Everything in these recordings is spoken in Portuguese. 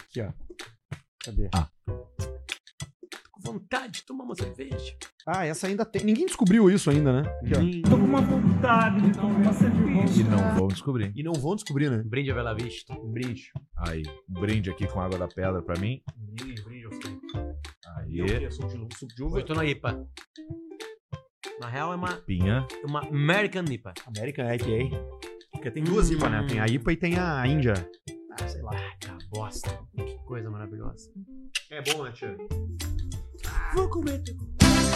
Aqui, ó. Cadê? Ah. Com vontade de tomar uma cerveja. Ah, essa ainda tem. Ninguém descobriu isso ainda, né? Aqui, ó. Tô com uma vontade de tomar cerveja. E não vão Então, descobrir. E não vão descobrir, né? Brinde à Bela Vista. Brinde. Aí, um brinde aqui com água da pedra pra mim. Brinde, brinde ao fim. Aí, Suco de uva. Eu é tô na IPA. Na real, é uma, pinha. uma American IPA. American é IPA. Porque tem duas IPA, né? Tem a IPA e tem a Índia. Ah, sei lá. Tá bosta. Que coisa maravilhosa. É bom, né, tia? Vou comer.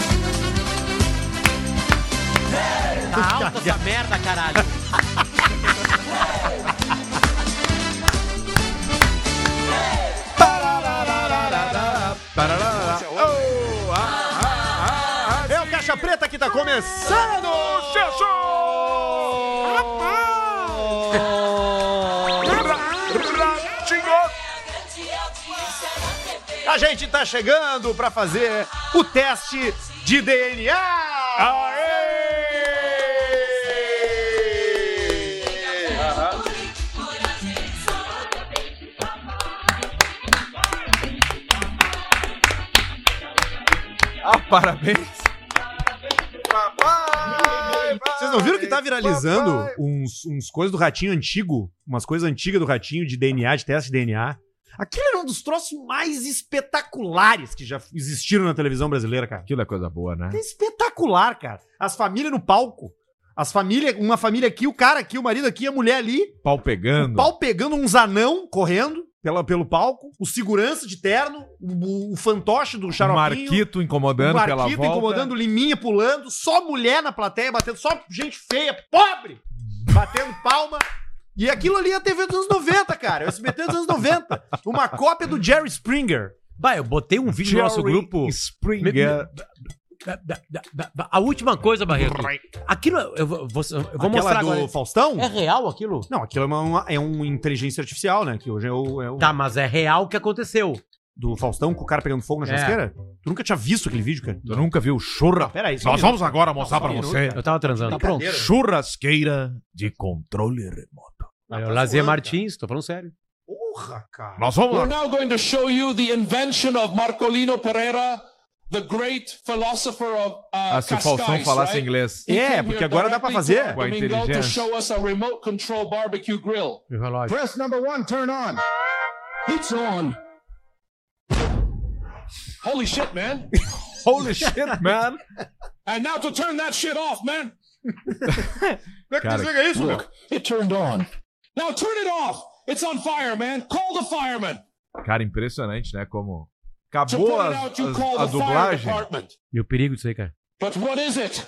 Tá alta essa merda, caralho. É o Caixa Preta que tá começando! A gente tá chegando pra fazer o teste de DNA! Ah, parabéns. Vocês não viram que tá viralizando uns, uns coisas do ratinho antigo? Umas coisas antigas do ratinho de DNA, de teste de DNA? Aquilo era um dos troços mais espetaculares que já existiram na televisão brasileira, cara. Aquilo é coisa boa, né? É espetacular, cara. As famílias no palco. As famílias, uma família aqui, o cara aqui, o marido aqui, a mulher ali. Um Pau O pegando. pau pegando uns anão correndo pela, pelo palco. O segurança de terno. O, o fantoche do O xaropinho. um Marquito incomodando o pela volta. Um incomodando, Liminha pulando. Só mulher na plateia batendo. Só gente feia, pobre, batendo palma. E aquilo ali é a TV dos anos 90, cara. O SBT dos anos 90. Uma cópia do Jerry Springer. Bah, eu botei um vídeo no nosso Jerry grupo. Springer. Da- da- da- da- da- A última coisa, Barreto. Aquilo, eu, vou- vou- eu vou Aquela mostrar do agora. Faustão? É real aquilo? Não, aquilo é uma, é uma inteligência artificial, né? Que hoje é o, é o- Tá, mas é real o que aconteceu. do Faustão com o cara pegando fogo na É. churrasqueira. Tu nunca tinha visto aquele vídeo, cara? Tu nunca viu churra? Pera aí, só Nós um vamos agora mostrar Não, pra só um você. Eu tava Tá transando. pronto. Churrasqueira de controle remoto. Olha, tá É o Lazier zoando, Martins, tô falando sério. Porra, cara. Nós vamos We're agora. now going to show you the invention of Marcolino Pereira, the great philosopher of uh, Ah, se o Faustão Cascais, falasse right? inglês. He É, came here porque agora dá pra directly fazer. to Com a Domingo to inteligência. show us a remote control barbecue grill. Meu relógio. Press number one, turn on. It's on. Holy shit, man. Holy shit, man. And now to turn that shit off, man. Como é que Cara, desliga isso, Look, it turned on. Now turn it off. It's on fire, man. Call the fireman. Cara, impressionante, né? Como. To Acabou put it as- out, you as- call a the fire dublagem. department. E o perigo disso aí, cara. But what is it?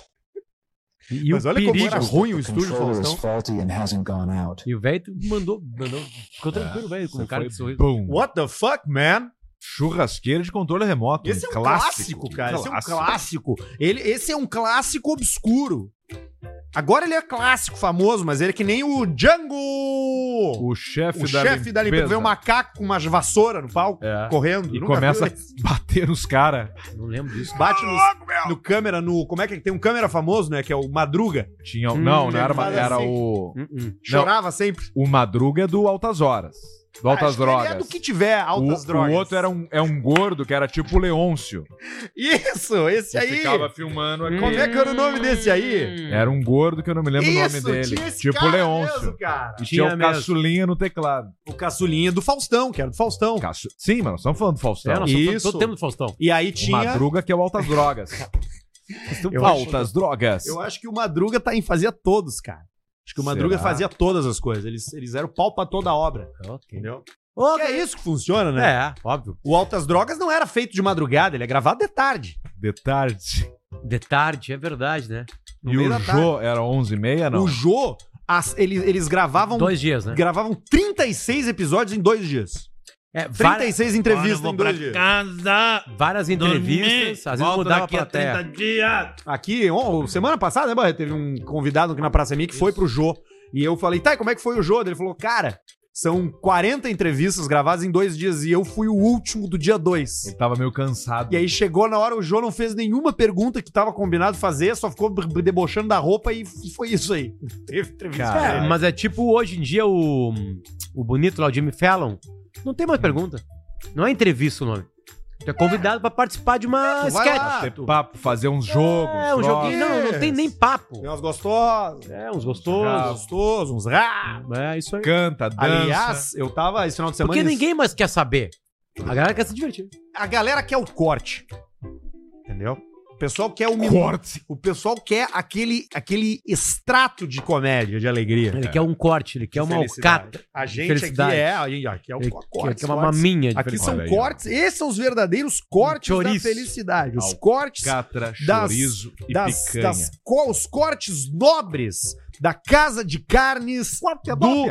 E, e Mas o olha como era perigo. ruim o estúdio do controller is então. Faustão. faulty and hasn't gone out. E o velho mandou, mandou. Ah, Ficou tranquilo, velho, com o cara que sorriu. Boom. What the fuck, man? Churrasqueira de controle remoto. Esse é um clássico, cara. Esse é um clássico. Ele, esse é um clássico obscuro. Agora ele é clássico, famoso, mas ele é que nem o Django! O, O chefe da chefe da limpeza. Vê um macaco com umas vassoura no palco, É. correndo. E Nunca começa viu esse? a bater nos Tá caras. Não lembro disso. Bate nos- no câmera, no. Como é que tem um câmera famoso, né? Que é o Madruga. Tinha. um, Hum, não, não era, ele faz era assim. o. Chorava sempre. O Madruga é do Altas Horas. Do Altas Acho que ele Drogas. É do que tiver altas o, drogas. o outro era um, é um gordo que era tipo o Leôncio. Isso, esse que aí. ficava filmando aqui. Como é que era o nome desse Hum. aí? Era um gordo que eu não me lembro o nome dele. Tipo o Leôncio. mesmo, cara. E tinha, Tinha o mesmo. caçulinha no teclado. O caçulinha do Faustão, que era do Faustão. Caçu... Sim, mas nós estamos falando do Faustão. É, nós E Isso. Isso. Todo tempo do Faustão. E aí o tinha. Madruga que é o Altas Drogas. Eu acho- Altas Drogas. Eu acho que o Madruga tá em fazia todos, cara. Acho que o Madruga Será? fazia todas as coisas. Eles, eles eram pau pra toda a obra. Ok. Entendeu? Ok. Que é isso que funciona, né? É, óbvio. O Altas Drogas não era feito de madrugada, ele é gravado de tarde. De tarde. De tarde, é verdade, né? No e meio o da tarde. Jô era 11h30, Ah, não? O Jô, as- eles, eles gravavam Dois dias, né? gravavam 36 episódios em dois dias. É, várias, 36 entrevistas em dois dias. casa, várias entrevistas, às vezes mudar aqui até. dias. Aqui, ó, semana passada, né, Barreto? Teve um convidado aqui na Praça Mi que foi pro Jô. E eu falei, tá, e como é que foi o Jô? Ele falou, cara, são 40 entrevistas gravadas em dois dias e eu fui o último do dia 2. Ele tava meio cansado. E aí chegou na hora, o Jô não fez nenhuma pergunta que tava combinado fazer, só ficou br- br- debochando da roupa e f- foi isso aí. Teve entrevista. Cara, é pra ele. Mas é tipo hoje em dia o, o bonito lá, o Jimmy Fallon. Não tem mais pergunta. Não é entrevista o nome. Tu é convidado pra participar de uma Tu vai sketch. lá, É, tu- Papo, fazer uns jogos. um troço. joguinho. Não, não tem nem papo. Tem umas gostosas. É, uns Uns gostosos. gostosos, uns ra. É isso aí. Canta, dança. Aliás, eu tava esse final de semana. Porque ninguém mais quer saber. A galera quer se divertir. A galera quer o corte. Entendeu? O pessoal quer o minuto. corte. O pessoal quer aquele, aquele extrato de comédia, de alegria. Ele quer um corte, ele quer uma Felicidade. alcatra. A gente aqui Felicidade. é, a gente aqui é o Ele corte. quer, quer uma cortes. maminha. de Aqui são felicidade. Olha aí, ó. cortes, esses são os verdadeiros cortes da Chouriço. felicidade. Os Alcatra, cortes Catra, Das- chorizo e das, picanha. das co- os cortes nobres da casa de carnes do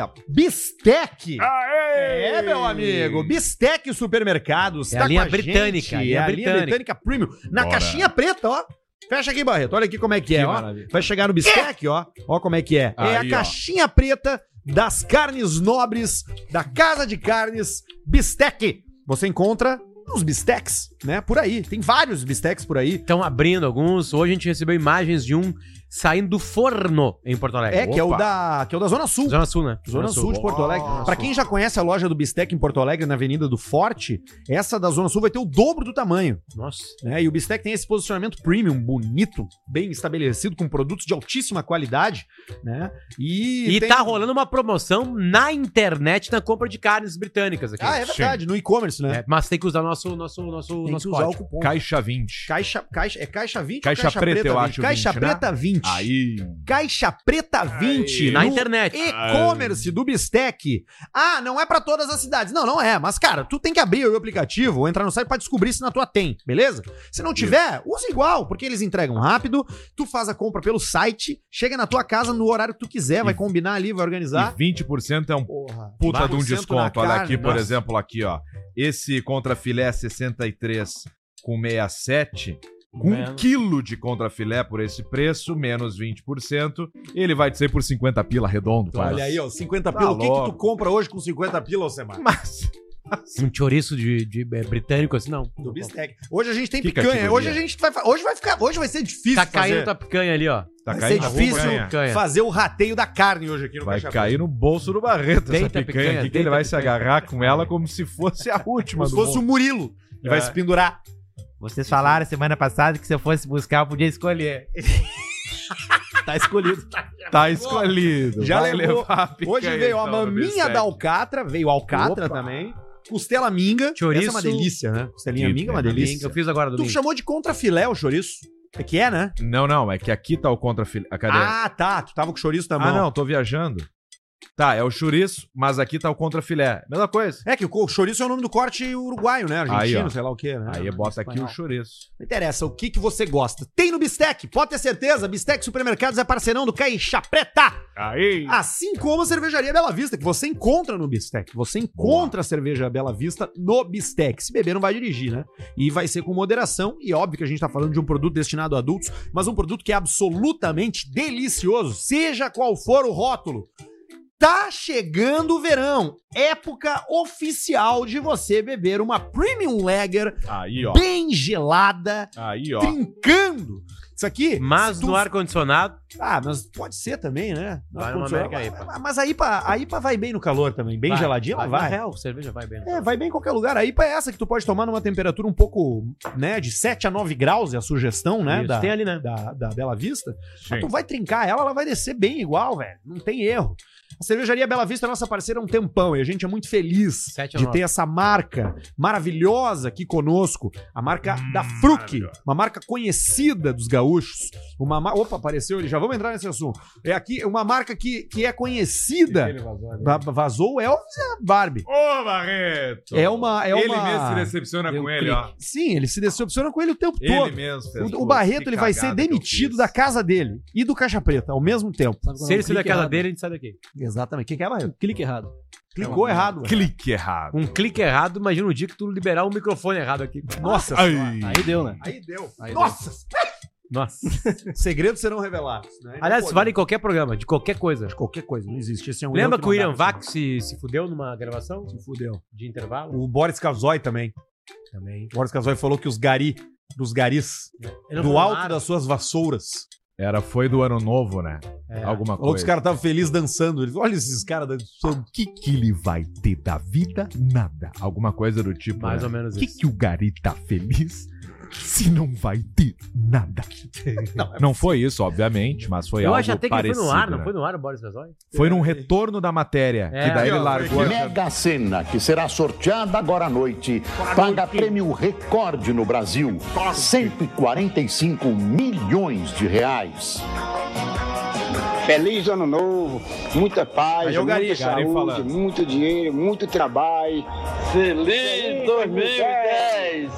Bistec. É, meu amigo, Bistec Supermercados. É a linha britânica, É a linha a linha britânica. Premium. Na Bora. caixinha preta, ó. Fecha aqui, Barreto. Olha aqui como é que, é, Que ó. maravilha. Vai chegar no Bistec, ó. Ó como é que é. é a Aí, ó. caixinha preta das carnes nobres da casa de carnes Bistec. Você encontra os bistecs, né? Por aí. Tem vários bistecs por aí. Estão abrindo alguns. Hoje a gente recebeu imagens de um saindo do forno em Porto Alegre. É, que é, o Opa. da, que é o da Zona Sul. Zona Sul, né? Zona Sul de Porto Alegre. Nossa. Pra quem já conhece a loja do Bistec em Porto Alegre, na Avenida do Forte, essa da Zona Sul vai ter o dobro do tamanho. Nossa. né? E o Bistec tem esse posicionamento premium, bonito, bem estabelecido, com produtos de altíssima qualidade. Né? E, E tem- tá rolando uma promoção na internet na é compra de carnes britânicas aqui. Ah, é verdade, no e-commerce, né? É, mas tem que usar nosso nosso nosso tem que nosso usar código. o cupom. Caixa 20. Caixa, caixa, é caixa 20 Caixa preta, eu acho, Caixa 20, né? preta 20. Aí. Caixa preta 20. na no internet. E-commerce do Bistec. Ah, não é pra todas as cidades. Não, não é. Mas, cara, tu tem que abrir o aplicativo ou entrar no site pra descobrir se na tua tem, beleza? Se não tiver, usa igual, porque eles entregam rápido. Tu faz a compra pelo site, chega na tua casa no horário que tu quiser, vai combinar ali, vai organizar. E 20% é um Porra. puta de um 20% na desconto. Olha carne, aqui, por nossa. exemplo, aqui, ó. Esse contrafilé 63 com 67, com um Menos. quilo de contrafilé por esse preço, menos 20%, ele vai ser por 50 pila redondo, quase. Olha aí, ó, 50 Tá pila. o que, que louco. tu compra hoje com 50 pila, Semar? Mas, Um chouriço de, de, é, britânico assim, não. Do Bistec. Hoje a gente tem Que picanha. categoria? Hoje a gente vai. fa- Hoje vai ficar. Hoje vai ser difícil. Tá caindo fazer. tua picanha ali, ó. tá Vai caindo ser na difícil. picanha. Picanha. Fazer o rateio da carne hoje aqui no Vai Caixa Preta. cair no bolso do Barreto essa Deita a picanha, picanha, aqui, que ele deita vai a se picanha. agarrar com ela como se fosse um a última Como se do fosse o mundo. Murilo. E vai se pendurar. Vocês falaram semana passada que se eu fosse buscar, eu podia escolher. tá escolhido. Tá escolhido. Já Vai levou. levar a picanha, Hoje veio a então, do maminha Bistec. da Alcatra, veio a Alcatra Opa. também. Costela minga. Chouriço. Essa é uma delícia, né? Costelinha Dito, minga é uma né? delícia. Eu fiz agora Tu domingo. chamou de contrafilé o chouriço? É que é, né? Não, não, é que aqui tá o contrafilé. Ah, Cadê? Ah, tá. Tu tava com o chouriço na mão. Ah, não, tô viajando. Tá, é o chouriço, mas aqui tá o contrafilé. Mesma coisa. É que o co- chouriço é o nome do corte uruguaio, né? Argentino, Aí, ó. sei lá o quê, né? Aí bota aqui o espanhol. chouriço. Não interessa o que, que você gosta. Tem no Bistec, pode ter certeza. Bistec Supermercados é parceirão do Caixa Preta. Aí. Assim como a cervejaria Bela Vista, que você encontra no Bistec. Você encontra a cerveja Bela Vista no Bistec. Se beber, não vai dirigir, né? E vai ser com moderação. E óbvio que a gente tá falando de um produto destinado a adultos, mas um produto que é absolutamente delicioso, seja qual for o rótulo. Tá chegando o verão, época oficial de você beber uma Premium Lager Aí, ó. bem gelada, Ah. Aí, ó. trincando. Isso aqui, Mas se tu no ar-condicionado, ah, mas pode ser também, né? Vai Ar-condicionado. numa mega IPA. Mas- Mas a IPA, a IPA vai bem no calor também. Bem Vai, geladinha, ela vai, vai. na real, cerveja vai bem. né? É, vai bem em qualquer lugar. A IPA é essa que tu pode tomar numa temperatura um pouco, né, de 7 a 9 graus, é a sugestão, né, Isso, da, Tem ali, né? da, da Bela Vista. Mas Sim. tu vai trincar ela, ela vai descer bem igual, velho. Não tem erro. A cervejaria Bela Vista é nossa parceira há um tempão e a gente é muito feliz Sete a de nove. ter essa marca maravilhosa aqui conosco, a marca da Fruc, uma marca conhecida dos gaúchos. Uma ma- Opa, apareceu ele, já vamos entrar nesse assunto. É aqui uma marca que, que é conhecida. Va- Vazou o Elvis e a Barbie. Ô, Barreto! É uma- é Ele uma- um mesmo se decepciona Deu com ele, ó. Sim, ele se decepciona com ele o tempo Ele todo. mesmo. fez, O, o pô, Barreto que ele vai ser cagada que eu demitido fiz. da casa dele e do Caixa Preta ao mesmo tempo. Se ele sair da casa dele, a gente sai daqui. Exatamente. O que, que é, Barreto? um Clique errado. É Clicou errado. velho. Clique errado. Um clique errado, imagina o dia que tu liberar o microfone errado aqui. Nossa Ai. Aí deu, né? Aí deu. Aí Nossa! Nossa. Segredos serão revelados. Né? Aliás, Não isso pode. vale em qualquer programa, de qualquer coisa. Qualquer coisa, não existe. Esse é um Lembra erro que o não dá Irã pra Vac se, se fudeu numa gravação? assim, se fudeu. De intervalo? O Boris Kazoy também. Também. O Boris Kazoy falou que os gari, dos garis, do alto das suas vassouras, Era, foi do ano novo, né? É. Alguma Ou que os coisa. caras estavam felizes dançando. Ele, Olha esses caras dançando. O que que ele vai ter da vida? Nada. Alguma coisa do tipo, Mais né? ou menos O que isso. que o gari tá feliz se não vai ter nada? é Não, foi isso, obviamente, mas foi Eu algo acho até que ele parecido. foi no ar, não né? foi no ar o Boris Casoy? Foi num retorno da matéria, É. que daí Aqui, ele ó, largou... a- Mega Sena, que será sorteada agora à noite, paga prêmio recorde no Brasil: 145 milhões de reais. Feliz ano novo, muita paz, Aí é o muita Gari, Gari saúde, falando. muito dinheiro, muito trabalho. Feliz 2010!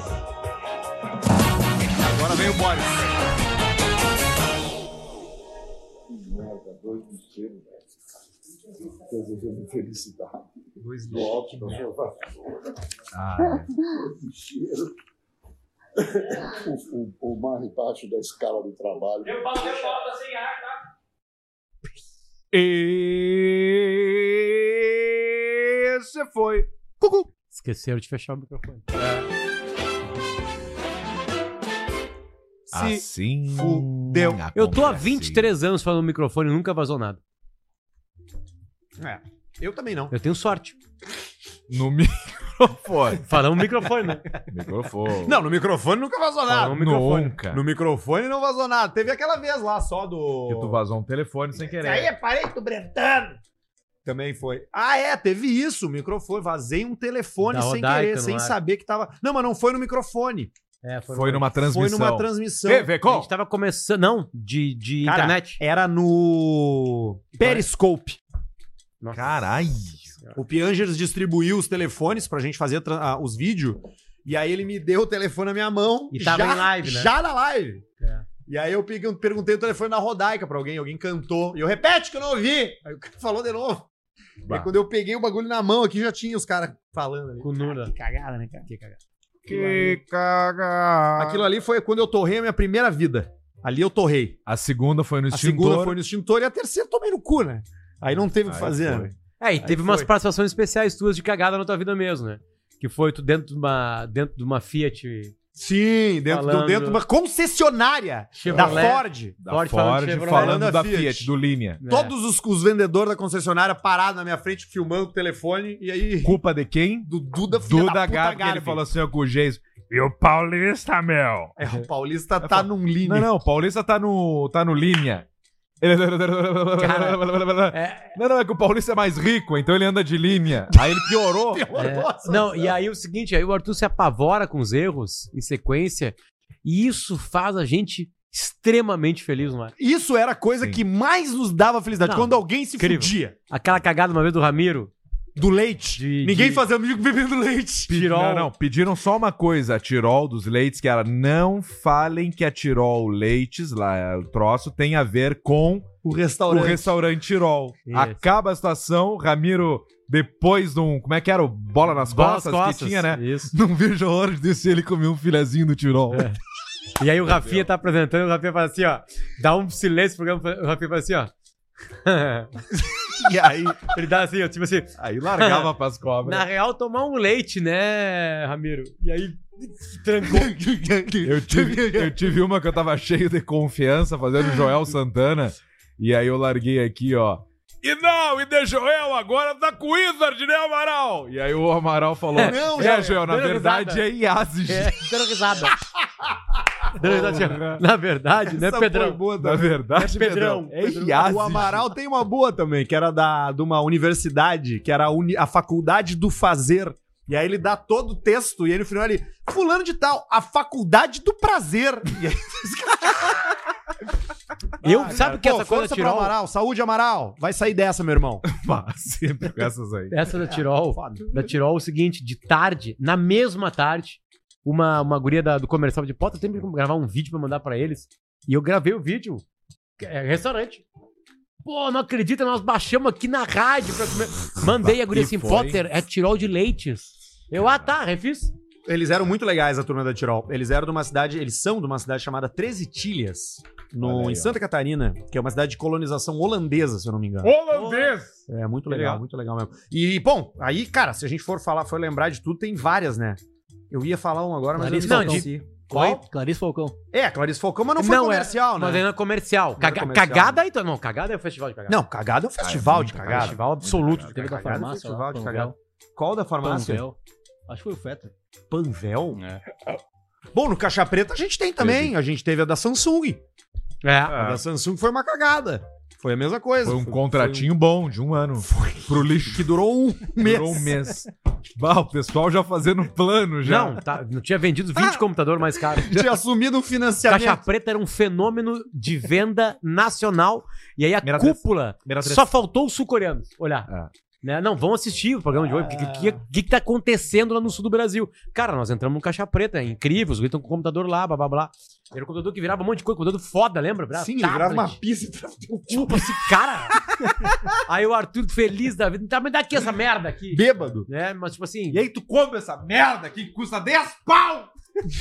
Agora vem o Boris. Ah, O, o, o mais baixo da escala do trabalho. Esse foi. Esqueceram de fechar o microfone. assim. fudeu. Eu tô há acontece. 23 anos falando no microfone e nunca vazou nada. É, eu também não. Eu tenho sorte. No microfone. Falamos no microfone, né? microfone. Não, no microfone nunca vazou nada. Falou no microfone. nunca. No microfone não vazou nada. Teve aquela vez lá só do. Que tu vazou um telefone sem querer. Aí é parente do Brentano. Também foi. Ah, é, teve isso, o microfone. Vazei um telefone Da sem Rodaica querer, no sem ar. saber que tava. Não, mas não foi no microfone. É, Foi numa transmissão. Foi numa transmissão. TV A com. gente tava começando. Não, de, de Cara, é- internet. Era no Periscope. Caralho. O Piangers distribuiu os telefones pra gente fazer tra- ah, os vídeos. E aí ele me deu o telefone na minha mão. E tava em live, né? Já na live. É. E aí eu peguei- perguntei o telefone na Rodaica pra alguém, alguém cantou. E eu, repete que eu não ouvi. Aí o cara falou de novo. Bah. Aí quando eu peguei o bagulho na mão aqui, já tinha os caras falando ali. Com Nura. cagada, né, cara? Que cagada. Que cagada. Aquilo ali foi quando eu torrei a minha primeira vida. Ali eu torrei. A segunda foi no A extintor. segunda foi no extintor e a terceira tomei no cu, né? Aí não teve o que Aí fazer. foi. né? É, e teve Aí umas foi. participações especiais tuas de cagada na tua vida mesmo, né? Que foi tu dentro de uma, dentro de uma Fiat. Sim, dentro, do, Falando- dentro de uma concessionária Chevrolet. da Ford. Da Ford Ford, falando falando, Chevrolet. da É Da Fiat, Fiat, do Linha. né? Todos os, os vendedores da concessionária parados na minha frente, filmando o telefone, e aí. Culpa de quem? Do Duda, filha Duda Garbi, que ele Garbi. falou assim ó, com o Geis. E o Paulista, meu? É, o Paulista tá falo, num line. Não, não, o Paulista tá no, tá no linha. Ele- É, Não, não, é que o Paulista é mais rico, então ele anda de linha. Aí ele piorou. é. Não, e aí o seguinte, aí o Arthur se apavora com os erros em sequência, e isso faz a gente extremamente feliz, não é? Isso era a coisa Sim. que mais nos dava felicidade. Não, quando alguém se incrível. fudia Aquela cagada uma vez do Ramiro, do leite. De- Ninguém de- fazia amigo bebendo leite. Tirol. Não, não, pediram só uma coisa, a Tirol dos leites, que era não falem que a Tirol Leites, lá é, o troço, tem a ver com O o restaurante. restaurante Tirol. Isso. Acaba a estação, Ramiro, depois de um. Como é que era? O Bola nas Bola nas costas, que costas, tinha, né? Isso. Não vejo a hora de descer ele comer um filezinho do Tirol. É. E aí o Rafinha tá apresentando, o Rafinha fala assim, ó, dá um silêncio pro programa, o Rafinha fala assim, ó. E aí, Ele dá assim, ó, tipo assim, aí largava pras cobras. na real tomar um leite, né, Ramiro? E aí trancou. Eu tive, eu tive uma que eu tava cheio de confiança fazendo Joel Santana. E aí eu larguei aqui, ó. E não, e de Joel agora tá com o Wizard, né, Amaral? E aí o Amaral falou: Não, Não, é, Joel, Joel, na dando verdade risada." é Iazes. É, dando risada. Dando risada, assim, ó. Na verdade, né, Essa foi Pedrão? boa Na também. Né, verdade, É Pedrão, É Pedro- Iazes. O Amaral tem uma boa também, que era da, de uma universidade, que era a, uni- a faculdade do fazer. E aí ele dá todo o texto, e aí no final ele, fulano de tal, a faculdade do prazer. E aí, Eu, sabe que pô, essa coisa força da pro Tirol? Amaral, saúde Amaral, vai sair dessa, meu irmão. Pá, sempre com essas aí. Essa da Tirol, foda. da Tirol, é o seguinte, de tarde, na mesma tarde, uma, uma guria da- do comercial de Pota tem que gravar um vídeo pra mandar pra eles. E eu gravei o vídeo. É, restaurante. Pô, não acredita, nós baixamos aqui na rádio pra comer. Mandei a guria E assim, foi? Potter, é Tirol de leites. Eu, ah tá, refiz. Eles eram muito legais, a turma da Tirol. Eles eram de uma cidade, eles são de uma cidade chamada Treze Tilhas, no, Olha aí, em ó. Santa Catarina, que é uma cidade de colonização holandesa, se eu não me engano. Holandês! É muito legal, Legal. muito legal mesmo. E, bom, aí, cara, se a gente for falar, for lembrar de tudo, tem várias, né? Eu ia falar um agora, mas Clarice eu Falcão. esqueci. Qual? Clarice Falcão. É, Clarice Falcão, mas não foi Não, é, comercial, né? Mas ainda é comercial. Não é Caga- comercial. Cagada, então. Não, cagada é o festival de cagada. Não, cagada é um festival de cagada. cagada. Festival absoluto de TV da Cagada é um farmácia farmácia. festival lá, de Panvel. cagada. Qual da farmácia? Panvel. Acho que foi o Fetter. Panvel? É. Bom, no Caixa Preta a gente tem também. A gente teve a da Samsung. É. A da Samsung foi uma cagada. Ah, Foi a mesma coisa. Ah. Foi um contratinho bom, de um ano. Pro lixo. que durou um mês. Durou um mês. Bah, o pessoal já fazendo plano, já. Não, tá, não tinha vendido 20 computadores mais caros. Ah! Tinha assumido um financiamento. Caixa Preta era um fenômeno de venda nacional. E aí a Mera cúpula Mera três. só faltou os sul-coreanos. Olhar. Ah. Né? Não, vão assistir o programa de hoje. porque O Ah. que, o que que tá acontecendo lá no sul do Brasil? Cara, nós entramos no Caixa Preta, é incrível. Os estão com o computador lá, blá blá blá. Era o computador que virava um monte de coisa, computador foda, lembra? Virava Sim, ele tablet. virava uma pizza e trava teu cu. Tipo assim, cara. aí o Arthur feliz da vida. Tá, me dá aqui essa merda aqui. Bêbado. Né? Mas tipo assim, aí tu compra essa merda que custa 10 pau!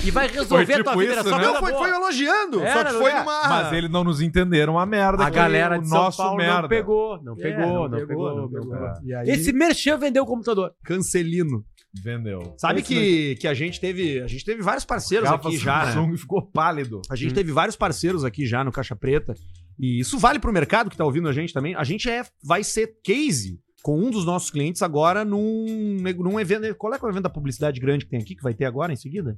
e vai resolver Foi a tua tipo vida. era isso, só né? coisa Não, foi, boa. foi elogiando. só Era, que foi né? numa... Mas eles não nos entenderam a um merda. A que galera o de nosso São Paulo merda. não pegou, É, não pegou, não, pegou, não pegou. E aí, Esse merchan vendeu o computador. Cancelino. Vendeu. Sabe que, que a gente teve. A gente teve vários parceiros Rafa aqui já. né? Samsung ficou pálido. A gente teve vários parceiros aqui já no Caixa Preta. E isso vale pro mercado que tá ouvindo a gente também. A gente é, vai ser case com um dos nossos clientes agora num, nego- num evento. Qual é, que é o evento da publicidade grande que tem aqui, que vai ter agora em seguida?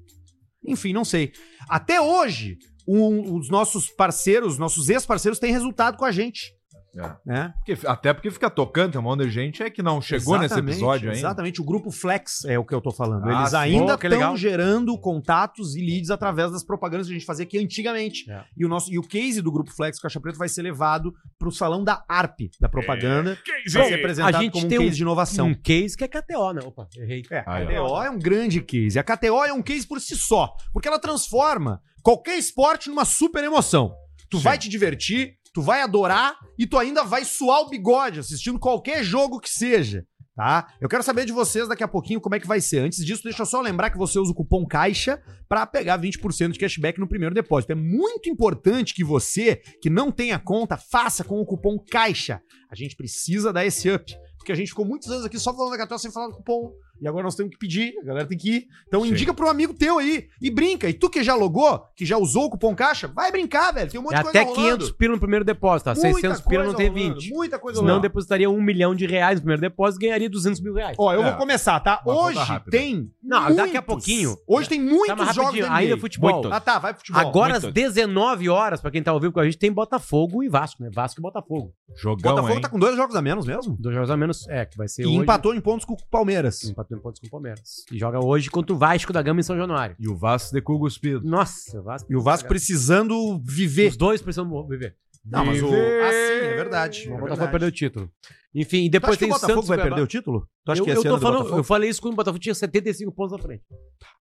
Enfim, não sei. Até hoje, um- os nossos parceiros, nossos ex-parceiros, têm resultado com a gente. É. Né? Porque- até porque fica tocando, tem um monte de gente é que não chegou Exatamente, nesse episódio ainda. Exatamente, o grupo Flex é o que eu tô falando. Ah, Eles sim. ainda Oh, que estão legal. gerando contatos e leads através das propagandas que a gente fazia aqui antigamente. É. E, o nosso, e o case do grupo Flex Caixa Preta vai ser levado pro salão da ARP, da propaganda. vai ser apresentado É, a gente como um tem um- case de inovação. Um case que é KTO, né? Opa, errei. É, a Aí, ó. KTO é um grande case. A KTO é um case por si só, porque ela transforma qualquer esporte numa super emoção. Tu vai te divertir, tu vai adorar e tu ainda vai suar o bigode assistindo qualquer jogo que seja. Tá? Eu quero saber de vocês daqui a pouquinho como é que vai ser. Antes disso, deixa eu só lembrar que você usa o cupom CAIXA para pegar 20% de cashback no primeiro depósito. É muito importante que você, que não tenha conta, faça com o cupom CAIXA. A gente precisa dar esse up, porque a gente ficou muitos anos aqui só falando da KTO sem falar do cupom. E agora nós temos que pedir, a galera tem que ir. Então Sim. indica para um amigo teu aí e brinca. E tu que já logou, que já usou o cupom caixa, vai brincar, velho. Tem um monte É de coisa até rolando. 500 pila no primeiro depósito, tá? Muita 600 pila não coisa tem rolando, 20. Muita coisa Senão rolando. depositaria um milhão de reais no primeiro depósito e ganharia 200 mil reais. Ó, eu É. vou começar, tá? Uma Hoje conta rápida. tem Não, daqui a pouquinho. Hoje tem muitos Tá, mas jogos rapidinho, da NBA. ainda futebol. Muito. Ah, tá, vai pro futebol. Agora muito. às 19 horas, pra quem tá ao vivo com a gente, tem Botafogo e Vasco, né? Vasco e Botafogo. Jogão, Botafogo hein? tá com dois jogos a menos mesmo? Dois jogos a menos, é, que vai ser E hoje. empatou em pontos com o Palmeiras. Empatou em pontos com o Palmeiras. E joga hoje contra o Vasco da Gama em São Januário. E o Vasco de cu cuspido. Nossa, o Vasco. E o Vasco precisando viver. Os dois precisam viver. Não, mas o. Ah, sim, é verdade. O é Botafogo verdade. perdeu o título. Enfim, e Tu acha depois que o tem Botafogo Santos vai e perder Cuiabá. o título? Tu acha eu, que eu esse tô ano do falando, eu Botafogo? falei isso quando o Botafogo tinha 75 pontos na frente.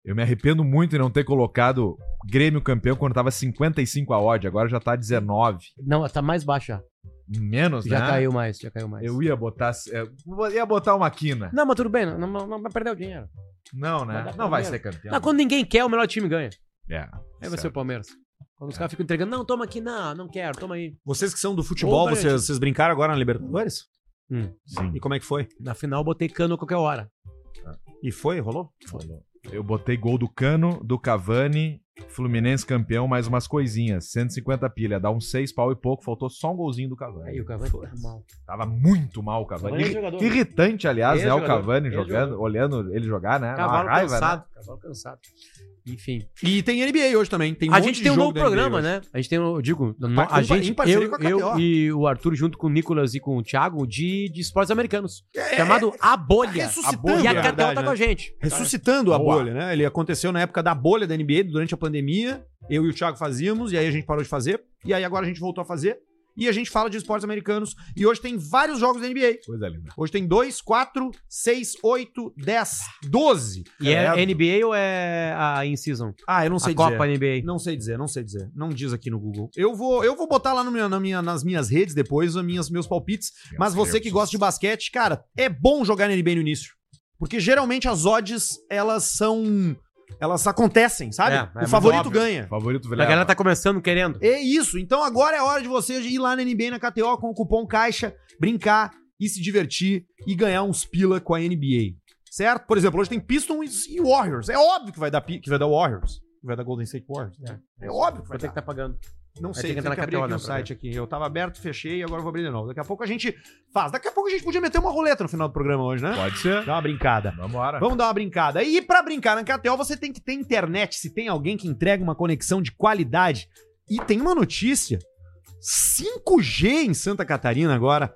Eu me arrependo muito em não ter colocado Grêmio campeão quando tava 55 a odd, agora já tá 19. Não, tá mais baixo já. Menos, Já né? caiu mais, já caiu mais. Eu ia botar. Eu ia botar uma quina. Não, mas tudo bem, não, não, não vai perder o dinheiro. Não, Vai né? dar Não vai Palmeiras. ser campeão. Não, quando ninguém quer, o melhor time ganha. É. Aí vai certo. ser o Palmeiras. Quando os caras ficam entregando, não, toma aqui, não, não quero, toma aí. Vocês que são do futebol, Ô, Brant. vocês, vocês brincaram agora na Libertadores? Hum. E como é que foi? Na final eu botei cano a qualquer hora. E foi? Rolou? Eu botei gol do Cano, do Cavani, Fluminense campeão, mais umas coisinhas. 150 pilha, dá uns 6 pau e pouco, faltou só um golzinho do Cavani. Aí o Cavani tá mal. Tava muito mal o Cavani. Cavani é Irri- jogador. Irritante, aliás, Ele é né? O jogador. Cavani Ele é jogando, jogador. olhando ele jogar, Ah, né? Dá uma Cavalo raiva, né? cansado, cavalo cansado. Enfim. E tem NBA hoje também. Tem um a monte gente de tem um jogo novo da programa, NBA hoje. né? A gente tem, eu digo, no- Par- a em par- gente, em parceria eu, com a KTO. eu e o Arthur junto com o Nicolas e com o Thiago de, de esportes americanos, É, chamado A Bolha. Tá ressuscitando, A Bolha. Tá E na a KTO verdade, tá né? com a gente. Ressuscitando a Boa. bolha, né? Ele aconteceu na época da bolha da NBA, durante a pandemia. Eu e o Thiago fazíamos, e aí a gente parou de fazer. E aí agora a gente voltou a fazer. E a gente fala de esportes americanos. E hoje tem vários jogos da NBA. Coisa linda. Hoje tem 2, 4, 6, 8, 10, 12. E é Credo. NBA ou é a in-season? Ah, eu não A sei dizer. Copa NBA. Não sei dizer, não sei dizer. Não diz aqui no Google. Eu vou, eu vou botar lá no meu- na minha- nas minhas redes depois os minhas, meus palpites. mas você que gosta de basquete, cara, é bom jogar na NBA no início. Porque geralmente as odds, elas são. Elas acontecem, sabe? É, é o muito favorito óbvio. ganha. Favorito A velho. galera tá começando querendo. É isso. Então agora é hora de você ir lá na NBA, na KTO, com o cupom CAIXA, brincar e se divertir e ganhar uns pila com a NBA. Certo? Por exemplo, hoje tem Pistons e Warriors. É óbvio que vai dar, pi- que vai dar Warriors. vai dar Golden State Warriors. É, óbvio que Quanto é vai que dar. tá pagando? Não Aí sei, tem tem que que, entrar na abrir aqui KTO, o né, pra site aqui. Eu tava aberto, fechei e agora eu vou abrir de novo. Daqui a pouco a gente faz. Daqui a pouco a gente podia meter uma roleta no final do programa hoje, né? Pode ser. Dá uma brincada. Vambora. Vamos dar uma brincada. E pra brincar na KTO, você tem que ter internet. Se tem alguém que entrega uma conexão de qualidade. E tem uma notícia: 5G em Santa Catarina agora,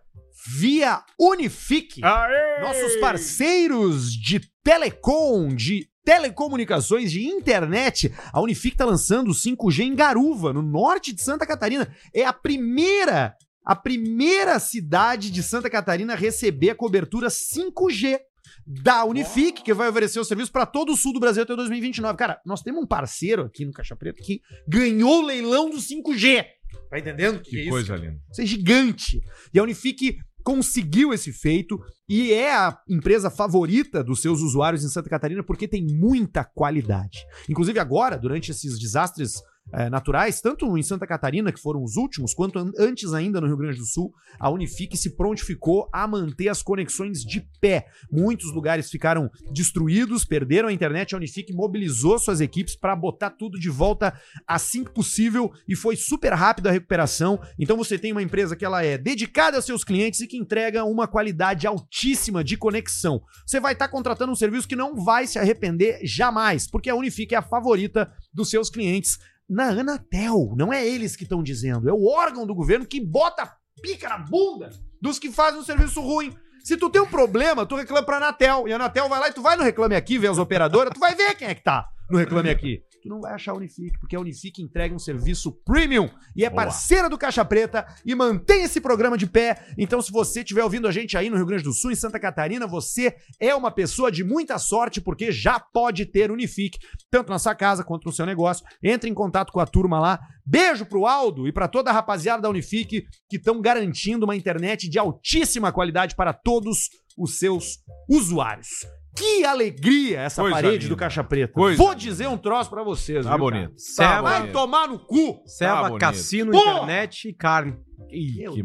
via Unifique. Aê! Nossos parceiros de telecom, de telecomunicações, de internet, a Unifique está lançando o 5G em Garuva, no norte de Santa Catarina. É a primeira, a primeira cidade de Santa Catarina a receber a cobertura 5G da Unifique, que vai oferecer o serviço para todo o sul do Brasil até 2029. Cara, nós temos um parceiro aqui no Caixa Preto que ganhou o leilão do 5G. Tá entendendo o que, é Que isso? coisa linda. Isso é gigante. E a Unifique conseguiu esse feito e é a empresa favorita dos seus usuários em Santa Catarina porque tem muita qualidade. Inclusive agora, durante esses desastres eh, naturais, tanto em Santa Catarina, que foram os últimos, quanto an- antes ainda no Rio Grande do Sul, a Unifique se prontificou a manter as conexões de pé. Muitos lugares ficaram destruídos, perderam a internet, a Unifique mobilizou suas equipes para botar tudo de volta assim que possível e foi super rápido a recuperação. Então você tem uma empresa que ela é dedicada aos seus clientes e que entrega uma qualidade altíssima de conexão. Você vai estar contratando um serviço que não vai se arrepender jamais, porque a Unifique é a favorita dos seus clientes na Anatel. Não é eles que estão dizendo, é o órgão do governo que bota a pica na bunda dos que fazem um serviço ruim. Se tu tem um problema, tu reclama pra Anatel. E a Anatel vai lá e tu vai no Reclame Aqui, vê as operadoras, tu vai ver quem é que tá no Reclame Aqui. Tu não vai achar a Unifique, porque a Unifique entrega um serviço premium e é Boa. parceira do Caixa Preta e mantém esse programa de pé. Então, se você estiver ouvindo a gente aí no Rio Grande do Sul, em Santa Catarina, você é uma pessoa de muita sorte, porque já pode ter Unifique, tanto na sua casa quanto no seu negócio. Entre em contato com a turma lá. Beijo pro Aldo e pra toda a rapaziada da Unifique que estão garantindo uma internet de altíssima qualidade para todos os seus usuários. Que alegria essa Coisa parede linda. do Caixa Preta. Coisa Vou dizer um troço pra vocês, Tá viu, bonito. cara? Tá é Vai bonito. tomar no cu. Tá Ceva, bonito. cassino, Porra! internet e carne. Ih, Meu Que Deus do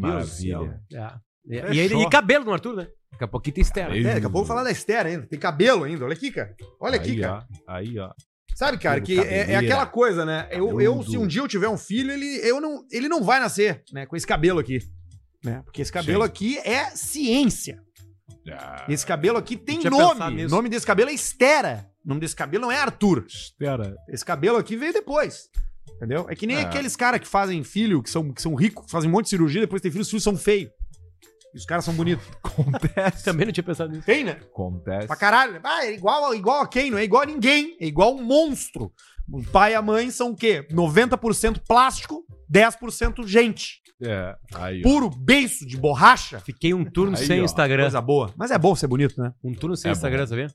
maravilha. céu. é. E, Fechou. e, ainda- e cabelo no Arthur, né? Daqui a pouquinho tem externo. Aí, É, daqui a pouco eu vou falar da Esther ainda. Tem cabelo ainda. Olha aqui, cara. Olha aqui, Aí, cara. ó. Aí, ó. Sabe, cara, Pelo que é- é, cabeleira. aquela coisa, né? Eu, eu, se um Cabeludo. dia eu tiver um filho, ele, eu não, ele não vai nascer, né? Com esse cabelo aqui. Né? Porque esse cabelo Sim. aqui é ciência. Ah, Esse cabelo aqui tem tinha pensado nome. O nisso. nome desse cabelo é Estera. O nome desse cabelo não é Arthur. Espera. Esse cabelo aqui veio depois. Entendeu? É que nem É. aqueles caras que fazem filho, que são, que são ricos, que fazem um monte de cirurgia, depois tem filho, os filhos são feios. E os caras são bonitos. Acontece. Também não tinha pensado nisso. Tem, né? Acontece. Pra caralho. Ah, é igual, a- igual a quem? Não é igual a ninguém. É igual um monstro. O pai e a mãe são o quê? 90% plástico, 10% gente. É. Aí, ó. Puro beiço de borracha. Fiquei um turno Aí, sem ó. Instagram. Coisa boa. Mas é bom ser bonito, né? Um turno sem É Instagram, sabia?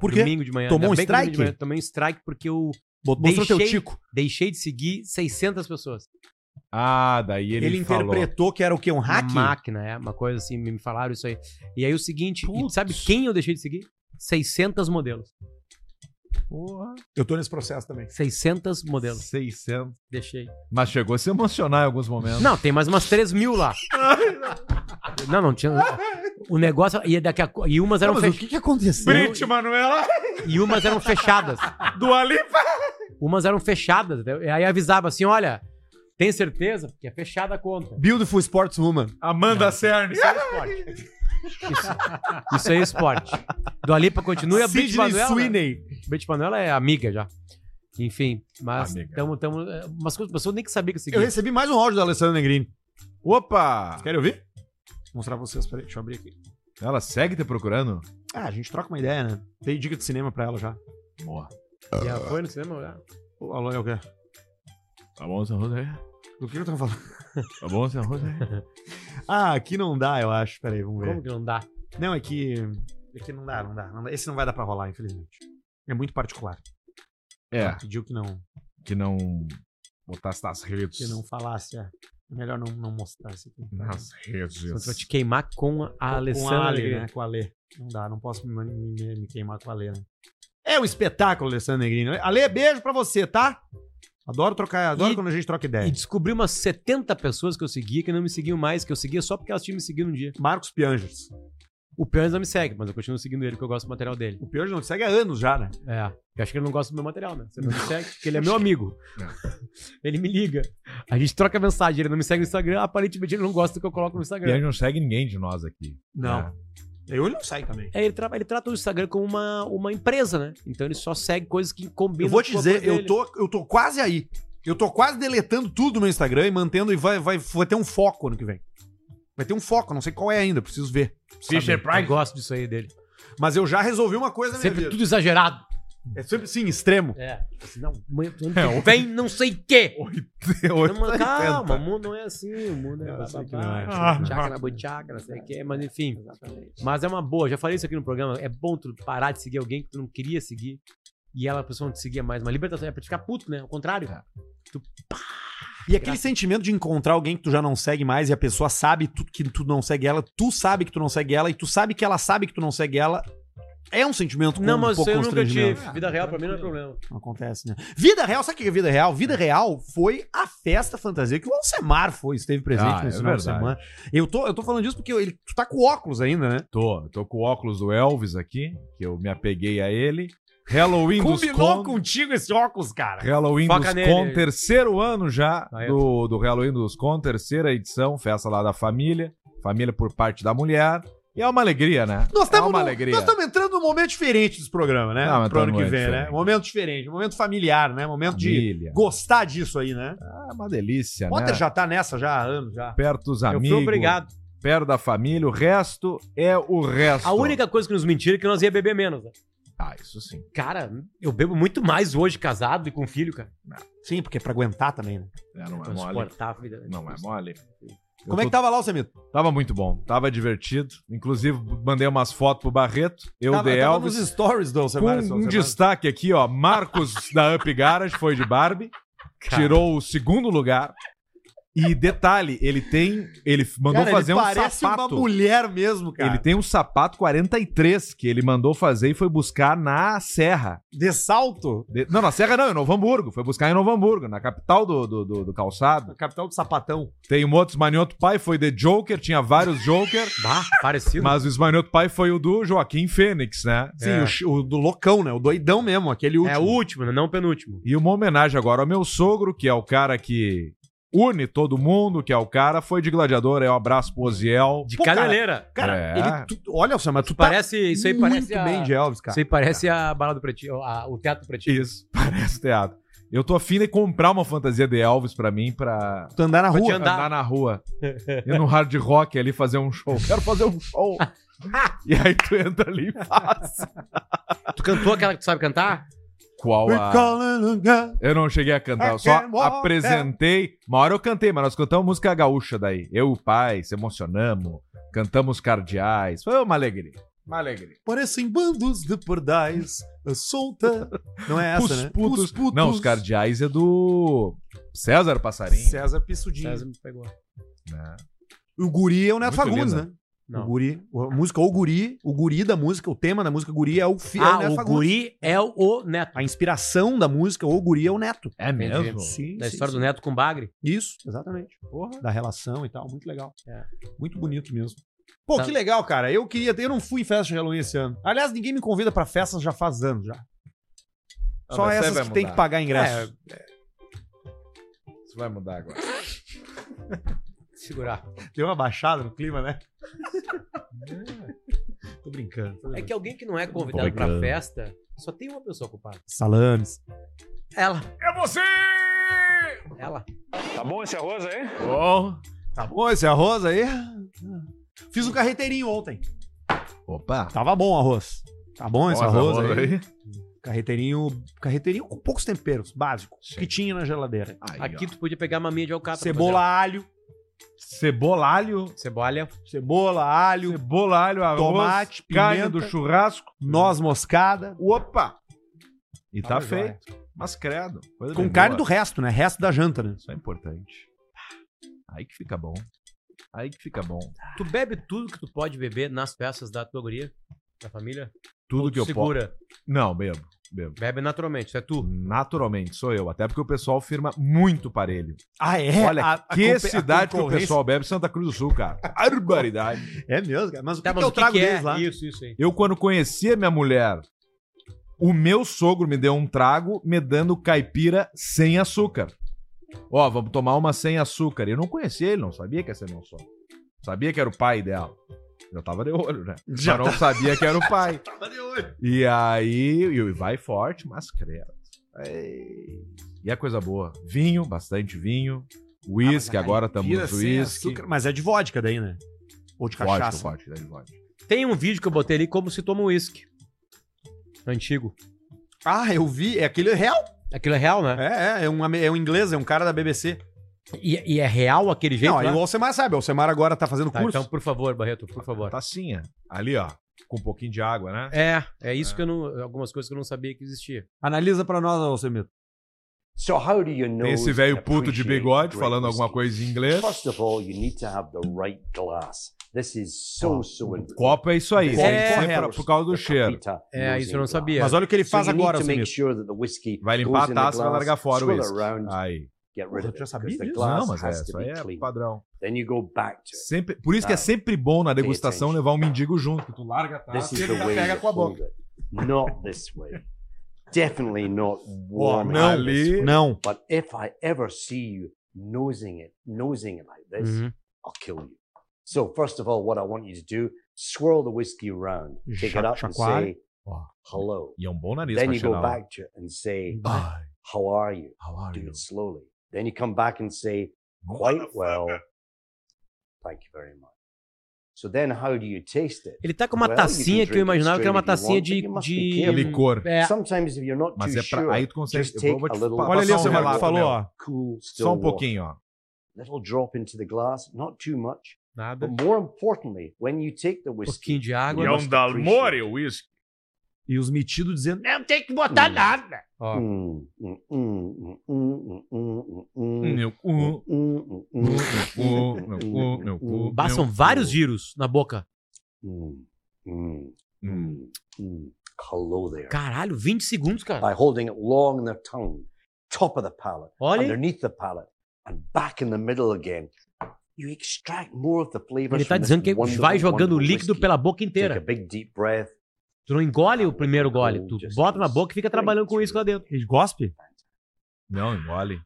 Por quê? Domingo de manhã. Tomou Ainda um bem que domingo de strike? manhã Tomei um strike porque eu Bot- Mostrou teu Deixei- tico. deixei de seguir 600 pessoas. Ah, daí ele, Ele, falou. interpretou que era o quê? Um hack? Uma máquina, é. Uma coisa assim, me me falaram isso aí. E aí o seguinte, e Putz. sabe quem eu deixei de seguir? 600 modelos. Eu tô nesse processo também. 600 modelos. 600. Deixei. Mas chegou a se emocionar em alguns momentos. Não, tem mais umas 3 mil lá. não, não tinha. O negócio. E, daqui a, co- e, umas eram um fech- que, que aconteceu? Brit, Manuela! e umas eram fechadas. Do Alipa! Umas eram fechadas. né? E aí avisava assim: olha, tem certeza? Porque é fechada a conta. Beautiful Sportswoman. Amanda Cernes. é Isso aí é esporte. Do Alipa continua e a Brit Sidney Manuela. Sweeney. Brit Manuela é amiga já. Enfim, mas Amiga. tamo, tamo, é, umas coisas, pessoas nem que sabia que eu Eu seguia. recebi mais um áudio da Alessandra Negrini. Opa! Querem ouvir? Vou mostrar pra vocês. Peraí, deixa eu abrir aqui. Ela segue te procurando? Ah, a gente troca uma ideia, né? Dei dica de cinema pra ela já. Boa. E ela foi no cinema, né? já. Ô, Alô, é o quê? Tá bom, seu Rosé? Do que eu tava falando? Tá bom, seu Rosé? Ah, aqui não dá, eu acho. Peraí, vamos ver. Como que não dá? Não, é que. É que não dá, não dá, não dá. Esse não vai dar pra rolar, infelizmente. É muito particular. É, Ela pediu que não, que não botasse nas redes. que não falasse. É É melhor não, não mostrar isso aqui. Nas Senão tu vai redes. te queimar com a com a Alessandra. Ale, Negrini. né? Com a Lê. Não dá, não posso me, me- me queimar com a Lê, né? É um espetáculo, Alessandro Negrini. Ale, beijo pra você, tá? Adoro trocar, adoro E- quando a gente troca ideia. E descobri umas 70 pessoas que eu seguia que não me seguiam mais, que eu seguia só porque elas tinham me seguido um dia. Marcos Pianges. O Pianes não me segue, mas eu continuo seguindo ele porque eu gosto do material dele. O pior não segue há anos já, né? É. Eu acho que ele não gosta do meu material, né? Você não me segue, porque ele é meu amigo. Ele me liga. A gente troca mensagem, ele não me segue no Instagram, aparentemente ele não gosta do que eu coloco no E aí Instagram. não segue ninguém de nós aqui. Não. Eu ele não sai também. É, ele, tra- ele trata o Instagram como uma, uma empresa, né? Então ele só segue coisas que combinam Eu vou te com a coisa dizer, eu dele. tô, eu tô quase aí. Eu tô quase deletando tudo do meu Instagram e mantendo e vai, vai, vai ter um foco ano que vem. Vai ter um foco, não sei qual é ainda, preciso ver. Fisher Price. Eu gosto disso aí dele. Mas eu já resolvi uma coisa na minha Sempre vida. tudo exagerado. É sempre sim, extremo. É. Assim, Não, amanhã- É, ano que vem não sei o quê. Não, mas calma, o mundo não é assim, o mundo é Eu sei que não é. bababá, chácara, buchaca, não sei o quê, mas enfim. Mas é uma boa, já falei isso aqui no programa, é bom tu parar de seguir alguém que tu não queria seguir e ela a pessoa não te seguia mais, mas libertação é pra te ficar puto, né? Ao contrário. É. E aquele sentimento de encontrar alguém que tu já não segue mais e a pessoa sabe tu- que tu não segue ela, tu sabe que tu não segue ela e tu sabe que ela sabe que tu não segue ela. É um sentimento com Não, um mas isso pouco eu nunca constrangimento. tive. Vida real pra mim não é problema. Não acontece, né? Vida real, sabe o que é vida real? Vida real foi a festa fantasia que o Alcemar foi, esteve presente Ah, nesse é final de verdade. semana. Eu tô, eu tô falando disso porque ele, tu tá com óculos ainda, né? Tô, tô com o óculos do Elvis aqui, que eu me apeguei a ele. Halloween dos Con... contigo esse óculos, cara. Halloween Foca dos nele. Con, terceiro ano já Aí, do, do Halloween dos Con, terceira edição, festa lá da família, família por parte da mulher. E é uma alegria, né? Nós é uma estamos alegria. entrando num momento diferente desse programa, né? Não, mas Pro tá ano num que momento vem, né? diferente. Momento diferente, momento familiar, né? Momento de Família. gostar disso aí, né? É uma delícia, Potter né? já tá nessa já há anos já. Perto dos Eu amigos, fui obrigado. perto da família, o resto é o resto. A única coisa que nos mentiram é que nós ia beber menos. né? Ah, isso sim. Cara, eu bebo muito mais hoje casado e com filho, cara. Sim, porque é pra aguentar também, né? É, não é Então, mole. suportar a vida. tipo assim. Não é mole. Como Eu é que tava lá, Alcemito? Tava muito bom, tava divertido. Inclusive, mandei umas fotos pro Barreto, eu tava, de tava Elvis. nos stories do Com Alcemar. esse um Alcemar. destaque aqui, ó. Marcos da Up Garage foi de Barbie, tirou o segundo lugar. E detalhe, ele tem. Ele mandou Cara, fazer ele um parece sapato. uma mulher mesmo, cara. ele tem um sapato 43 que ele mandou fazer e foi buscar na Serra. De salto, De- Não, na Serra não, em Novo Hamburgo. Foi buscar em Novo Hamburgo, na capital do, do, do- do calçado. a capital do sapatão. Tem um outro Smanioto Pai, foi The Joker, tinha vários Joker. Bah, parecido. Mas o Smanioto Pai foi o do Joaquim Fênix, né? Sim, o, chi- o do loucão, né? O doidão mesmo, aquele último. É o último, né? não o penúltimo. E uma homenagem agora ao meu sogro, que é o cara que une todo mundo, que é o cara, foi de gladiador, é um abraço pro Oziel. De Pô, cara, caneleira. Cara, É. ele. tu- olha, Alcemar, tu tá Parece, isso aí muito parece a- bem de Elvis, cara. Isso aí parece a balada do Pretinho, a- o teatro do Pretinho. Isso, parece teatro. Eu tô afim de comprar uma fantasia de Elvis pra mim, pra Tu andar na Pra rua. te Andar. andar na rua. E no hard rock ali fazer um show. Quero fazer um show. e aí tu entra ali e faz. Tu cantou aquela que tu sabe cantar? Qual We a... call it a girl. Eu não cheguei a cantar, eu só apresentei. Uma hora eu cantei, mas nós cantamos música gaúcha daí. Eu e o pai, se emocionamos, cantamos cardeais. Foi uma alegria. Uma alegria. Parecem bandos de pardais. eh, Solta. Não é essa, Os né? putos. Os putos. Não, os cardeais é do César Passarinho. César Pissudinho. César me pegou. né? O guri é o Neto Muito Fagundes, linda. né? Não. O guri. A música O Guri, o guri da música, o tema da música Guri é o, fi, é ah, o Neto o Fagundes. guri é o- o Neto. A inspiração da música O Guri é o Neto. É mesmo? Sim, Da sim, história sim. do Neto com Bagre. Isso, exatamente. Da relação e tal, muito legal. É. Muito bonito mesmo. Pô, Tá. que legal, cara. Eu queria ter, eu não fui em festa de Halloween esse ano. Aliás, ninguém me convida pra festas já faz anos já. Ah, Só mas você essas vai que tem mudar. É, que pagar ingresso. Isso vai mudar agora. Segurar. Deu uma baixada no clima, né? Tô brincando. É que alguém que não é convidado pra festa, só tem uma pessoa culpada. Salames. Ela. É você! Ela. Bom. Tá bom esse arroz aí? Fiz um carreteirinho ontem. Opa. Tava bom o arroz. Tá bom esse Nossa, arroz, rosa aí? Carreteirinho, carreteirinho com poucos temperos, básico. Que tinha na geladeira. Aí, Aqui ó. tu podia pegar uma minha de alcatra. Cebola, alho. Cebolalho. fazer. Cebolha. Cebola, alho, Cebolalho, arroz, Tomate, carne pimenta. do churrasco. noz moscada. Opa! E tá Tava jóia. feito. Mas credo. Coisa Com bem carne do boa. resto, né? Resto da janta, né? Isso é importante. Aí que fica bom. Aí que fica bom. Tu bebe tudo que tu pode beber nas festas da tua guria, da família? Tudo Ou que eu segura. posso. Não, bebo. Bebo. Bebe naturalmente, isso é tu. Naturalmente, sou eu. Até porque o pessoal firma muito parelho. Ah, é? Olha, A- a que compe- a cidade que o concorrência- pessoal bebe Santa Cruz do Sul, cara. Barbaridade. É mesmo, cara. Mas o que, Tá, que mas eu o que, trago que é? deles lá? Isso, isso aí. Eu, quando conheci a minha mulher, o meu sogro me deu um trago me dando caipira sem açúcar. Ó, vamos tomar uma sem açúcar. Eu não conhecia ele, não sabia que ia ser meu sogro. Sabia que era o pai dela. Já tava de olho, né? Já Já não sabia que era o pai. Tava de olho. E aí, e vai forte, mas credo. Ei. E a coisa boa, vinho, bastante vinho, uísque, agora estamos Ah, Vira no sem uísque. açúcar, Mas é de vodka daí, né? Ou de Vodka, cachaça. vodka, daí vodka. Tem um vídeo que eu botei ali como se toma um uísque. Antigo. Ah, eu vi. É aquele real. Aquilo é real, né? É, é, é, um, ame- é um inglês, é um cara da BBC. E, e é real aquele jeito? não, aí lá? o Alcemar sabe. O Alcemar agora tá fazendo Tá, curso. Tá é. então, por favor, Barreto, por favor. Tacinha, ali ó, com um pouquinho de água, né? É, é isso que eu não. Algumas coisas que eu não sabia que existia. Analisa pra nós, Alcemito. So how do you know Tem esse velho puto de bigode falando alguma coisa em inglês. First of all, you need to have the right glass. This is so so important. Copo é isso aí, Copo tem que ser correto. pra- por causa do cheiro. É, isso eu não sabia. Mas olha o que ele faz agora, make Alcemito. sure that the whiskey Vai goes limpar in the a taça e vai glass, largar fora o swivel uísque. around, Aí. get rid of Eu já it, sabia 'cause the disso. glass Não, mas é, has isso to aí be é clean. padrão. Then you go back to it. Sempre, por Ah, isso que é sempre bom na degustação levar um mendigo junto, que tu larga a tá? This taça e is ele the já way pega you com a boca. hold it. Not this way. Definitely not Ó, warm. não, this way. não. But if I ever see you nosing it, nosing it like this, Uhum. I'll kill you. So first of all, what I want you to do, swirl the whiskey around, take it Sha- up and shakwai. say Ó. hello. E é um bom nariz Then pra you go cheirar. back to it and say how are you? Do it slowly. Then you come back and say quite well. Thank you very much. So then, how do you taste it? Ele tá com uma Well, you can tacinha que eu drink imaginava que era uma straight if you tacinha want, but you must de. de... be careful. Licor. É, Sometimes if you're not Mas too é pra. sure, Aí tu consegue. just Eu take vou, vou te a little- pa- Olha ali, passar um Alcemar, relato que tu falou, meu. ó. cool, still Só um water. pouquinho, ó. Little drop into the glass, not too much. nada. But Um more importantly, when you take the whiskey, pouquinho de água. E é um Dalmore, o uísque. E os metidos dizendo. Não tem que botar nada. Ó, Mm, um, mm, mm, mm, mm, mm, mm, mm, Meu um, cu, mm, mm, meu mm, cu, meu cu, meu cu. bastam meu um, vários cu. giros na boca. mm, mm, Hum. mm, mm. Hello there. Caralho, 20 segundos, cara. By holding it long in their tongue, top of the palate, Olha, hein? underneath the palate, and back in the middle again, you extract more of the flavors. ele tá from this dizendo que wonderful, vai jogando wonderful líquido whiskey. pela boca um Take a inteira. big deep breath. Tu não engole o primeiro gole. Tu bota na boca e fica trabalhando com isso lá dentro. Ele gospe? Não, engole.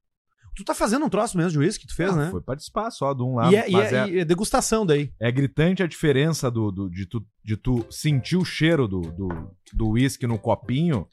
Tu tá fazendo um troço mesmo de uísque que tu fez, Ah, né? Foi participar só de um lá. e, é, e mas é- é, e é degustação daí. é gritante a diferença do, do- de, tu, de tu sentir o cheiro do do- do uísque no copinho,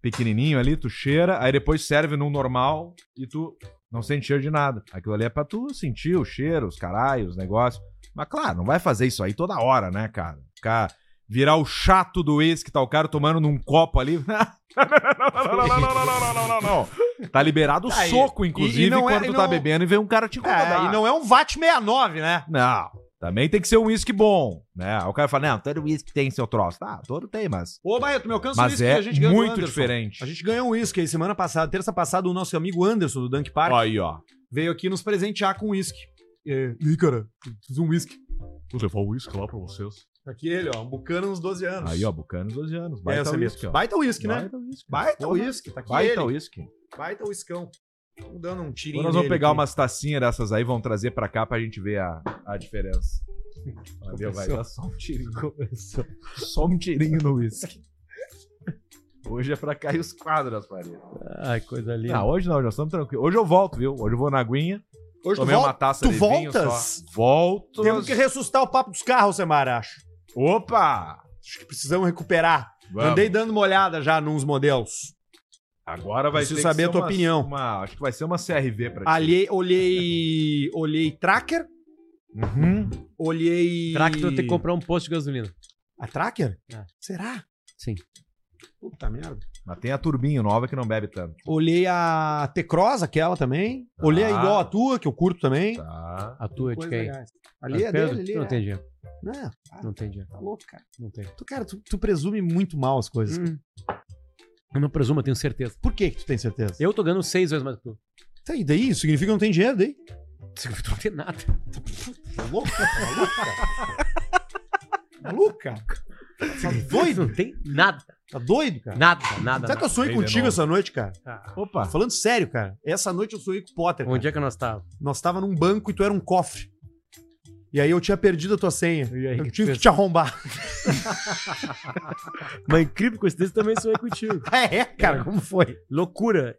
pequenininho ali, tu cheira, aí depois serve num normal e tu não sente cheiro de nada. Aquilo ali é pra tu sentir o cheiro, os caralhos, os negócios. Mas claro, não vai fazer isso aí toda hora, né, cara? Ficar, virar o chato do uísque, tá o cara tomando num copo ali. não, não, não, não, não, não, não, não, não. Tá liberado o Tá aí. soco, E- e inclusive, não é- quando e tu tá não- bebendo e vê um cara te incomodar. É, e não é um VAT 69, né? Não. Também tem que ser um uísque bom, né? Aí O cara fala, não, todo uísque tem seu troço. Tá, todo tem, mas... Ô, Barreto, me alcança Mas uísque é que do muito Anderson. diferente. A gente ganhou um uísque aí semana passada, terça passada, o nosso amigo Anderson do Dunk Park Ó Aí, ó. veio aqui nos presentear com uísque. É, E aí, cara, fiz um uísque. Vou levar o uísque lá pra vocês. Aqui ele, ó, um bucano uns 12 anos. Aí, ó, Bucanos 12 anos. Baita Baita uísque, ó. é Baita uísque, né? Baita uísque. Baita Porra, uísque, tá aqui Baita ele. uísque. Baita uiscão. Vamos dando um tirinho Agora nós vamos nele pegar aqui. umas tacinhas dessas aí, vamos trazer pra cá pra gente ver a, a diferença. Valeu, vai dar só um tirinho. Só um tirinho no uísque. Hoje é pra cair os quadros, parede. Ai, coisa linda. Não, Ah, hoje não, já estamos tranquilos. Hoje eu volto, viu? Hoje eu vou na aguinha. Hoje tu, Tomei vol- uma taça tu de vinho voltas? só. Volto. Temos que ressuscitar o papo dos carros, Semara, acho. Opa! Acho que precisamos recuperar. Vamos. Andei dando uma olhada já nos modelos. Agora vai Preciso ter saber que a tua uma- opinião. uma- acho que vai ser uma CRV pra ti. Alhei, olhei. Olhei Tracker. Uhum. Olhei. Será que tu tem que comprar um posto de gasolina? A Tracker? É. Será? Sim. Puta merda. Mas tem a turbinho nova que não bebe tanto. Olhei a T-Cross, aquela também. Tá. Olhei a igual a tua, que eu curto também. Tá. A tua é de Coisas quem? legais. Ali é Pedro, dele, ali. tu não é. tem dinheiro. Não, ah, Não tem dinheiro. tá louco, cara. Não tem. Tu, cara, tu, tu presume muito mal as coisas. Hum. Eu não presumo, eu tenho certeza. Por que que tu tem certeza? Eu tô ganhando seis vezes mais que tu. Tá, e daí? Isso significa que não tem dinheiro daí? Tu não tem nada. Tá louco? Tá maluco, cara? maluco, cara? Tá Doido? Não tem nada, Tá doido, cara? nada, Sabe nada. que nada. eu sonhei Bem de contigo novo. essa noite, cara? Ah, Opa. Falando sério, cara. Essa noite eu sonhei com o Potter. cara. Onde é que nós tava? Nós tava num banco e tu era um cofre. E aí eu tinha perdido a tua senha. E aí, eu que tive tu que te arrombar. Mas incrível coincidência também sonhei contigo. é, é, cara, como foi? Loucura.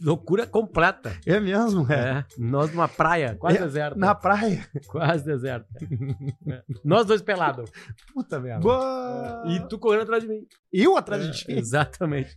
Loucura completa. É mesmo, é. É. Nós numa praia, quase É, deserta. Na praia. Quase deserta. É. Nós dois pelados. Puta merda. E tu correndo atrás de mim. É, Eu atrás de ti. Exatamente.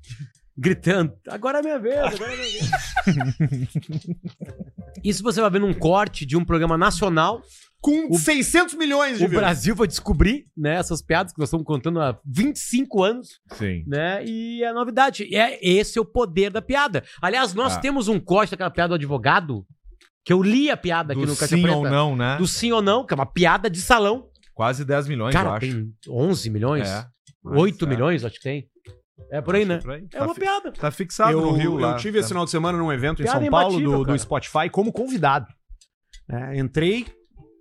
Gritando, agora é minha vez, agora é minha vez. Isso você vai ver num corte de um programa nacional. Com O- 600 milhões de O views. Brasil vai descobrir, né, essas piadas que nós estamos contando há 25 anos. Sim. né? E é novidade. E é esse é o poder da piada. Aliás, nós Ah. temos um corte daquela piada do advogado, que eu li a piada aqui Do no Caixa sim Preta. ou não, né? Do sim ou não, que é uma piada de salão. Quase 10 milhões, eu Cara, acho. tem 11 milhões, É. Mas, 8 é. milhões, acho que tem. É por aí, né? Por aí. É Tá uma fi- piada. Tá fixado eu, no Rio eu lá. né? tive esse final de semana num evento em Piada São Paulo imbatível, do, do cara. Spotify como convidado. É, entrei,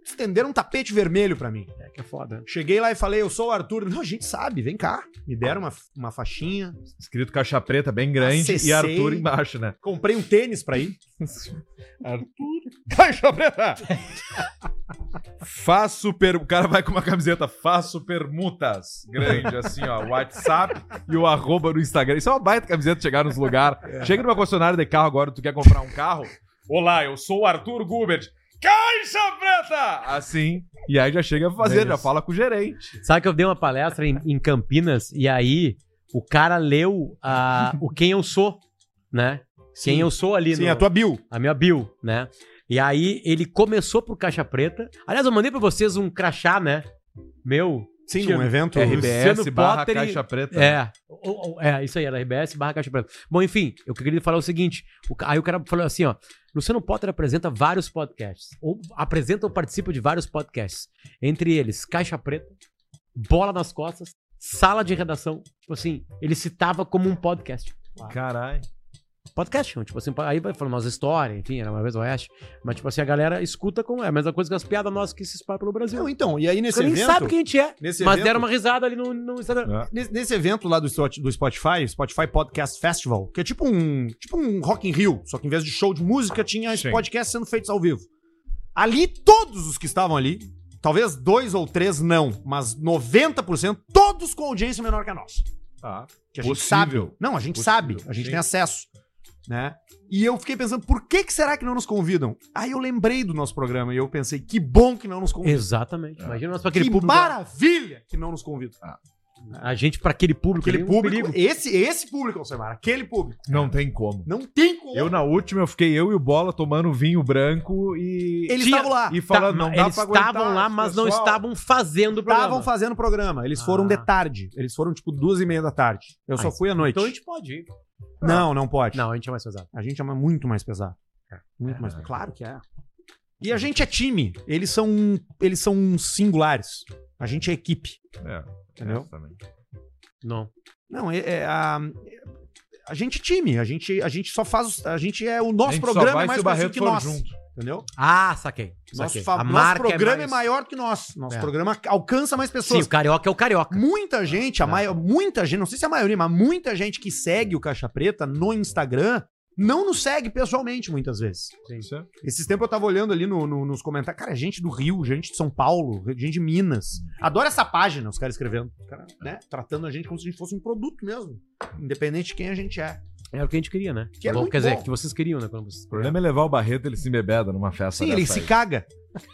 estenderam um tapete vermelho pra mim. É que é foda. Cheguei lá e falei, eu sou o Arthur. Não, a gente sabe, vem cá. Me deram uma, uma faixinha. Escrito caixa preta bem grande Acessei. e Arthur embaixo, né? Comprei um tênis pra ir. Caixa preta! Faço per... O cara vai com uma camiseta, faço permutas. Grande, assim, ó. WhatsApp e o arroba no Instagram. Isso é uma baita camiseta chegar nos lugares. É. Chega numa concessionária de carro agora, tu quer comprar um carro. Olá, eu sou o Arthur Gubert. Caixa preta! Assim. E aí já chega a fazer, É já fala com o gerente. Sabe que eu dei uma palestra em, em Campinas e aí o cara leu a, o Quem Eu Sou, né? Quem Eu Sou ali Sim, no- a tua Bill. a minha bio, né? E aí ele começou pro Caixa Preta. Aliás, eu mandei pra vocês um crachá, né? Meu. Sim, Tinha- um num evento. RBS Luciano barra Potter e- caixa preta. É, O- o- é, isso aí, era RBS barra Caixa Preta. Bom, enfim, eu queria falar o seguinte. o ca- aí o cara falou assim, ó. Luciano Potter apresenta vários podcasts. Ou apresenta ou participa de vários podcasts. Entre eles, Caixa Preta, Bola nas Costas, Sala de Redação. Tipo assim, ele citava como um podcast. Caralho. podcast, tipo assim, aí vai falando umas histórias, enfim, era uma vez oeste, mas tipo assim, a galera escuta como é, a mesma coisa que as piadas nossas que se espalham pelo Brasil. Não, então, e aí nesse Você nem evento... sabe quem a gente é, Nesse mas evento- É. deram uma risada ali no, no Instagram. Nesse, nesse evento lá do, Spot- do Spotify, Spotify Podcast Festival, que é tipo um, tipo um Rock in Rio, só que em vez de show de música, tinha esse Sim. podcast sendo feitos ao vivo. Ali, todos os que estavam ali, talvez dois ou três não, mas 90%, todos com audiência menor que a nossa. Tá. Que a gente sabe. Possível. Não, a gente Possível, sabe, a gente sim. tem acesso, né? E eu fiquei pensando, por que, que será que não nos convidam? Aí eu lembrei do nosso programa e eu pensei, que bom que não nos convidam. É. Exatamente. Imagina nós pra aquele Que público. maravilha que não nos convidam. Ah. A gente pra aquele público. Aquele ali, um público, perigo. esse, esse público, Alcemar, aquele público. Não tem como. Não tem como. Eu na última eu fiquei eu e o Bola tomando vinho branco e Eles Tinha- estavam lá. e Tá, falando não mas dá eles pra aguentar. estavam lá, mas não pessoal." estavam fazendo o programa. Estavam fazendo programa. Eles Ah. foram de tarde. Eles foram tipo duas e meia da tarde. Eu só Ah, fui à noite. Então a gente pode ir. Não, não pode. Não, a gente é mais pesado. É. A gente é muito mais pesado. Muito mais pesado. Claro que é. E a gente é time. Eles são, eles são singulares. A gente é equipe. É, Entendeu? exatamente. Não. Não, é, é, a, a gente é time. A gente, a gente só faz. os- A gente é o A nosso gente só programa vai é mais se o parecido Barreto que for nós. junto. Entendeu? Ah, saquei. Nosso, saquei. fa- a nosso marca programa é, mais- maior que nós. Nosso É. programa alcança mais Sim, pessoas. o carioca é o carioca. Muita gente, a É. maior, muita gente, não sei se é a maioria, mas muita gente que segue o Caixa Preta no Instagram não nos segue pessoalmente muitas vezes. Isso é- Esses tempos eu tava olhando ali no- no- nos comentários. Cara, gente do Rio, gente de São Paulo, gente de Minas. Adoro essa página, os caras escrevendo. Os caras, né? Tratando a gente como se a gente fosse um produto mesmo. Independente de quem a gente é. Era o que a gente queria, né? Que é Bom, muito quer dizer, bom. que vocês queriam, né? Quando vocês... O problema é levar o Barreto, ele se embebeda numa festa. Sim, ele dessa se aí. caga.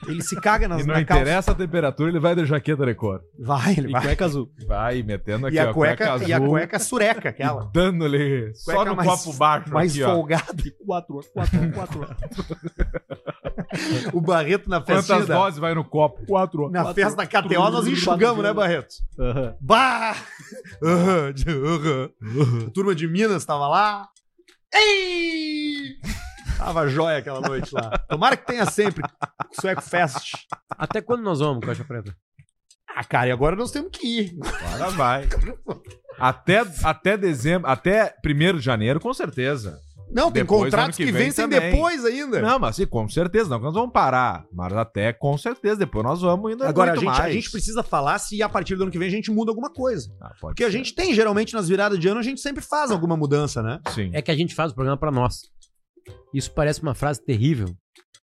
Ele se caga nas, E não na calça. interessa a temperatura, ele vai de jaqueta de cor. Vai, ele vai. Vai metendo aqui E a ó, cueca, e a azul, cueca sureca, aquela. dando ali só Cueca no mais- copo baixo mais aqui, ó. folgado. Quatro, quatro, quatro. o Barreto na festa Quantas doses vai no copo? Quatro. na festa da KTO nós enxugamos, né, Barreto? Bah! Aham, de- aham, aham. A turma de Minas tava lá. Ei! Tava jóia aquela noite lá. Tomara que tenha sempre Sueco Fest. Até quando nós vamos, Caixa Preta? Ah, cara, e agora nós temos que ir. Agora vai. Até, até dezembro, até 1 de janeiro, com certeza. Não, tem Depois, ano contratos que que, vem vencem também. depois ainda. Não, mas sim, com certeza, não que nós vamos parar. Mas até com certeza, depois nós vamos ainda. Agora, a muito gente, a mais. gente precisa falar se a partir do ano que vem a gente muda alguma coisa. Ah, pode Porque a ser. gente tem, geralmente, nas viradas de ano, a gente sempre faz alguma mudança, né? Sim. É que a gente faz o programa pra nós. Isso parece uma frase terrível,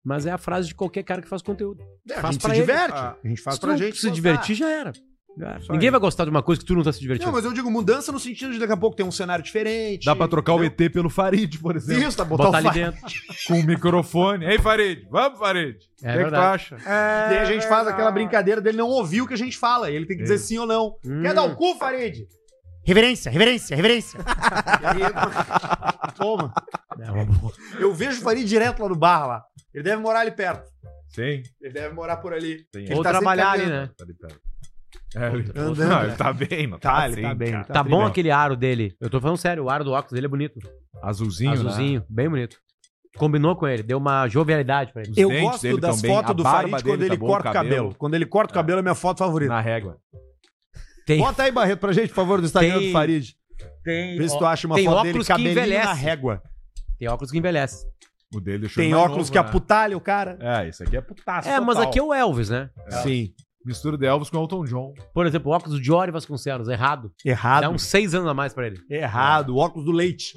mas é a frase de qualquer cara que faz conteúdo. É, a Faz gente se pra ele. diverte. Ah. A gente faz se pra tu gente. se gostar. divertir, já era. Já era. Isso Ninguém aí. vai gostar de uma coisa que tu não tá se divertindo. Não, mas eu digo mudança no sentido de daqui a pouco ter um cenário diferente. Dá pra trocar o entendeu? ET pelo Farid, por exemplo. Isso, tá botar, Botar, o ali fa- dentro. Com o microfone. Ei, Farid, vamos, Farid. O que É é que tu verdade. acha? É. E aí a gente faz aquela brincadeira dele não ouvir o que a gente fala. Ele tem que dizer sim ou não. Hum. Quer dar o cu, Farid? Reverência, reverência, reverência. Toma. É uma boa. Eu vejo o Farid direto lá no bar lá. Ele deve morar ali perto. Sim. Ele deve morar por ali. Sim. Ele Ou tá sempre trabalhar ali, caminhando. né? Tá ali perto. É, ele... Andando. né? Não, ele tá bem, não tá, assim, cara. Tá bom bem. aquele aro dele. Eu tô falando sério, o aro do óculos dele é bonito. Azulzinho, né? Azulzinho, bem bonito. Combinou com ele, deu uma jovialidade pra ele. Os Eu dentes gosto dele das tão bem, a fotos do barba Farid dele quando tá ele bom, corta o cabelo. Quando ele corta o cabelo é minha foto favorita. Na régua. Tem, Bota aí, Barreto, pra gente, por favor, do Instagram Tem- do Farid. tem, Vê se tu acha uma tem foto dele óculos que cabelinho envelhece. na régua. tem óculos que envelhece. O dele deixou Tem ele mais óculos novo, que né? aputalha o cara. É, isso aqui é putaço. né? É, mas total. aqui é o Elvis, né? Sim. Mistura de Elvis com Elton John. Por exemplo, o óculos do Diori Vasconcelos, errado. Errado. Dá uns seis anos a mais pra ele. Errado. Óculos do leite.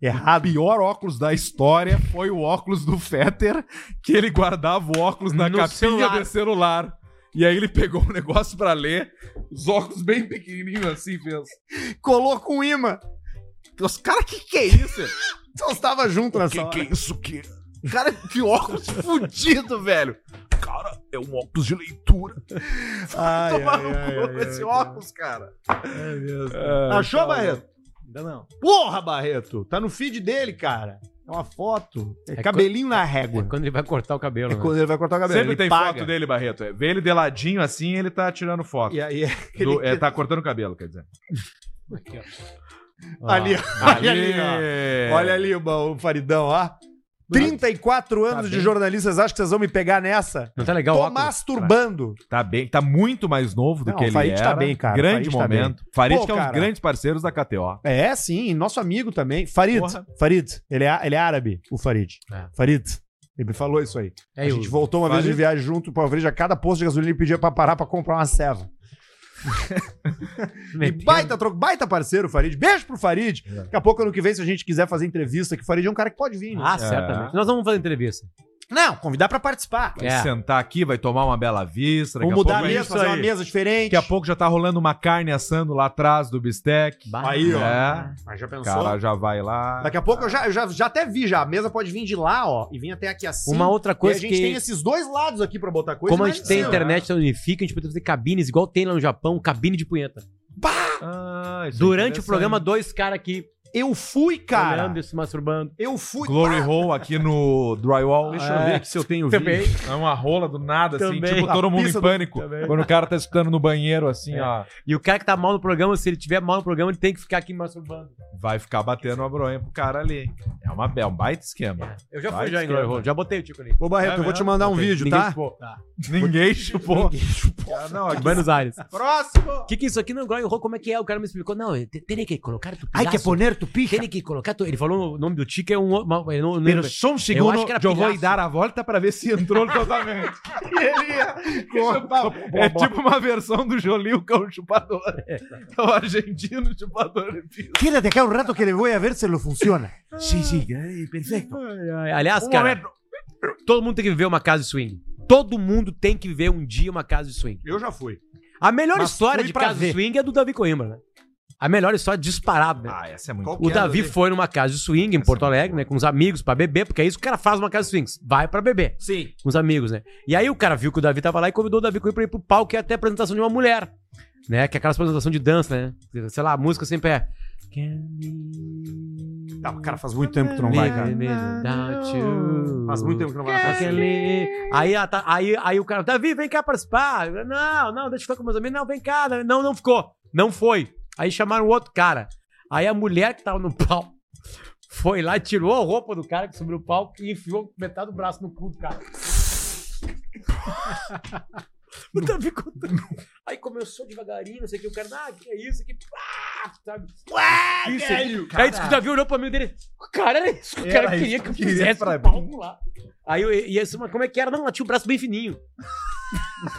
Errado. O pior óculos da história foi o óculos do Fetter, que ele guardava o óculos na No capinha celular. do celular. E aí ele pegou um negócio pra ler, os óculos bem pequenininhos assim, fez. Colou com um imã. Os cara, que que é isso? Nós tava junto nessa hora. é isso que... Cara, que óculos fudido, velho. Cara, é um óculos de leitura. Ai, Tomar ai, no ai, cu ai, esse ai, óculos, cara. Ah, cara. Achou, Barreto? Ainda não. Porra, Barreto. Tá no feed dele, cara. É uma foto. É É cabelinho na É régua. quando ele vai cortar o cabelo. É né? quando ele vai cortar o cabelo. Sempre ele tem paga. foto dele, Barreto. É, Vê ele de ladinho assim, ele tá tirando foto. E aí, Do- é, tá cortando o cabelo, quer dizer. Ah, ali, olha ali, ó. Olha Olha ali o, o Faridão, ó. 34 anos de jornalista, vocês acham que vocês vão me pegar nessa? Não tá legal o Tô óculos? masturbando. Tá bem, tá muito mais novo do Não, o que ele Farid era. tá bem, cara, o Grande Farid tá momento. Farid Pô, que é um dos cara. grandes parceiros da KTO. É, sim, nosso amigo também. Farid, Porra. Farid, ele é, ele é árabe, o Farid. É. Farid, ele me falou isso aí. É, a eu- gente voltou uma vez Farid- de viagem junto, pra Farid, a cada posto de gasolina ele pedia pra parar pra comprar uma ceva. E metendo- baita, troco, baita parceiro, o Farid. Beijo pro Farid. É. Daqui a pouco, ano que vem, se a gente quiser fazer entrevista, que o Farid é um cara que pode vir. né? Ah, certamente. Nós vamos fazer entrevista. Não, convidar pra participar. Vai É. sentar aqui, vai tomar uma bela vista. daqui Vamos a mudar a pouco- mesa, Isso fazer uma aí. mesa diferente. Daqui a pouco já tá rolando uma carne assando lá atrás do bistec. Bah. Aí, ó. É. Mas já O pensou? cara já vai lá. Daqui a pouco eu já, eu já, já até vi já. A mesa pode vir de lá, ó, e vir até aqui assim. Uma outra coisa coisa e a gente que... tem esses dois lados aqui pra botar coisa. né? Como a gente mas- tem Sim, internet da Unifica, a gente pode fazer cabines, igual tem lá no Japão, cabine de punheta. Ah, isso é Durante o interessante. programa, dois caras aqui Eu fui, cara. Tá olhando e se masturbando. Eu fui. Glory Hole aqui no drywall. Deixa eu ver aqui se eu tenho vídeo. Também. É uma rola do nada, assim, Também. tipo todo A mundo pista em do- pânico. Quando o cara tá escutando no banheiro, assim, É. ó, E o cara que tá mal no programa, se ele tiver mal no programa, ele tem que ficar aqui masturbando. vai ficar batendo a bronha pro cara ali. É, uma, be- é um baita esquema. Eu já Vai fui já em esquema. Glory Hole, já botei o Tico ali. Ô, Barreto, É eu vou te mesmo? mandar um Ok. vídeo, Ninguém tá? chupou. tá? Ah, Ninguém chupou. Ah, não, aqui- Buenos Aires. Próximo! O que, que é isso aqui não Glory Hole? Como é que é? O cara me explicou. Não, te- tem que colocar tu Ai, que pedaço, poner tu pica. Tem que colocar tu... Ele falou o nome do Tico, é um... outro- Uma, eu não, não Pero lembro. só um Eu acho segundo que era que eu vou pilhaço. dar a volta pra ver se entrou totalmente. é tipo uma versão do Jolie, o cão um chupador. É o argentino chupador de pizza. Quédate acá um rato que ele vou a ver se ele funciona. Ah. sim, sim, é, perfeito. Ai, ai, Um Um Aliás, cara, todo mundo tem que viver uma casa de swing. Todo mundo tem que viver um dia uma casa de swing. Eu já fui. A melhor Mas história fui de pra casa ver. de swing é do Davi Coimbra, né? A melhor história disparada, né? Ah, essa é muito Qual- o quero Davi ver. foi numa casa de swing em Porto Alegre, né? Com os amigos pra beber, porque é isso que o cara faz numa casa de swings. Vai pra beber. Sim. Com os amigos, né? E aí o cara viu que o Davi tava lá e convidou o Davi Coimbra pra ir pro palco que é até a apresentação de uma mulher. Né? Que é aquelas apresentação de dança, né? Sei lá, a música sempre é. Não, cara, faz muito tempo que tu não vai, cara. Faz muito tempo que não vai. na festa. Aquele- Aí, ela tá- aí, aí o cara, Davi, vem cá participar. Eu, Não, não, deixa eu ficar com meus amigos. Não, vem cá. Davi. Não, não ficou. Não foi. Aí chamaram o outro cara. Aí a mulher que tava no pau foi lá, tirou a roupa do cara que subiu o palco e enfiou metade do braço no cu do cara. o Davi contando. Aí começou devagarinho, não sei o que. O cara, ah, que é isso? Que... pá, pá, sabe? Isso, é velho. É Aí disse que o Davi olhou pra mim dele. Cara, era isso que o Era cara isso queria que que eu queria fizesse pra pra mim. palco lá. Aí eu ia assim, mas como é que era? Não, ela tinha o braço bem fininho.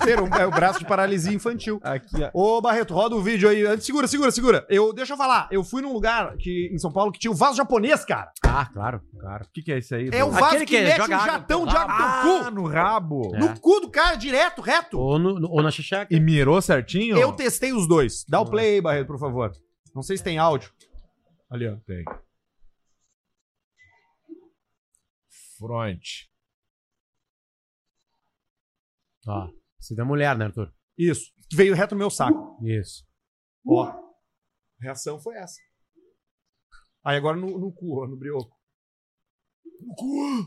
Ter um- é o braço de paralisia infantil. Aqui, ó. Ô, Barreto, roda o vídeo aí. Antes, Segura, segura, segura. Eu, deixa eu falar. Eu fui num lugar que, em São Paulo que tinha o vaso japonês, cara. Ah, claro, claro. O que, que é isso aí? É o vaso Douglas? que, Aquele que mete joga um água jatão no de água no cu. Ah, no rabo. É. No cu do cara, direto, reto. Ou, no, no- ou na Hum. xixaca. E mirou certinho? Eu testei os dois. Dá o play aí, Barreto, por favor. Não sei se tem áudio. Ali, ó. Tem. Front. Ó, você da mulher, né, Arthur? Isso. Veio reto no meu saco. Isso. Ó. A reação foi essa. Aí agora no, no cu, ó, no brioco. No cu.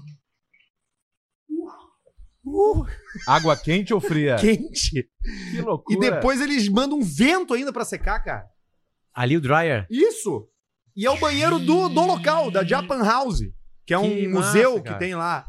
Uh, Água quente ou fria? quente. Que loucura. E depois eles mandam um vento ainda pra secar, cara. Ali o dryer. Isso. E é o banheiro do, do local, da Japan House, que é um Que massa, museu que cara. tem lá.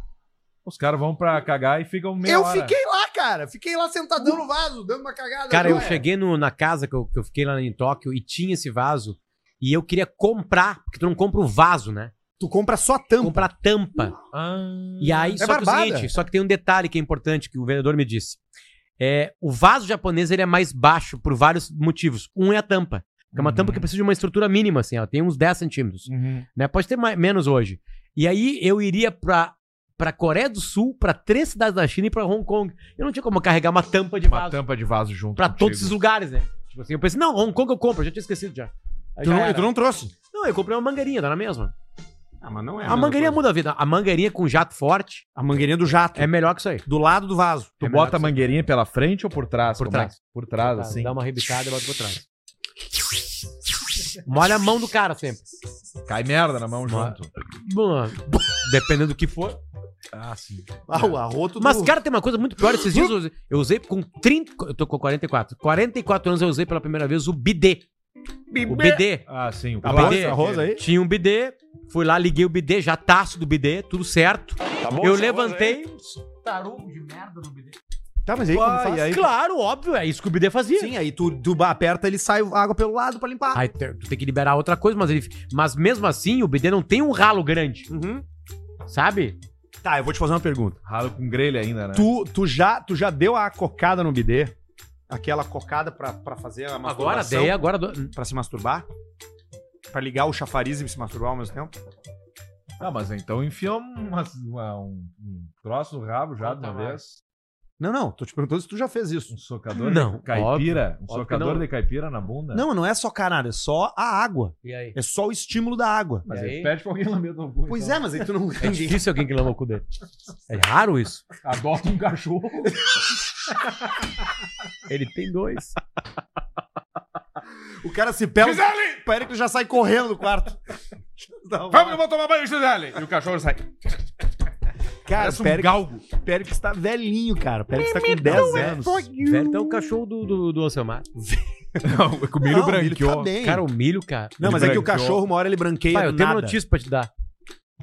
Os caras vão pra cagar e ficam meia eu hora. fiquei lá, cara. Fiquei lá sentadão no vaso, dando uma cagada. é. Cara, eu Ué. cheguei no- na casa que eu, que eu fiquei lá em Tóquio e tinha esse vaso. E eu queria comprar, porque tu não compra o vaso, né? Tu compra só a tampa. Compra a tampa. Ah, E aí, É só que, é o barbada. seguinte, só que tem um detalhe que é importante que o vendedor me disse. É, o vaso japonês ele é mais baixo por vários motivos. Um é a tampa. Que é uma Uhum. tampa que precisa de uma estrutura mínima, assim, ela tem uns 10 centímetros. Né? Pode ter mais, menos hoje. E aí eu iria pra, pra Coreia do Sul, pra três cidades da China e pra Hong Kong. Eu não tinha como carregar uma tampa de Uma vaso tampa de vaso junto. pra contigo. todos esses lugares, né? Tipo assim, eu pensei, não, Hong Kong eu compro, eu já tinha esquecido já. Aí Tu já não, era. tu não trouxe. não, eu comprei uma mangueirinha, dá na mesma. Ah, mas não é. a mangueirinha muda a vida. A mangueirinha com jato forte A mangueirinha do jato. é melhor que isso aí. Do lado do vaso. Tu É melhor bota a que mangueirinha pela frente ou por trás? Por Como é trás. que- Por trás, Tá, assim. Dá uma rebicada e bota pra trás. Molha a mão do cara sempre. Cai merda na mão Uma- junto. Mano, Dependendo do que for. Ah, sim. Ah, o arroto Mas, cara, tem uma coisa muito pior. Esses dias eu usei, eu usei com 30. Eu tô com 44. 44 anos eu usei pela primeira vez o bidê. O bidê. Ah, sim. O Arroz, plástico. arroz aí? Tinha um bidê. Fui lá, liguei o bidê, já taço do bidê, tudo certo. Tá Tá eu levantei. Tarugo de merda no bidê. Tá, mas aí Uai, faz? aí- Claro, óbvio, é isso que o bidê fazia. Sim, aí tu, tu aperta, ele sai a água pelo lado pra limpar. Aí te- tu tem que liberar outra coisa, mas, ele, mas mesmo assim o BD não tem um ralo grande, Uhum. sabe? Tá, eu vou te fazer uma pergunta. Ralo com grelha ainda, né? Tu, tu, já, tu já deu a cocada no bidê? Aquela cocada pra, pra fazer a Agora masturbação? dei, agora. do- Pra se masturbar? Pra ligar o chafariz e se masturbar ao mesmo tempo? Ah, mas então enfia uma- uma- um, um troço no rabo já de uma Conta vez. Não, não. Tô te perguntando se tu já fez isso. Um socador Não, de caipira. um óbvio que socador não. de caipira na bunda. Não, não é só caralho, é só a água. E aí? É só o estímulo da água. Mas E aí aí? pede pra alguém lamer tua bunda. então. Pois é, mas aí tu não. É difícil alguém que lama o cu dele. É raro isso. Adota um cachorro. Ele tem dois. O cara se pega. Gisele! Pera que já sai correndo do quarto. Tá Vamos que eu vou tomar banho, Gisele! E o cachorro sai. Cara, Parece um Péricles, galgo. Péricles tá velhinho, cara. Péricles tá com 10 é anos. Velho, é tá o cachorro do, do, do Alcemar. Não, é o milho Não, o milho branqueou. tá bem. Cara, o milho, cara. não, mas é que o branqueou. cachorro, uma hora ele branqueia Pai, eu tenho uma nada. notícia pra te dar.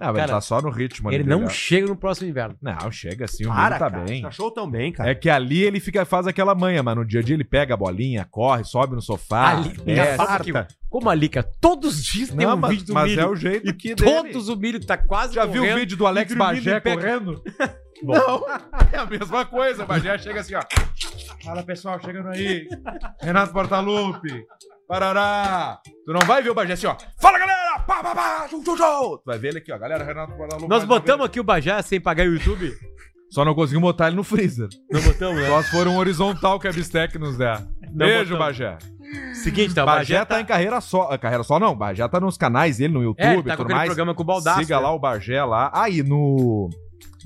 Ah, mas Cara, tá só no ritmo. ali Ele não dele, chega no próximo inverno. ó. Não, chega assim, o Para, milho tá cara. bem. Os cachorros tão bem, cara. É que ali ele fica, faz aquela manha, mas no dia a dia ele pega a bolinha, corre, sobe no sofá. Ali- desce. Sabe que- como ali, cara? Todos os dias tem Não, um mas, vídeo do mas milho. é o jeito que Todos o milho tá quase Já viu o correndo. vídeo do Alex e dormindo Bagé em pé. correndo? Não. É a mesma coisa. O Bagé chega assim, ó. Fala, pessoal, chegando aí. Renato Portaluppi. Parará. Tu não vai ver o Bagé assim, ó. Ah, Fala, galera. Pá, pá, pá. Tchau, tchau, tchau. Tu vai ver ele aqui, ó. Galera, Renato Portaluppi. Nós mais uma botamos aqui o Bajá sem pagar o YouTube. vez. Só não conseguimos botar ele no freezer. Não botamos, né? Só se for um horizontal que a Bistec nos der. Beijo, botamos. Bagé. Seguinte, tá? O Bagé, Bajá tá em carreira só. ah, Carreira só não. Bagé tá nos canais dele, no YouTube É, e ele tá com tudo aquele mais. programa com o Baldaço. né? Siga lá o Bagé lá. Ah, e no.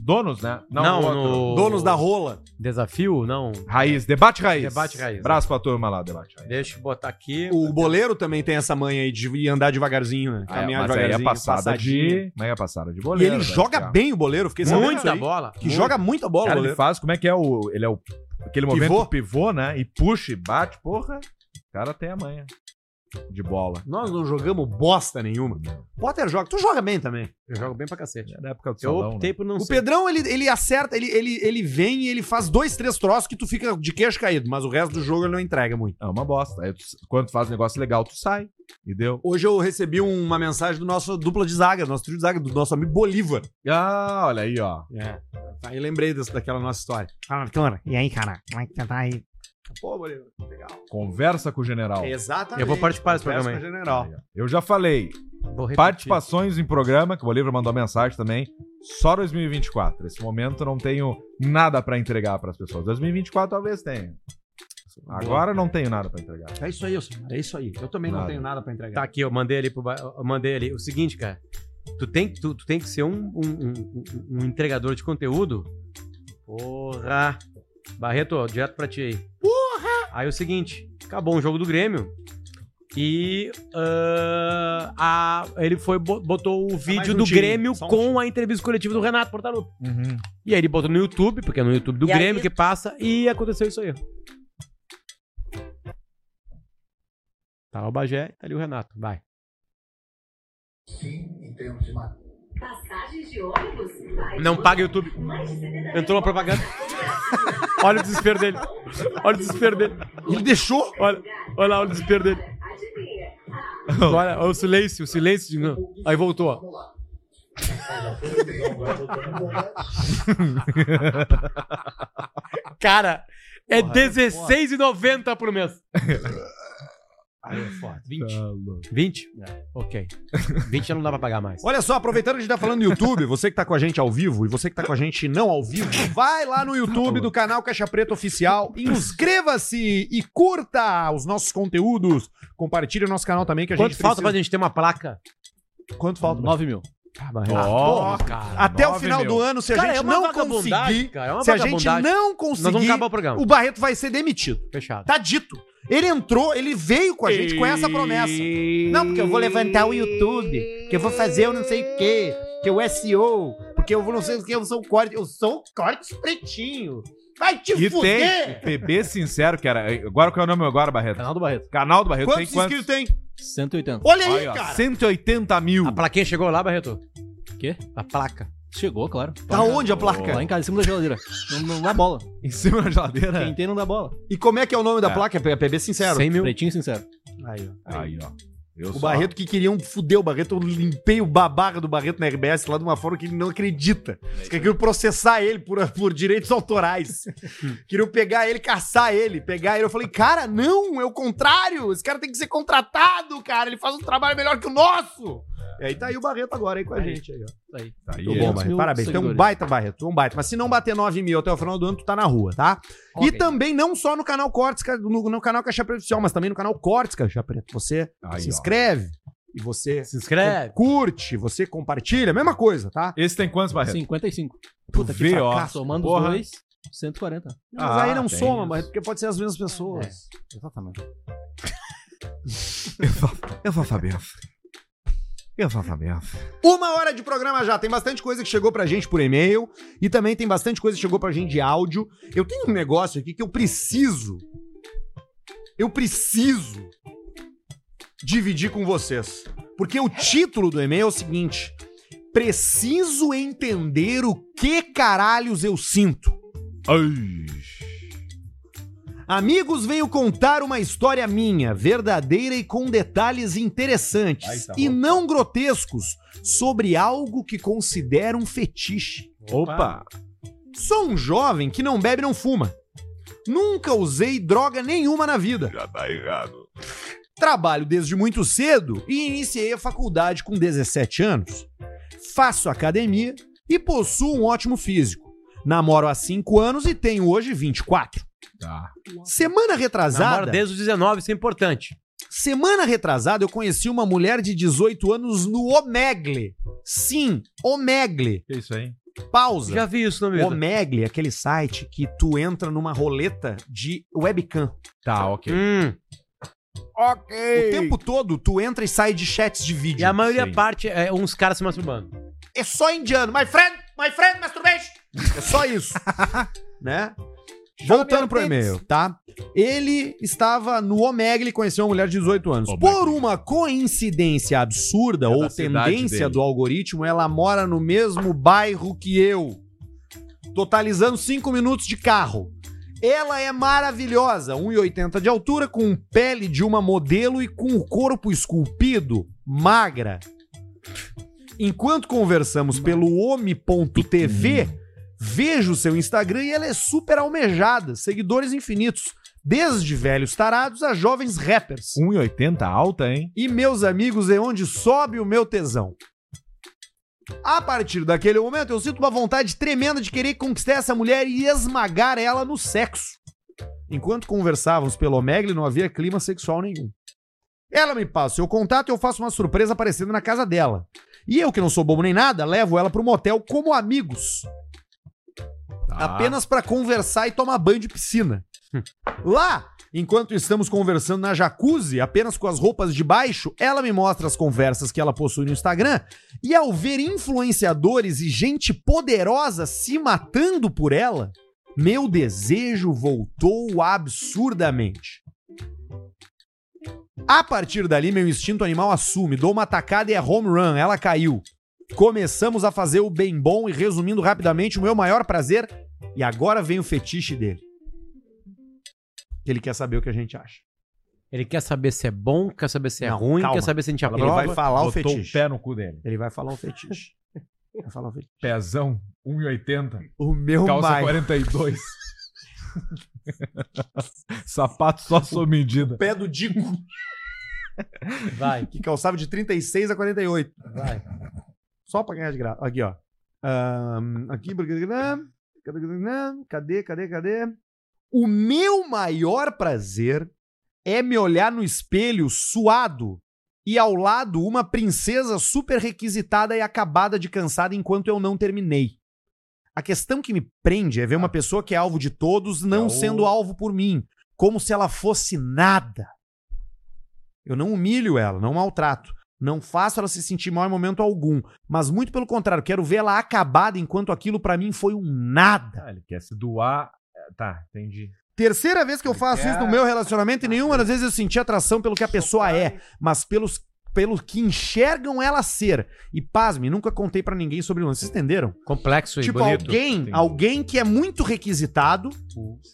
Donos, né? Não, outro. no... Donos da rola. Desafio? Não. Raiz, debate raiz. Debate raiz, Braço pra turma lá, debate raiz. Deixa eu botar aqui. um O boleiro também tem essa manha aí de ir andar devagarzinho, né? Ah, é, mas aí é passada de. Mas é passada de E boleiro. ele né? joga É. bem o boleiro, fiquei sabendo Muito isso da aí. bola. Que joga muito a bola, o Cara, ele boleiro. faz como é que é o. Ele é o. Aquele Pivô? movimento pivô, né? E puxa e bate, porra. O cara tem a manha. de bola. Nós não jogamos bosta nenhuma. Potter joga. Tu joga bem também. Eu jogo bem pra cacete. Era na época do Eu salão, optei né? por não O ser. Pedrão, ele, ele acerta, ele, ele, ele vem e ele faz dois, três troços que tu fica de queixo caído, mas o resto do jogo ele não entrega muito. É uma bosta. Aí tu- quando tu faz um negócio legal, tu sai. E deu. Hoje eu recebi uma mensagem do nosso dupla de zaga, do nosso trio de zaga, do nosso amigo Bolívar. Ah, olha aí, ó. É. Aí lembrei dessa, daquela nossa história. Fala, Arthur, e aí, cara? Como é que você tá aí? Pô, tá Bolívar, legal. Conversa com o general. Exatamente. Eu vou participar desse Conversa programa com o general. Eu já falei. Vou repetir. Participações em programa, que o Bolívar mandou mensagem também. Só 2024. Nesse momento eu não tenho nada pra entregar pras pessoas. 2024 talvez tenha. Agora não tenho nada pra entregar. É isso aí, eu É isso aí. Eu também não Nada. tenho nada pra entregar. Tá aqui, eu mandei ali pro ba- eu mandei ali. O seguinte, cara. Tu tem, tu, tu tem que ser um, um, um- um- um entregador de conteúdo. Porra! Barreto, ó, direto pra ti aí. Porra! Aí é o seguinte, acabou um jogo do Grêmio. E ah, a, ele foi bo- botou o vídeo um do time, Grêmio só um com time. a entrevista coletiva do Renato Portaluppi. E aí ele botou no YouTube, porque é no YouTube do E aí- Grêmio que passa, e aconteceu isso aí. Tá lá o Bagé, tá ali o Renato. Vai. Passagens de ônibus? Vai. Não paga YouTube. Entrou uma propaganda. Olha o desespero dele. Olha o desespero dele. Ele deixou? Olha, olha lá, olha o desespero dele. Olha, olha o silêncio, o silêncio. de novo. Aí voltou, ó. Cara, é R$16,90 por mês. Aí é foda. 20. 20? Ok. 20 já não dá pra pagar mais. Olha só, aproveitando que a gente tá falando do YouTube, você que tá com a gente ao vivo e você que tá com a gente não ao vivo, vai lá no YouTube do canal Caixa Preta Oficial, inscreva-se e curta os nossos conteúdos. Compartilha o nosso canal também que a Quanto gente falta pra precisa... gente ter uma placa? Quanto falta? 9 mil. Ah, Ó, cara. Até o Nove final mil. do ano, se a Cara, gente é uma não vagabundagem, conseguir, cara, é uma se a gente vagabundagem. não Nós vamos conseguir, acabar o programa. o Barreto vai ser demitido. Fechado. Tá dito. Ele entrou, ele veio com a gente com essa promessa. Não, porque eu vou levantar o YouTube, que eu vou fazer eu não sei o quê, que o SEO, porque eu vou não sei o que, eu sou o corte, eu sou o corte pretinho. Vai te E fuder! tem o PB Sincero, que era. Agora qual é o nome agora, Barreto? Canal do Barreto. Canal do Barreto tem Quantos quantos? inscritos tem? 180. Olha aí, Olha, ó, cara. 180 mil. A plaquinha chegou lá, Barreto? Quê? A placa. Chegou, claro. Da Tá onde a placa? Lá em casa, em cima da geladeira. Não, não dá bola. Em cima da Quem geladeira. tem não dá bola. Tá. E como é que é o nome da É. placa? É PB Sincero. 100 mil. Pretinho sincero. Aí, ó. Aí, ó. Eu O só- Barreto que queriam fuder o Barreto, eu limpei o babaca do Barreto na RBS lá de uma forma que ele não É acredita. Eles queriam processar ele por, por direitos autorais. queriam pegar ele, caçar ele, pegar ele. Eu falei, cara, não, é o contrário. Esse cara tem que ser contratado, cara. Ele faz um trabalho melhor que o nosso. E aí tá aí o Barreto agora aí É com a gente. Aí, ó. Tá aí, Tô ele. bom, Barreto. Parabéns. Tu é um baita, Barreto. Tu é um baita. Mas se não bater 9 mil até o final do ano, tu tá na rua, tá? E Ok. também não só no canal Cortes, ca- no, no canal Caixa Preta Oficial, mas também no canal Cortes Caixa Preta. Você Aí, se ó. inscreve e você Se inscreve. curte, você compartilha, mesma coisa, tá? Esse tem quantos, Barreto? 55. Puta Vê, ó. Somando Porra. os dois, 140. Mas Ah, aí não tem soma, isso. Barreto, porque pode ser as mesmas pessoas. É. Exatamente. Eu vou saber. Eu vou saber. Uma hora de programa já. Tem bastante coisa que chegou pra gente por e-mail e também tem bastante coisa que chegou pra gente de áudio. Eu tenho um negócio aqui que eu preciso. Eu preciso dividir com vocês. Porque o título do e-mail é o seguinte: Preciso entender o que caralhos eu sinto. Amigos, venho contar uma história minha, verdadeira e com detalhes interessantes Ai, tá e bom. não grotescos, sobre algo que considero um fetiche. Opa! Sou um jovem que não bebe e não fuma. Nunca usei droga nenhuma na vida. Já tá errado. Trabalho desde muito cedo e iniciei a faculdade com 17 anos. Faço academia e possuo um ótimo físico. Namoro há 5 anos e tenho hoje 24. Tá. Semana Namora retrasada. desde os 19, isso é importante. Semana retrasada eu conheci uma mulher de 18 anos no Omegle. Sim, Omegle. Que isso aí? Pausa. Já vi isso na minha vida. Omegle, é aquele site que tu entra numa roleta de webcam. Tá, ok. Hum, O tempo todo tu entra e sai de chats de vídeo. e a maioria Sim. parte é uns caras se masturbando. É só indiano. My friend, my friend, masturbation. É só isso. né? Voltando pro e-mail, tá? Ele estava no Omega, ele conheceu uma mulher de 18 anos. Por uma coincidência absurda ou É da cidade tendência dele. do algoritmo, ela mora no mesmo bairro que eu, totalizando 5 minutos de carro. Ela é maravilhosa, 1,80 de altura, com pele de uma modelo e com o corpo esculpido, magra. Enquanto conversamos pelo Omi.tv, vejo seu Instagram e ela é super almejada, seguidores infinitos, desde velhos tarados a jovens rappers. 1,80 alta, hein? E meus amigos, é onde sobe o meu tesão. A partir daquele momento, eu sinto uma vontade tremenda de querer conquistar essa mulher e esmagar ela no sexo. Enquanto conversávamos pelo Omegle, não havia clima sexual nenhum. Ela me passa seu contato e eu faço uma surpresa aparecendo na casa dela. E eu, que não sou bobo nem nada, levo ela pro motel como amigos. Apenas pra conversar e tomar banho de piscina. Lá, enquanto estamos conversando na jacuzzi, apenas com as roupas de baixo, ela me mostra as conversas que ela possui no Instagram. E ao ver influenciadores e gente poderosa se matando por ela, meu desejo voltou absurdamente. A partir dali, meu instinto animal assume, dou uma tacada e é home run, ela caiu. Começamos a fazer o bem bom e resumindo rapidamente o meu maior prazer, e agora vem o fetiche dele. Ele quer saber o que a gente acha. Ele quer saber se é bom, quer saber se é Não, ruim, calma. quer saber se a gente Ele vai aprova. um- falar o Botou fetiche. o pé no cu dele. Ele vai falar o fetiche. Vai falar o fetiche. Pezão, 1,80. O meu calça maior 42. Sapato só sob medida. pé do Dico, Vai, que calçava de 36 a 48. vai. Só pra ganhar de graça. Aqui, ó. Ahn, aqui. Cadê, cadê, cadê? O meu maior prazer é me olhar no espelho suado e ao lado uma princesa super requisitada e acabada de cansada enquanto eu não terminei. A questão que me prende é ver uma pessoa que é alvo de todos não Caô. sendo alvo por mim, como se ela fosse nada. Eu não humilho ela, não maltrato. Não faço ela se sentir mal em momento algum. Mas muito pelo contrário, quero ver ela acabada enquanto aquilo pra mim foi um nada. Ah, ele quer se doar. É, Tá, entendi. Terceira vez que eu faço isso no meu relacionamento e nenhuma das vezes eu senti atração pelo que a pessoa é, mas pelos pelo que enxergam ela ser. E pasme, nunca contei pra ninguém sobre o lance. Vocês entenderam? Complexo e tipo, bonito. alguém, Entendi. alguém que é muito requisitado,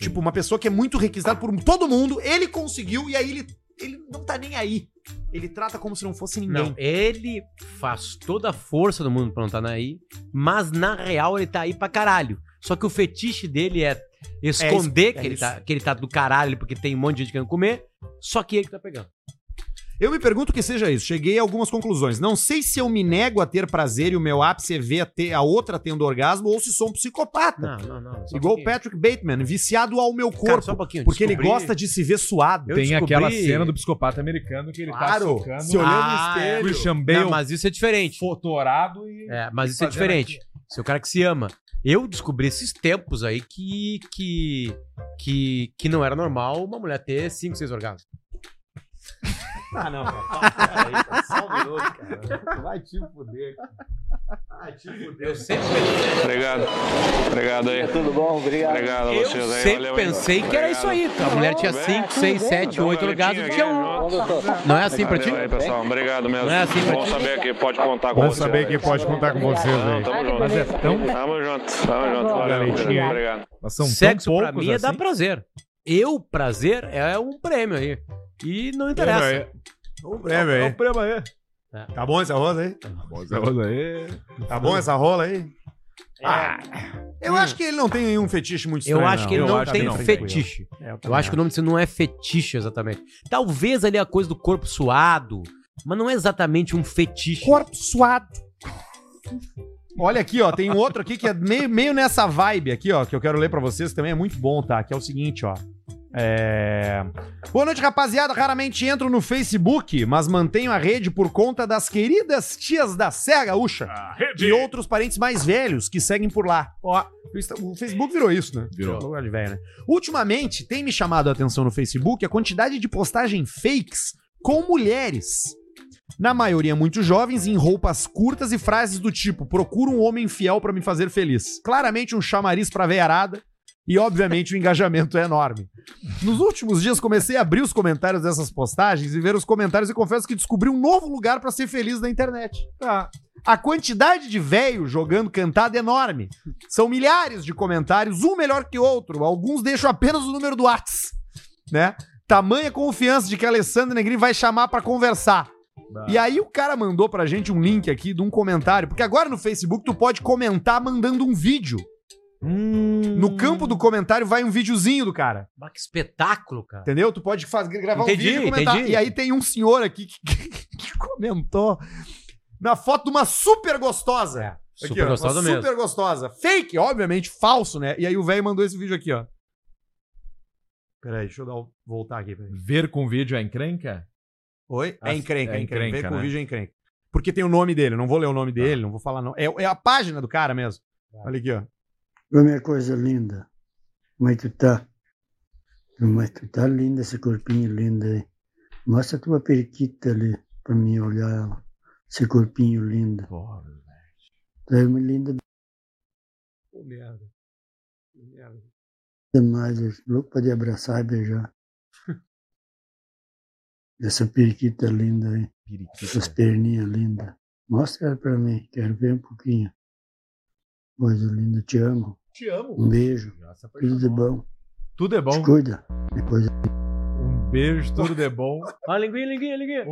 tipo, uma pessoa que é muito requisitada por todo mundo, ele conseguiu e aí ele, ele não tá nem aí. Ele trata como se não fosse ninguém. Não, ele faz toda a força do mundo pra não tá na aí, mas na real ele tá aí pra caralho. Só que o fetiche dele é esconder isso, é que, ele isso. tá, que ele tá do caralho porque tem um monte de gente querendo comer, só que ele que tá pegando. Eu me pergunto o que seja isso. Cheguei a algumas conclusões. Não sei se eu me nego a ter prazer e o meu ápice é ver a, ter- a outra tendo orgasmo ou se sou um psicopata. Não, não, não. só um Igual o pouquinho. Patrick Bateman, viciado ao meu corpo. Cara, só um pouquinho. porque ele descobri- gosta de se ver suado. Eu Tem descobri- aquela cena do psicopata americano que ele Claro, tá socando. se olhando no Ah, espelho. é. Christian Bale Não, mas isso é diferente. fotorado e. É, mas isso é fazendo diferente. Seu cara que se ama. Eu descobri esses tempos aí que que que, que não era normal uma mulher ter 5, 6 orgasmos. Ah, Tá não, cara. Só um minuto, cara. Vai te fuder. Vai te fuder. Eu sempre pensei, Obrigado. Obrigado aí. É Tudo bom? Obrigado. Obrigado a eu vocês aí. sempre Valeu aí. pensei que era isso aí. tá? A mulher tinha 5, 6, 7, 8 orgasmos, tinha um. Não é assim pra ti? Valeu aí, pessoal. Obrigado mesmo. Não é assim pra Bom ti? saber que pode contar com vocês. aí. pode contar com vocês Não, tamo junto. Mas é tão. Tamo junto. Tamo junto. Valeu. Galetinha. Obrigado. Mas são Sexo tão pra poucos mim é dar assim. prazer. Eu, prazer, é um prêmio aí. E não interessa. é, É um prêmio aí. Tá bom essa rosa aí? Tá bom essa rola aí? Ah, Eu acho que ele não tem nenhum fetiche muito estranho. É. tá Eu acho que ele eu não acho tem que não. fetiche. É, Eu acho que o nome disso não é fetiche exatamente. Talvez ali a coisa do corpo suado, mas não é exatamente um fetiche. Corpo suado. Olha aqui, ó, tem um outro aqui que é meio, meio nessa vibe aqui, ó, que eu quero ler pra vocês, que também é muito bom, tá? Que é o seguinte, ó. É... Boa noite, rapaziada. Raramente entro no Facebook, mas mantenho a rede por conta das queridas tias da Serra Gaúcha e outros parentes mais velhos que seguem por lá. Ó, o Insta- o Facebook virou isso, né? Virou. Lugar de velho, né? Ultimamente, tem me chamado a atenção no Facebook a quantidade de postagem fakes com mulheres. Na maioria muito jovens, em roupas curtas e frases do tipo: procura um homem fiel pra me fazer feliz. Claramente um chamariz pra veiarada E, obviamente, o engajamento é enorme. Nos últimos dias, comecei a abrir os comentários dessas postagens e ver os comentários e confesso que descobri um novo lugar pra ser feliz na internet. A quantidade de véio jogando cantada é enorme. São milhares de comentários, um melhor que outro. Alguns deixam apenas o número do Whats, né? Tamanha confiança de que a Alessandra Negrini vai chamar pra conversar. E aí o cara mandou pra gente um link aqui de um comentário, porque agora no Facebook tu pode comentar mandando um vídeo. No campo do comentário vai um videozinho do cara. Bah, que espetáculo, cara. Entendeu? Tu pode faz- gravar Entendi, um vídeo e comentar. entendi. E aí tem um senhor aqui que, que- que comentou na foto de uma super gostosa. super gostosa uma mesmo. Super gostosa. Fake, obviamente, falso, né? E aí o velho mandou esse vídeo aqui, ó. Peraí, deixa eu dar, o- voltar aqui. Peraí. Ver com vídeo é encrenca? Oi? Ah, É encrenca, é é encrenca. encrenca, Vem com o né? vídeo é encrenca. Porque tem o nome dele, não vou ler o nome dele, não vou falar não. É, é a página do cara mesmo. Olha aqui, ó. Ô, minha coisa linda, como é que tu tá? Como é que tu tá linda, esse corpinho lindo aí. Mostra a tua periquita ali, pra mim olhar ela. Esse corpinho lindo. Tu é uma linda merda. demais, eu sou louco pra te abraçar e beijar. Essa periquita linda aí. Essas perninhas lindas. Mostra ela pra mim, quero ver um pouquinho. Coisa linda, te amo. Te amo. Um beijo. Nossa, Tudo de bom. Tudo é bom. Te cuida. Depois. Um beijo, tudo é de bom. Ó, linguinha, linguinha, linguinha.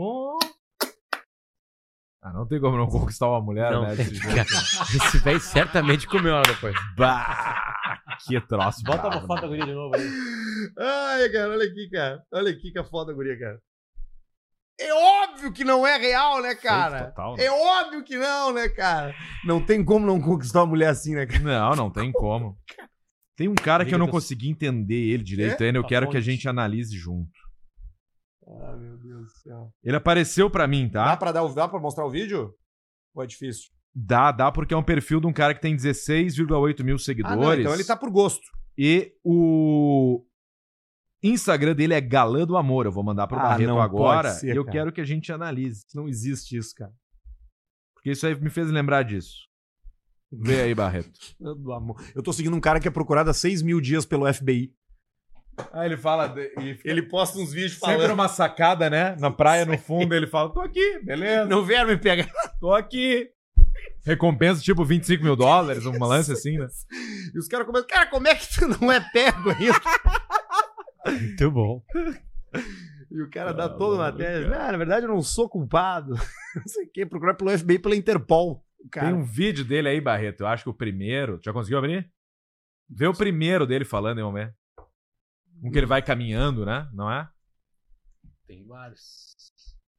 Ah, não tem como não conquistar uma mulher, Não né? tem, desse jeito. cara. Esse velho certamente comeu ela depois. Bah, que troço. Bota brabo. uma foto da guria de novo aí. Ai, cara, olha aqui, cara. Olha aqui que é foda, guria, cara. É óbvio que não é real, né, cara? total, né? É óbvio que não, né, cara? Não tem como não conquistar uma mulher assim, né, cara? Não, não tem como. Tem um cara que eu não Liga pra- consegui entender ele É? direito Tá ainda. Eu quero que a Aonde? gente analise junto. Ah, meu Deus do céu. Ele apareceu pra mim, Dá tá? pra, dar, o- dá pra mostrar o vídeo? Ou é difícil? Dá, dá, porque é um perfil de um cara que tem 16,8 mil Ah, seguidores. não, então ele tá por gosto. E o Instagram dele é Galã do Amor. Eu vou mandar pro Ah, Barreto não agora. pode ser, e eu cara. quero que a gente analise. Não existe isso, cara. Porque isso aí me fez lembrar disso. Vê aí, Barreto. Meu do amor. Eu tô seguindo um cara que é procurado há 6 mil dias pelo FBI. Ah, ele fala. Ele, posta uns vídeos Sempre uma sacada, né? Na praia, no fundo, ele fala: tô aqui, né?" beleza. Não vieram me pegar. Tô aqui. Recompensa tipo 25 mil dólares, um lance assim, né? E os caras começam, cara, como é que tu não é pego ainda? Muito bom. E o cara dá todo na tese. Ah, na verdade, eu não sou culpado. Não sei o quê. Procurar pelo FBI e pela Interpol. O cara. Tem um vídeo dele aí, Barreto. Eu acho que o primeiro. Já conseguiu abrir? Vê o primeiro dele falando em um momento. Um que ele vai caminhando, né? Não é? Tem vários.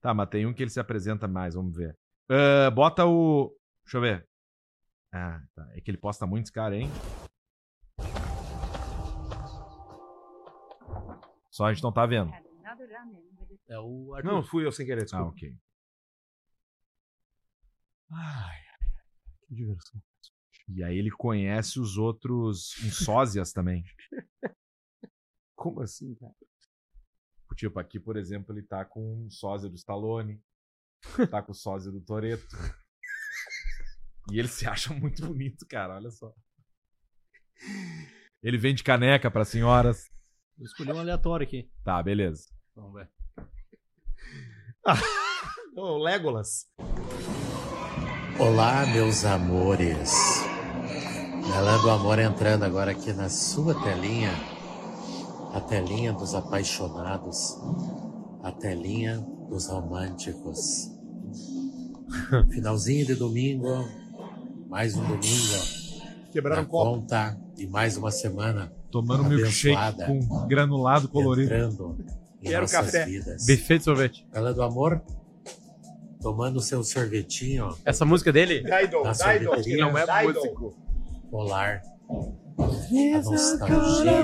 Tá, mas tem um que ele se apresenta mais, vamos ver. Ah, bota o. Deixa eu ver. Ah, tá. É que ele posta muitos caras, hein? Só a gente não tá vendo. É o Arthur. Não, fui eu sem querer, Ah, desculpa. ok. Que diversão. E aí ele conhece os outros uns sósias também. Como assim, cara? Tipo, aqui, por exemplo, ele tá com o sósia do Stallone, tá com o sósia do Toreto. E ele se acha muito bonito, cara, olha só. Ele vende caneca pra senhoras. Eu escolhi um aleatório aqui. Tá, beleza. Vamos ver. Ô, Legolas. Olá, meus amores. Galã do Amor entrando agora aqui na sua telinha, a telinha dos apaixonados, a telinha dos românticos. Finalzinho de domingo, mais um domingo Quebraram na o copo. conta e mais uma semana Tomando um milkshake abençoada com granulado colorido. entrando em Quero nossas café. vidas. Buffet de sorvete. Galã é do Amor, tomando seu sorvetinho Essa música é dele? Daido, na sorveteria. Não é Daido. músico. polar. A nostalgia.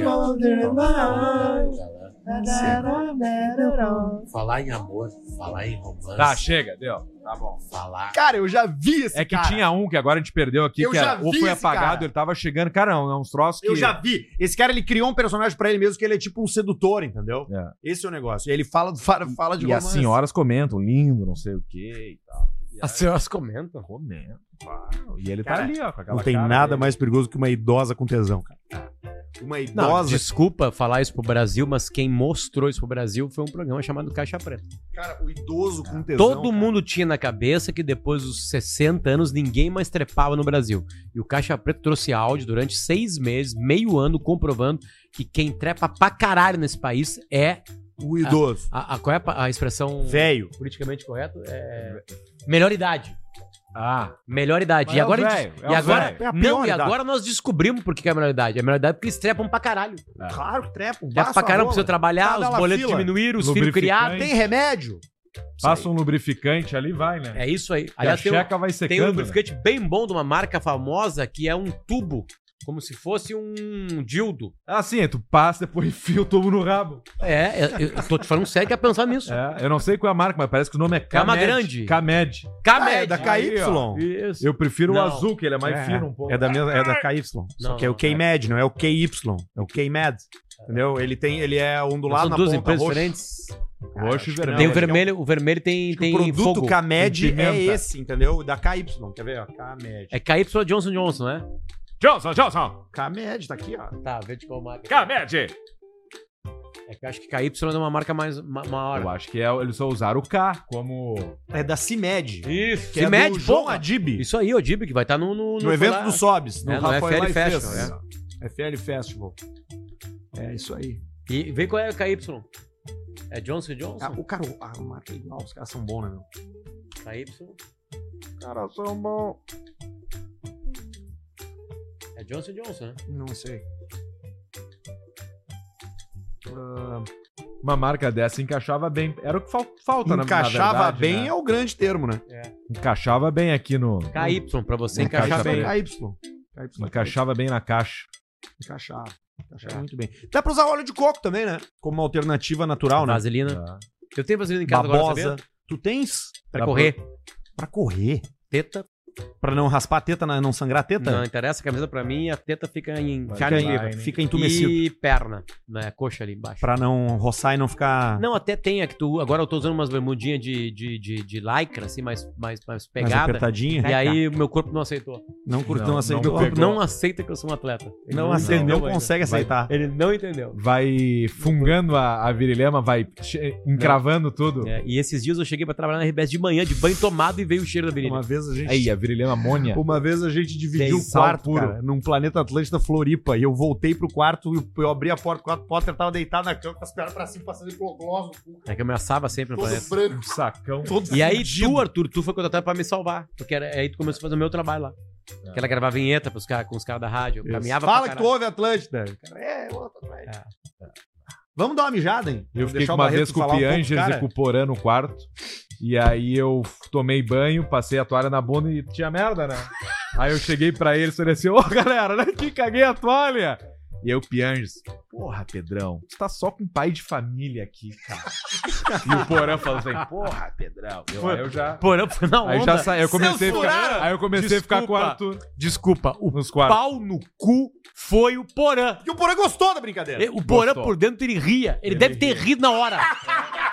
Falar em amor, falar em romance. Tá, chega, deu. Tá bom. Falar. Cara, eu já vi esse É que cara. tinha um que agora a gente perdeu aqui, Eu que era, já ou vi foi esse apagado, cara. ele tava chegando. Cara, não, é uns troços que. Eu já vi. Esse cara, ele criou um personagem pra ele mesmo que ele é tipo um sedutor, entendeu? É. Esse é o negócio. E ele fala, fala, fala de E as romance. senhoras comentam, lindo, não sei o quê e tal. As senhoras comentam. Comentam. E ele assim. Cara, tá ali, ó, com aquela Não tem cara nada dele. mais perigoso que uma idosa com tesão, cara. Uma Não, idosa. desculpa falar isso pro Brasil, mas quem mostrou isso pro Brasil foi um programa chamado Caixa Preta. Cara, o um idoso com tesão. Todo mundo tinha na cabeça que depois dos 60 anos ninguém mais trepava no Brasil. E o Caixa Preta trouxe áudio durante seis meses, meio ano, comprovando que quem trepa pra caralho nesse país é. O idoso. A, a- qual é a pa- a, expressão. Velho. Politicamente correto? É. Melhor idade. Ah. Melhor idade. Mas E é o agora. a velho, gente- é e o agora velho. É a não, pior e idade. agora nós descobrimos por que que é a melhor idade. É a melhor idade porque eles trepam pra caralho. Claro que trepa. Um Deve pra caramba, precisa trabalhar, os boletos diminuíram, os filhos criados. Tá Tem remédio? Passa um lubrificante ali, vai, né? É isso aí. a checa vai secando, né? Tem um lubrificante bem bom de uma marca famosa que é um tubo, como se fosse um dildo. Ah, sim, tu passa, depois enfia o tubo no rabo. É, eu, eu tô te falando sério que é pensar nisso. É, eu não sei qual é a marca, mas parece que o nome é É uma Camed. grande. Camed. Camed. Ah, é da KY. Aí, ó. Isso. Eu prefiro Não. o azul, que ele é mais fino um pouco. É da, mesma, é da KY. só Não, que é o não, KMED, não é o KY. É o KMED. Entendeu? Ele, tem, ele é ondulado São na duas ponta empresas roxo. diferentes. Roxo e vermelho. Tem Acho o que é um- vermelho, o vermelho tem, tem o produto fogo. KMED tem pimenta. é esse, entendeu? Da KY. Quer ver? ó? KMED. É KY Johnson Johnson, né? Johnson, Johnson. KMED, tá aqui, ó. Tá, vê de qual marca. Camed. É que eu acho que KY é uma marca mais ma- maior. Eu acho que é, eles só usaram o K como... É da CIMED. Isso. Que é Cimed, do João porra. Adib. Isso aí, Odib, que vai estar no, no, No evento do Sobs, No no é, no Rafael FL Life Fashion. Fest. é. FL Festival. É isso aí. E vê qual é o KY. É Johnson Johnson? Ah, o cara, ah, o marca igual, os caras são bons, né, meu? KY. Os caras são bons. É Johnson Johnson, né? Não sei. Ah, Uma marca dessa encaixava bem. Era o que fal- falta, na- encaixava na verdade, bem né? é o grande termo, né? Encaixava bem aqui no... KY, É. pra você Não, encaixar KY. bem. KY. KY. Encaixava bem na caixa. Encaixava. Encaixava muito bem. Dá pra usar óleo de coco também, né? Como uma alternativa natural, né? Vaselina. Eu tenho vaselina em casa agora, Babosa. sabia? Tu tens? Pra Dá correr. Pra correr? Teta. Pra não raspar a teta, na- não sangrar a teta? Não interessa, a camisa pra mim, a teta fica em Fica carne em- viva. fica entumecido. E perna, né? Coxa ali embaixo. Pra não roçar e não ficar... Não, até tem a que tu. Agora eu tô usando umas bermudinhas de, de, de, de lycra, assim, mais, mais, mais pegada. apertadinha. E aí o meu corpo não aceitou. Não curte, não, Não, aceita. não o Meu corpo. corpo não aceita que eu sou um atleta. Ele Não aceita, entendeu não ainda. consegue Vai- aceitar. Ele não entendeu. Vai fungando a, a virilhama, vai che- encravando tudo. É, e esses dias eu cheguei pra trabalhar na RBS de manhã, de banho tomado, e veio o cheiro da virilha. Uma vez a gente... Aí, a virilhama amônia. Uma vez a gente dividiu Tem o sal quarto, puro. cara, num planeta Atlântida Floripa, e eu voltei pro quarto, e eu abri a porta, o Potter tava deitado na cama com as pernas pra cima, passando hipoglose, É que eu me assava sempre no planeta. todo branco. um Sacão. Todo E aí fudido. tu, Arthur, tu foi contratado pra me salvar. Porque era, aí tu começou a fazer o meu trabalho lá. Ah. Que era gravar vinheta pros cara, com os caras da rádio. Eu Isso. caminhava Fala pra que tu ouve Atlântida. Cara, é, eu ouço Atlântida. Vamos dar uma mijada, hein? Eu Vamos fiquei deixar com o uma Barreto vez com o falar um pouco, Piangers cara. e com o Porã no quarto. E aí eu f- tomei banho, passei a toalha na bunda e tinha merda, né? Aí eu cheguei pra eles e falei assim, ô galera, olha aqui, caguei a toalha. E aí o Piangers, porra, Pedrão, tu tá só com pai de família aqui, cara. e o Porã falou assim, porra, Pedrão. Eu, aí eu já... Porã foi na onda. Aí já saí, eu comecei a ficar, Censuraram. aí eu comecei a ficar com o Desculpa. Arthur Desculpa, o nos quartos. pau no cu foi o Porã. E o Porã gostou da brincadeira. E eh, O Porã Gostou. por dentro ele ria. Ele, deve ter rido na hora.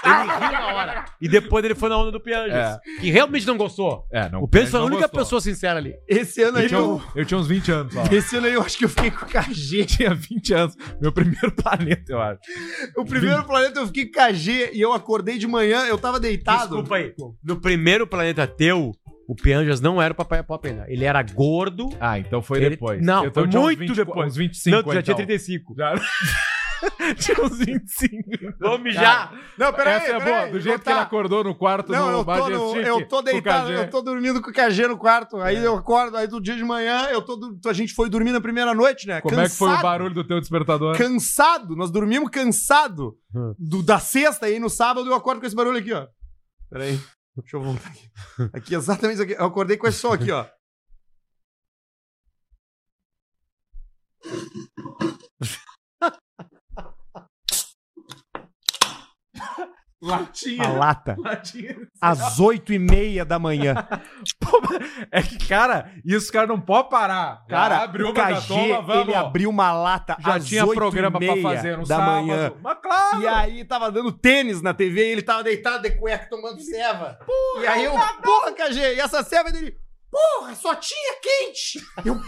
Ele riu na hora. E depois ele foi na onda do Pianjas. Que realmente não gostou. É, não, o Pedro foi a não única gostou. pessoa sincera ali. Esse ano Eu aí tinha, eu... eu tinha uns 20 anos, ó. Esse ano aí eu acho que eu fiquei com o KG. tinha 20 anos. Meu primeiro planeta, eu acho. O primeiro planeta eu fiquei com KG e eu acordei de manhã, eu tava deitado. Desculpa aí. No primeiro planeta teu, o Pianjas não era o Papai Pop ainda. Ele era gordo. Ah, então foi Ele- depois. Não, Então foi eu tinha uns muito depois. Uns 25, não, tu já tinha então. 35. Já... tinha uns 25. Vamos já. Não, Essa é boa. Do jeito que ele acordou no quarto Não, no eu tô, no- Majestic, eu tô com É. o deitado, KG. eu tô dormindo com o KG no quarto. Aí eu acordo, aí do dia de manhã, eu tô, du- a gente foi dormir na primeira noite, né? Como é que foi o barulho do teu despertador? Cansado, nós dormimos cansado. Hum. Do, da sexta, e aí no sábado eu acordo com esse barulho aqui, ó. Peraí, deixa eu voltar aqui. Aqui, exatamente isso aqui. Eu acordei com esse som aqui, ó. Latinha. A lata. Às oito e meia da manhã. É que, cara, isso, cara, não pode parar. Já Cara, abriu o uma KG, gatoma, vamos. ele abriu uma lata Já às tinha oito programa e meia pra fazer no da sábado. manhã. Mas claro. E aí tava dando tênis na TV e ele tava deitado de cueca tomando ceva. e aí eu, porra, KG, e essa ceva dele, porra, só tinha quente. Eu,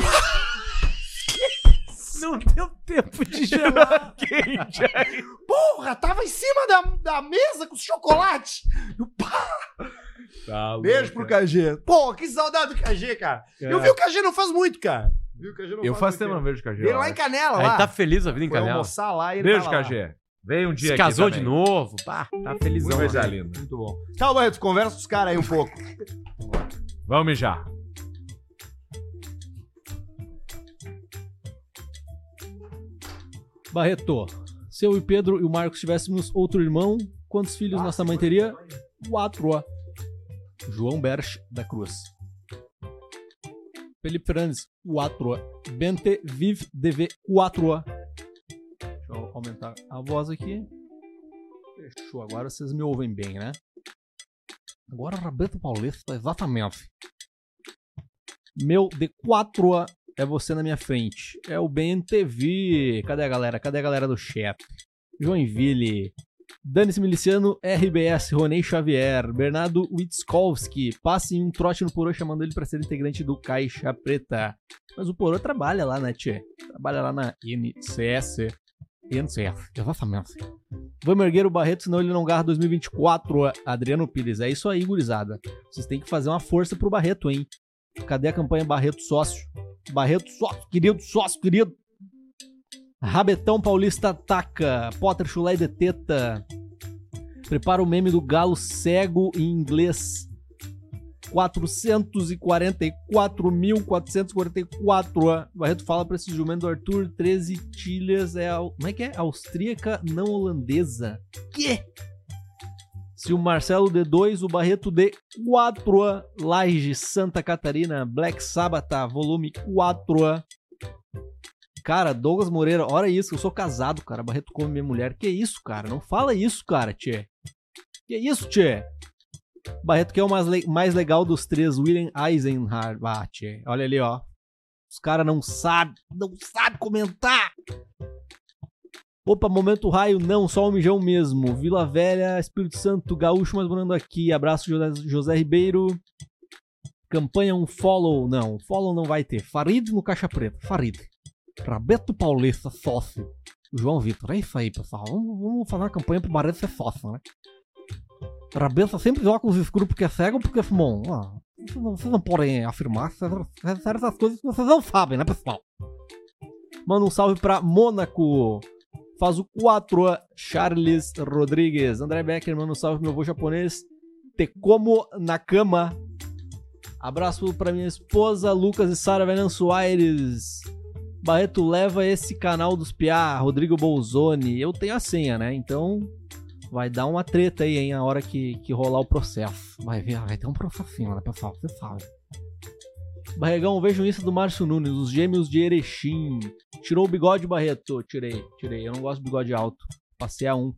Não deu tempo de gelar quente aí. Porra, tava em cima da, da mesa com chocolate. Tá Beijo pro KG. Pô, que saudade do KG, cara. Eu É. vi o KG não faz muito, cara. Viu, o KG não Eu faz muito faço tempo não vejo o KG. Ele eu lá em acho. Canela, Aí lá. tá feliz a vida em Foi Canela. almoçar lá e ele Beijo, tava lá. KG. Vem um dia Se aqui casou também. de novo. Pá, tá felizão. Muito coisa né? linda. Muito bom. Tchau, Barreto. Conversa com os caras aí um pouco. Vamos mijar. Barreto, se eu e Pedro e o Marcos tivéssemos outro irmão, quantos filhos nossa mãe teria? Quatro. ó. João Berch da Cruz. Felipe Fernandes, 4. Bente Viv DV 4. Deixa eu aumentar a voz aqui. Fechou. Agora vocês me ouvem bem, né? Agora Roberto Paulista, exatamente. Meu D4 é você na minha frente. É o BNTV. Cadê a galera? Cadê a galera do chat? Joinville. Dane-se Miliciano, RBS, Ronei Xavier, Bernardo Witzkowski. Passem um trote no Porô chamando ele pra ser integrante do Caixa Preta. Mas o Porô trabalha lá, né, Tchê? Trabalha lá na NCS. NCS, exatamente. Vamos erguer o Barreto, senão ele não garra 2024, Adriano Pires. É isso aí, gurizada. Vocês têm que fazer uma força pro Barreto, hein? Cadê a campanha Barreto Sócio? Barreto Sócio, querido, sócio, querido. Rabetão Paulista ataca. Potter Chulé de Teta. Prepara o meme do galo cego em inglês. 444.444. Barreto fala pra esse jumento do Arthur. 13 tilhas é. au- Como é que é? Austríaca, não holandesa. Que? Se o Marcelo D2, o Barreto D4, Laje Santa Catarina, Black Sabbath, volume 4. Cara, Douglas Moreira, olha isso, eu sou casado, cara. Barreto come minha mulher. Que isso, cara? Não fala isso, cara, tchê. Que isso, tchê? Barreto que é o mais, le- mais legal dos três, William Eisenhard. Ah, tchê. Olha ali, ó. Os caras não sabem, não sabem comentar. Opa, momento raio, não, só o mijão mesmo. Vila Velha, Espírito Santo, Gaúcho, mas morando aqui. Abraço, José, José Ribeiro. Campanha um follow, não, um follow não vai ter. Farid no Caixa Preta, Farid. Rabeto Paulista, sócio. João Vitor, é isso aí, pessoal. Vamos, vamos fazer uma campanha pro Barreto ser sócio, né? Rabeça sempre joga com os escuros porque é cego, porque, bom, ó, vocês não, vocês não podem afirmar certas certas coisas que vocês não sabem, né, pessoal? Manda um salve pra Mônaco. Faz o 4 Charles Rodrigues. André Becker, manda um salve pro meu avô japonês. Te como na cama. Abraço pra minha esposa, Lucas e Sara Venan Soares. Barreto leva esse canal dos Piá, Rodrigo Bolzoni. Eu tenho a senha, né? Então vai dar uma treta aí, hein? A hora que, que rolar o processo. Vai ver, vai ter um processinho, né, pessoal? Você sabe. Barregão, vejo isso do Márcio Nunes, os gêmeos de Erechim. Tirou o bigode, Barreto? Tirei, tirei. Eu não gosto de bigode alto. Passei a um.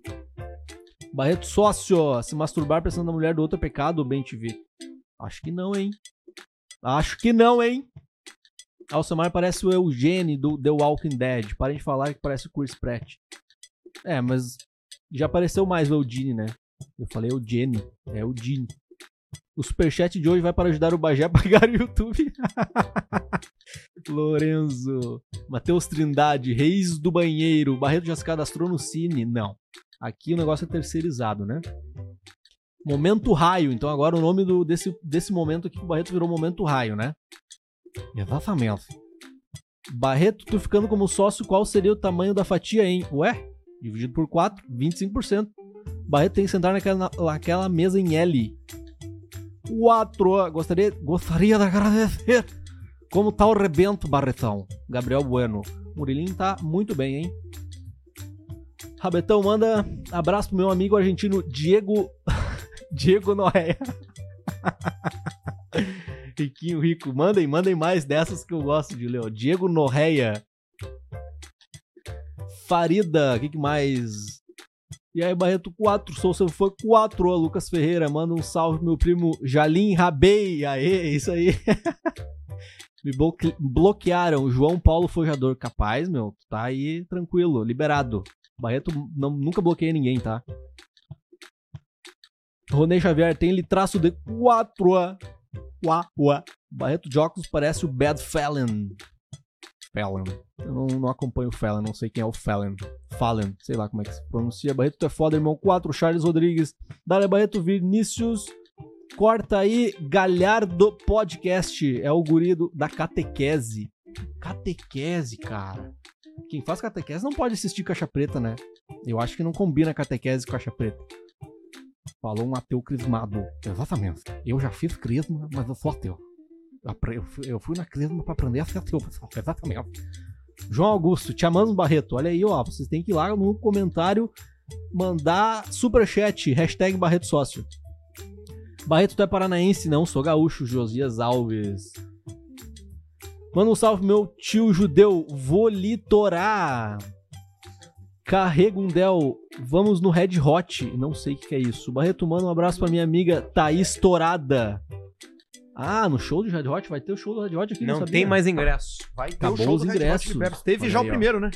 Barreto sócio, se masturbar pensando na mulher do outro é pecado, bem te vi. Acho que não, hein? Acho que não, hein? Alcemar parece o Eugene do The Walking Dead. Parem de falar que parece o Chris Pratt. É, mas já apareceu mais o Eugene, né? Eu falei Eugene, é Eugene. O superchat de hoje vai para ajudar o Bagé a pagar o YouTube. Lorenzo. Matheus Trindade, Reis do Banheiro. Barreto já se cadastrou no Cine? Não. Aqui o negócio é terceirizado, né? Momento Raio. Então agora o nome do- desse, desse momento aqui que o Barreto virou Momento Raio, né? Exatamente. Barreto, tu ficando como sócio, qual seria o tamanho da fatia, hein? Ué? Dividido por 4, 25%. Barreto tem que sentar naquela, naquela mesa em L. 4. Gostaria, gostaria de agradecer. Como tá o rebento, Barretão? Gabriel Bueno. Murilinho tá muito bem, hein? Rabetão, manda abraço pro meu amigo argentino Diego. Diego Noé. Riquinho Rico. Mandem, mandem mais dessas que eu gosto de ler. ó. Diego Norreia. Farida, o que, que mais? E aí, Barreto 4, sou seu fã 4, ó, Lucas Ferreira. Manda um salve pro meu primo Jalim Rabei. Aê, é isso aí. Me bloque- bloquearam. João Paulo Fojador. Capaz, meu. tu Tá aí tranquilo, liberado. Barreto, não, nunca bloqueei ninguém, tá? Ronei Xavier tem ele traço de 4 Uá, uá. Barreto de óculos parece o Bad Fallon. Fallon. Eu não, não acompanho o Fallon, não sei quem é o Fallon. Fallon, sei lá como é que se pronuncia. Barreto, tu é foda, irmão. 4, Charles Rodrigues. Dália Barreto, Vinícius. Corta aí, Galhardo Podcast. É o gurido da catequese. Catequese, cara. Quem faz catequese não pode assistir caixa preta, né? Eu acho que não combina catequese com caixa preta. Falou um ateu crismado. Exatamente. Eu já fiz crisma, mas eu sou ateu. Eu apre- Eu fui, eu fui na crisma pra aprender a ser ateu, pessoal. Exatamente. João Augusto, te amamos, Barreto. Olha aí, ó. Vocês têm que ir lá no comentário mandar superchat, hashtag Barreto Sócio. Barreto, tu é paranaense? Não, sou gaúcho, Josias Alves. Manda um salve pro meu tio judeu, Volitorá. Carregundel, vamos no Red Hot. Não sei o que que é isso. Barreto, manda um abraço pra minha amiga Thaís Torada. Ah, no show do Red Hot? Vai ter o show do Red Hot aqui, Não sabia. tem mais ingresso. Vai ter Acabou o show Tá os do Red Hot Chili Peppers. ingressos. Teve Olha já aí, o ó. um primeiro, né?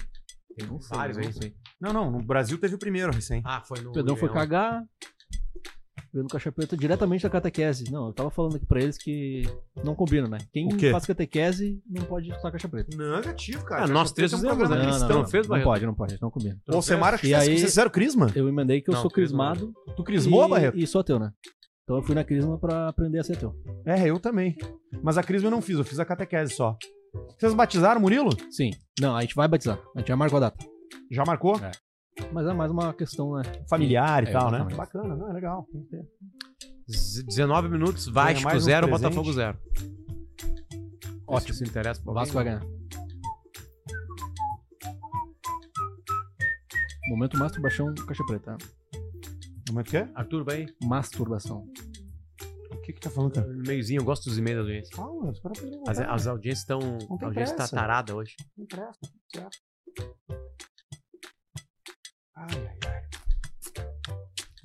Eu não sei, Vários, eu hein? não sei. Não, não. No Brasil teve o primeiro recém. Ah, foi no. O Pedrão foi Réveillon. cagar. Vendo caixa preta diretamente da catequese. Não, eu tava falando aqui pra eles que não combina, né? Quem O quê? faz catequese não pode escutar caixa preta. Não, é negativo, Ah, cara. nós três temos fizemos, né? programa Cristão, não, não, fez, não Barreto? pode, não pode, não combina. Ô, Semara, que E aí- vocês fizeram crisma? Eu emendei que eu Não, sou crisma não. crismado. Tu crismou, e, Barreto? E sou ateu, né? Então eu fui na crisma pra aprender a ser ateu. É, eu também. Mas a crisma eu não fiz, eu fiz a catequese só. Vocês batizaram, Murilo? Sim. Não, a gente vai batizar. A gente já marcou a data. Já marcou? É. Mas é mais uma questão, né? Familiar e É, tal, né? exatamente. Bacana, não, é legal. Tem que ter. 19 minutos, Ganha Vasco um mais uns 0, presentes. Botafogo 0. Ótimo. Se interessa pra O alguém, Vasco vai né? ganhar. Momento masturbação caixa preta. Como é que é? Arthur, vai Masturbação. O que que tá falando, cara? no meiozinho. Eu gosto dos e-mails da audiência. Calma, espera pra ele As, voltar. as audiências estão. A tem audiência tá pressa. tarada hoje. Não presta, não presta. Ai, ai, ai.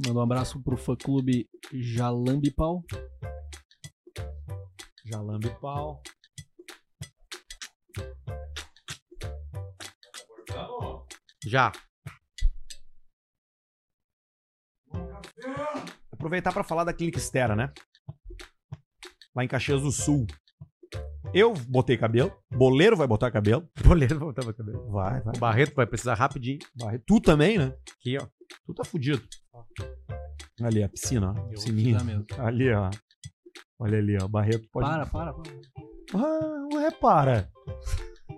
Manda um abraço pro fã clube Jalambipau. Já lambe o pau. Já. aproveitar para falar da Clínica Estera, né? Lá em Caxias do Sul. Eu botei cabelo, Boleiro vai botar cabelo. Boleiro voltava cabelo. Vai, vai. O Barreto vai precisar rapidinho. vai. Tu também, né? Aqui, ó. Tu tá fudido. Ali, a piscina, ó. Dá Piscininha. mesmo. Ali, ó. Olha ali, ó. Barreto pode. Para, para, para. Ah, repara.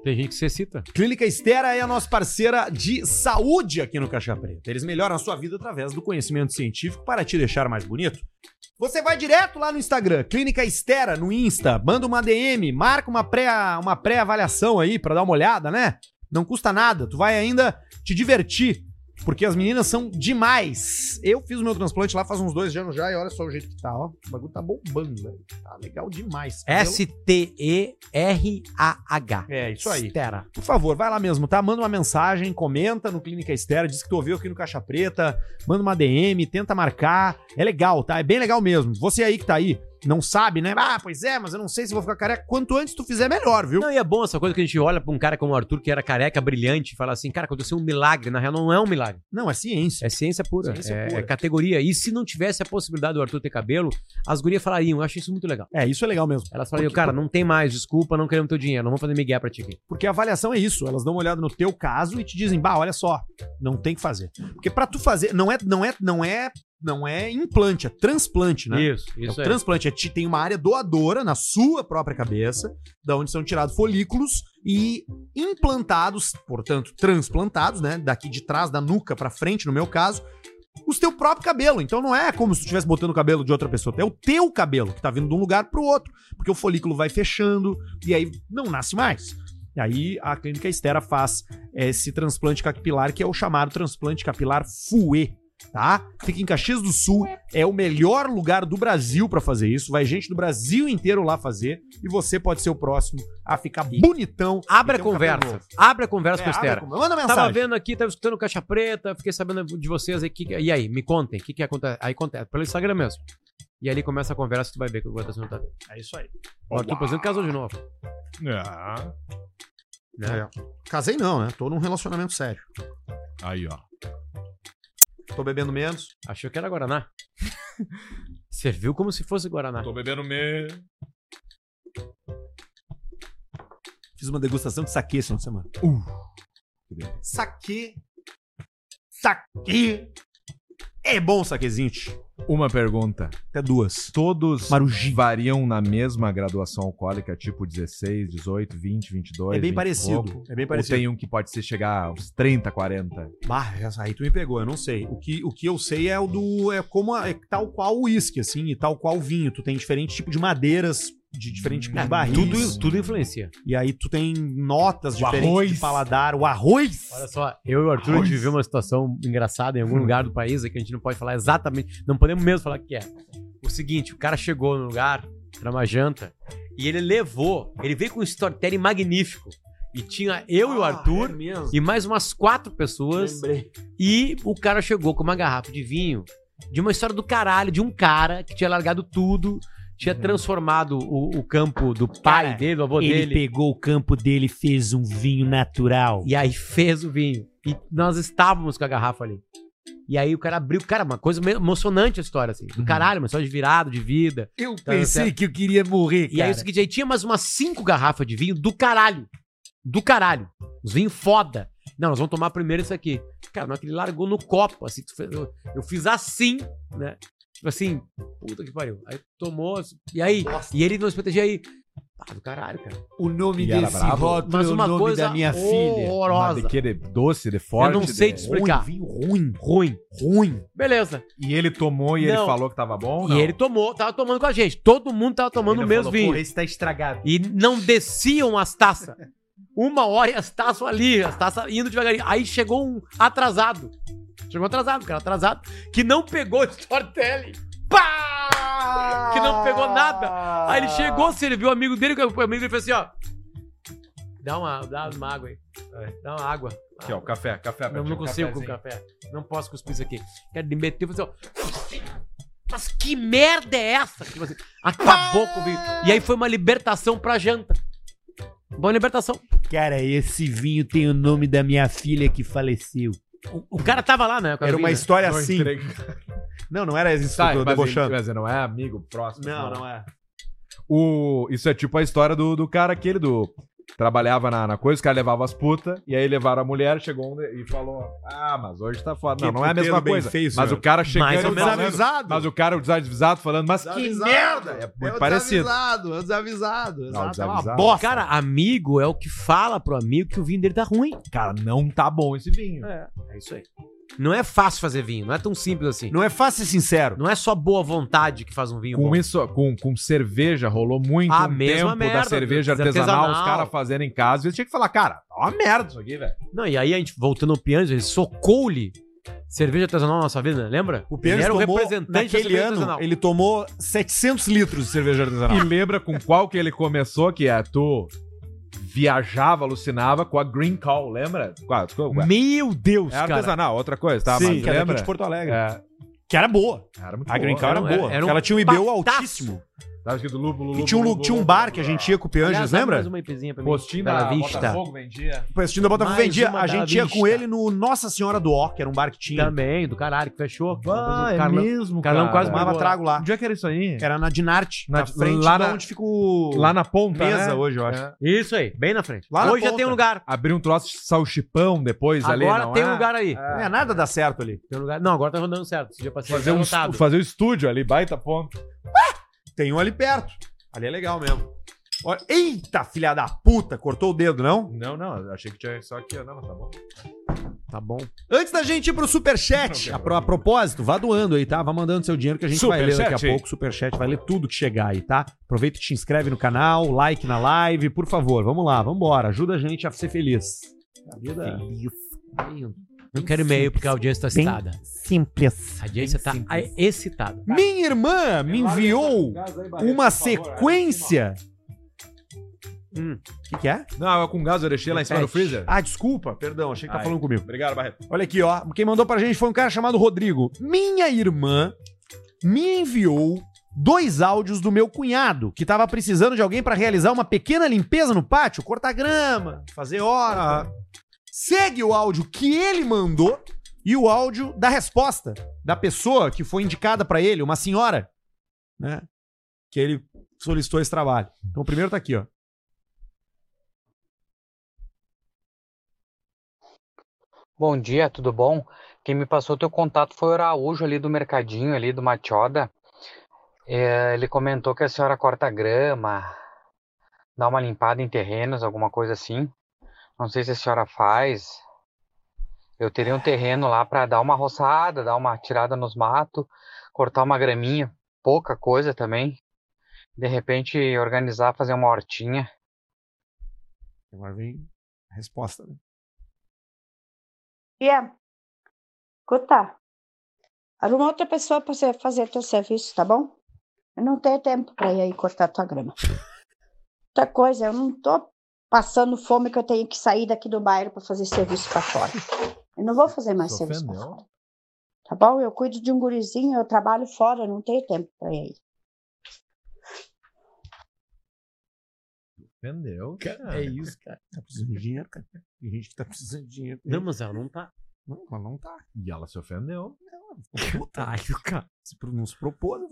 Tem gente que se excita. Clínica Estera é a nossa parceira de saúde aqui no Caixa Preta. Eles melhoram a sua vida através do conhecimento científico para te deixar mais bonito. Você vai direto lá no Instagram, Clínica Estera, no Insta, manda uma DM, marca uma pré, uma pré-avaliação aí pra dar uma olhada, né? Não custa nada, tu vai ainda te divertir, porque as meninas são demais. Eu fiz o meu transplante lá faz uns dois anos já e olha só o jeito que tá, ó. O bagulho tá bombando, velho. Tá legal demais. É, Cabelo- S-T-E-R-A-H. É, isso aí. Estera. Por favor, vai lá mesmo, tá? Manda uma mensagem, comenta no Clínica Estera, diz que tu ouviu aqui no Caixa Preta, manda uma DM, tenta marcar. É legal, tá? É bem legal mesmo. Você aí que tá aí, não sabe, né? Ah, pois é, mas eu não sei se vou ficar careca. Quanto antes tu fizer, melhor, viu? Não, e é bom essa coisa que a gente olha pra um cara como o Arthur, que era careca, brilhante, e fala assim, cara, aconteceu um milagre. Na real, não é um milagre. Não, é ciência. É ciência pura. Ciência é, pura. é categoria. E se não tivesse a possibilidade do Arthur ter cabelo, as gurias falariam, eu acho isso muito legal. É, isso é legal mesmo. Elas falariam, Porque- cara, não tem mais, desculpa, não queremos teu dinheiro, não vamos fazer migué pra ti aqui. Porque a avaliação é isso. Elas dão uma olhada no teu caso e te dizem, bah, olha só, não tem que fazer. Porque pra tu fazer, não é, não é, não é, não é implante, é transplante, né? Isso, Então, isso aí. transplante é, ti- tem uma área doadora na sua própria cabeça, da onde são tirados folículos e implantados, portanto, transplantados, né, daqui de trás da nuca pra frente, no meu caso, os teu próprio cabelo. Então não é como se tu estivesse botando o cabelo de outra pessoa, é o teu cabelo que tá vindo de um lugar pro outro, porque o folículo vai fechando e aí não nasce mais. E aí a clínica Estera faz eh, esse transplante capilar que é o chamado transplante capilar FUE, tá? Fica em Caxias do Sul, é o melhor lugar do Brasil pra fazer isso. Vai gente do Brasil inteiro lá fazer e você pode ser o próximo a ficar bonitão. Abre e ter a um cabelo conversa. novo. Abre a É, conversa com a abre Estera. com- Manda Tava mensagem. vendo aqui, tava escutando Caixa Preta, fiquei sabendo de vocês aí. que- que- e aí, me contem, o que, que acontece? Aí acontece, pelo Instagram mesmo. E ali começa a conversa, tu vai ver o tá que acontece no outro lado. É isso aí. O Arthur, por exemplo, casou de novo. Ah, Né? Casei não, né? Tô num relacionamento sério. aí, ó. Tô bebendo menos. Achou que era Guaraná. Serviu como se fosse Guaraná. Tô bebendo me. Fiz uma degustação de saquê esse final de semana. Uh. Saque. Saque. É bom o saquezinho. tch. Uma pergunta. Até duas. Todos variam na mesma graduação alcoólica, tipo 16, 18, 20, 22. É bem 20 e parecido, pouco? é bem parecido. Ou tem um que pode ser chegar aos 30, 40. Bah, essa aí tu me pegou, eu não sei. O que, o que eu sei é o do. É como a- é tal qual o uísque, assim, e tal qual o vinho. Tu tem diferente tipo de madeiras, de diferente Hum, tipo de barris. Tudo, tudo influencia. E aí tu tem notas O diferentes arroz. de paladar, o arroz. Olha só, eu e o Arthur a gente viveu uma situação engraçada em algum Uhum. lugar do país é que a gente não pode falar exatamente, não podemos mesmo falar o que é. O seguinte, o cara chegou no lugar, era uma janta, e ele levou, ele veio com um storytelling magnífico. E tinha eu e o Arthur Ah, é mesmo? e mais umas quatro pessoas. Lembrei. E o cara chegou com uma garrafa de vinho de uma história do caralho, de um cara que tinha largado tudo, tinha transformado o, o campo do pai Uhum. Cara, dele, do avô ele dele. pegou o campo dele e fez um vinho natural. E aí fez o vinho. E nós estávamos com a garrafa ali. E aí o cara abriu. Cara, uma coisa meio emocionante a história, assim. Uhum. Do caralho, uma história de virado, de vida. Então, assim, Eu que eu queria morrer, E aí o seguinte, aí tinha mais umas cinco garrafas de vinho do caralho. Do caralho. Uns vinhos foda. Não, nós vamos tomar primeiro isso aqui. Cara, não é que ele largou no copo, assim. tu fez- eu, eu fiz assim, né? Tipo assim, puta que pariu. Aí tomou, assim, e aí? E ele nos protegia aí. Ah, do caralho, cara. O nome E era desse brabo? rótulo Mas é o uma nome coisa da minha filha. horrorosa. Mas de que? De doce, de forte? eu não sei de- te explicar. vinho ruim. Ruim. Ruim. Beleza. E ele tomou e ele Não. falou que tava bom? E ele tomou, tava tomando com a gente. Todo mundo tava tomando o mesmo vinho. esse tá estragado. E não desciam as taças. Uma hora e as taças ali, as taças indo devagarinho. Aí chegou um atrasado. Chegou atrasado, cara atrasado, que não pegou o storytelling. Pá! Que não pegou nada. Aí ele chegou, serviu o amigo dele, que o amigo dele fez assim, ó. Dá uma, dá uma água aí. Dá uma água. É. Aqui, ó, o café, café. Não, não Betinho, consigo com o cafezinho. café. Não posso cuspir isso aqui. Cara, ele meteu e falou assim, ó. Mas que merda é essa? Tipo assim, acabou com o vinho. E aí foi uma libertação pra janta. Boa libertação. Cara, esse vinho tem o nome da minha filha que faleceu. O, o cara tava lá, né? com a Era uma vida. história Não assim. entregue. Não, não era isso Tá, que eu tô mas, ele- debochando. mas ele não é amigo próximo. Não, não é. O, isso é tipo a história do, do cara aquele do. Trabalhava na, na coisa, os caras levavam as putas, e aí levaram a mulher, chegou um e falou: Ah, mas hoje tá foda. Não, Que não é a mesma puteiro bem né? coisa. feio, mas senhor. o cara Mais chegando. ou e menos falando- avisado. Mas o cara, o desavisado, falando, mas que Desavisado. merda! É muito parecido. Desavisado, é desavisado. Não, exato, é uma desavisado. bosta. Cara, amigo é o que fala pro amigo que o vinho dele tá ruim. Cara, não tá bom esse vinho. É isso aí. Não é fácil fazer vinho, não é tão simples assim. Não é fácil e sincero. Não é só boa vontade que faz um vinho Com bom. isso, com, com cerveja, rolou muito A um mesma tempo da merda, cerveja artesanal. artesanal, os caras fazendo em casa. Eu tinha que falar, cara, tá uma merda isso aqui, velho. Não, e aí a gente, voltando ao Pianjo, ele socou-lhe cerveja artesanal na nossa vida, lembra? O Pedro ele era o tomou, representante da naquele cerveja ano, artesanal. ele tomou 700 litros de cerveja artesanal. E lembra com qual que ele começou, que é tu viajava, alucinava com a Green Call, lembra? Quase, Meu Deus, é cara. artesanal, outra coisa, tá? Sim, que era daqui lembra? de Porto Alegre. É, Que era boa. era muito A Green Cow era Era boa. um- era um porque ela tinha um IBU pataço. altíssimo. Tava escrito lúpulo, E tinha um, lu- tinha um bar que a gente ia com o Pianges, Aliás, dá lembra? mais uma IPzinha pra mim. Postinho Bela da Vista. Botafogo vendia. O Pestinho da Botafogo Mais vendia. uma A da gente ia lista. com ele no Nossa Senhora do Ó, que era um bar que tinha. Também, do caralho, que fechou. Ah, O é Carlão- mesmo, Carlão cara. quase Tomava mandou lá. trago lá. Onde é que era isso aí? Era na Dinarte, na, Na- frente lá lá na- onde fica o... Lá na ponta, mesa né? hoje, eu acho. É. Isso aí, bem na frente. Lá na Hoje já ponta. tem um lugar. Abriu um troço de salchipão depois ali, Agora não tem é? um lugar aí. É, nada dá certo ali. Tem um lugar. Não, agora tá rodando certo. Esse dia passei Fazer um, estu- fazer um estúdio ali, baita ponto. Tem um ali perto. Ali é legal mesmo. Olha, eita, filha da puta, cortou o dedo, não? Não, não, eu achei que tinha só aqui, ó. não, mas tá bom. Tá bom. Antes da gente ir pro superchat, a, pro- a propósito, vá doando aí, tá? Vá mandando seu dinheiro que a gente vai ler daqui a Superchat. pouco. Superchat vai ler tudo que chegar aí, tá? Aproveita e te inscreve no canal, like na live, por favor. Vamos lá, vamos embora. Ajuda a gente a ser feliz. A é vida... Não quero e-mail porque a audiência tá excitada. Simples. A audiência tá excitada. Minha irmã me enviou uma sequência. Hum, O que, que é? Não, eu com gás eu deixei lá em cima do Repete. freezer. Ah, desculpa, perdão, achei que tá Ai. falando comigo. Obrigado, Barreto. Olha aqui, ó. Quem mandou pra gente foi um cara chamado Rodrigo. Minha irmã me enviou dois áudios do meu cunhado, que tava precisando de alguém pra realizar uma pequena limpeza no pátio, cortar grama, fazer hora. Segue o áudio que ele mandou e o áudio da resposta da pessoa que foi indicada pra ele, uma senhora, né? Que ele solicitou esse trabalho. Então o primeiro tá aqui, ó. Bom dia, tudo bom? Quem me passou teu contato foi o Araújo ali do mercadinho, ali do Machoda. É, ele comentou que a senhora corta grama, dá uma limpada em terrenos, alguma coisa assim. Não sei se a senhora faz. Eu teria um terreno lá para dar uma roçada, dar uma tirada nos matos, cortar uma graminha, pouca coisa também. De repente organizar, fazer uma hortinha. Agora vem a resposta. né? Ian, é. escuta. Arruma outra pessoa para você fazer teu serviço, tá bom? Eu não tenho tempo para ir aí cortar tua grama. Outra coisa, eu não tô passando fome que eu tenho que sair daqui do bairro para fazer serviço para fora. Eu não vou fazer mais serviço para fora. Tá bom? Eu cuido de um gurizinho, eu trabalho fora, eu não tenho tempo para ir aí. Entendeu? É isso, cara. Tá precisando de dinheiro, cara. Tem gente que tá precisando de dinheiro. Não, mas ela não tá. Não, ela não tá. E ela se ofendeu. Ai, cara. Se pro- não se propôs.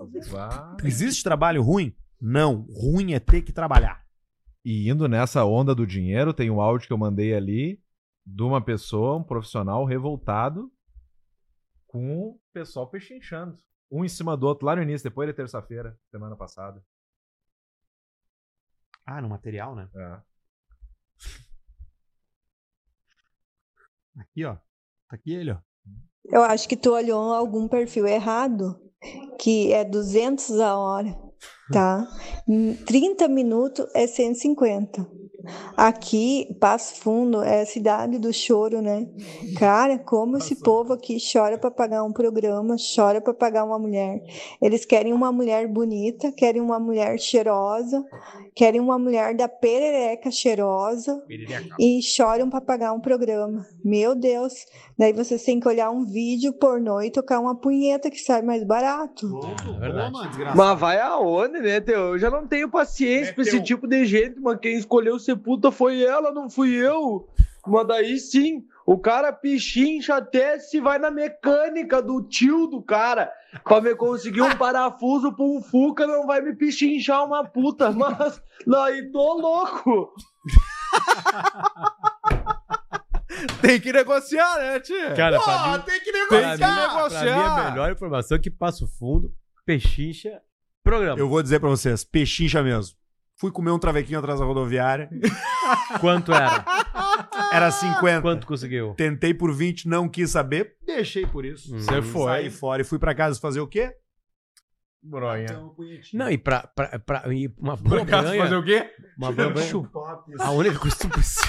Existe trabalho ruim? Não. Ruim é ter que trabalhar. E indo nessa onda do dinheiro, tem um áudio que eu mandei ali de uma pessoa, um profissional revoltado com o pessoal pechinchando. Um em cima do outro, lá no início, depois da terça-feira, semana passada. Ah, no material, né? É. Aqui, ó. Tá aqui ele, ó. Eu acho que tu olhou algum perfil errado, que é 200 a hora, tá? Em 30 minutos é 150. Aqui, Passo Fundo, é a cidade do choro, né? Cara, como esse povo aqui chora para pagar um programa, chora para pagar uma mulher. Eles querem uma mulher bonita, querem uma mulher cheirosa, querem uma mulher da perereca cheirosa e choram para pagar um programa. Meu Deus! Daí vocês têm que olhar um vídeo pornô e tocar uma punheta que sai mais barato. É verdade. Mas vai aonde, né, Teu? Eu já não tenho paciência pra esse tipo de gente, mas quem escolheu ser puta foi ela, não fui eu. Mas daí sim, o cara pichincha até se vai na mecânica do tio do cara pra me conseguir um parafuso pra um fuca, não vai me pichinchar uma puta, mas daí tô louco. Tem que negociar, né, tia? Cara, Pô, pra mim- tem que pra negociar. mim- Pra mim, a melhor informação é que Passo Fundo, Pechincha, programa. Eu vou dizer pra vocês, pechincha mesmo. Fui comer um travequinho atrás da rodoviária. Quanto era? Era 50. Quanto conseguiu? Uhum. Tentei por 20, não quis saber. Deixei por isso. Você foi. Saí fora e fui pra casa fazer o quê? Bronha. Não, e pra, pra, pra e uma boa acaso, banha- fazer o quê? Uma boa banha. Chupar a piscina. A única coisa que tu precisa.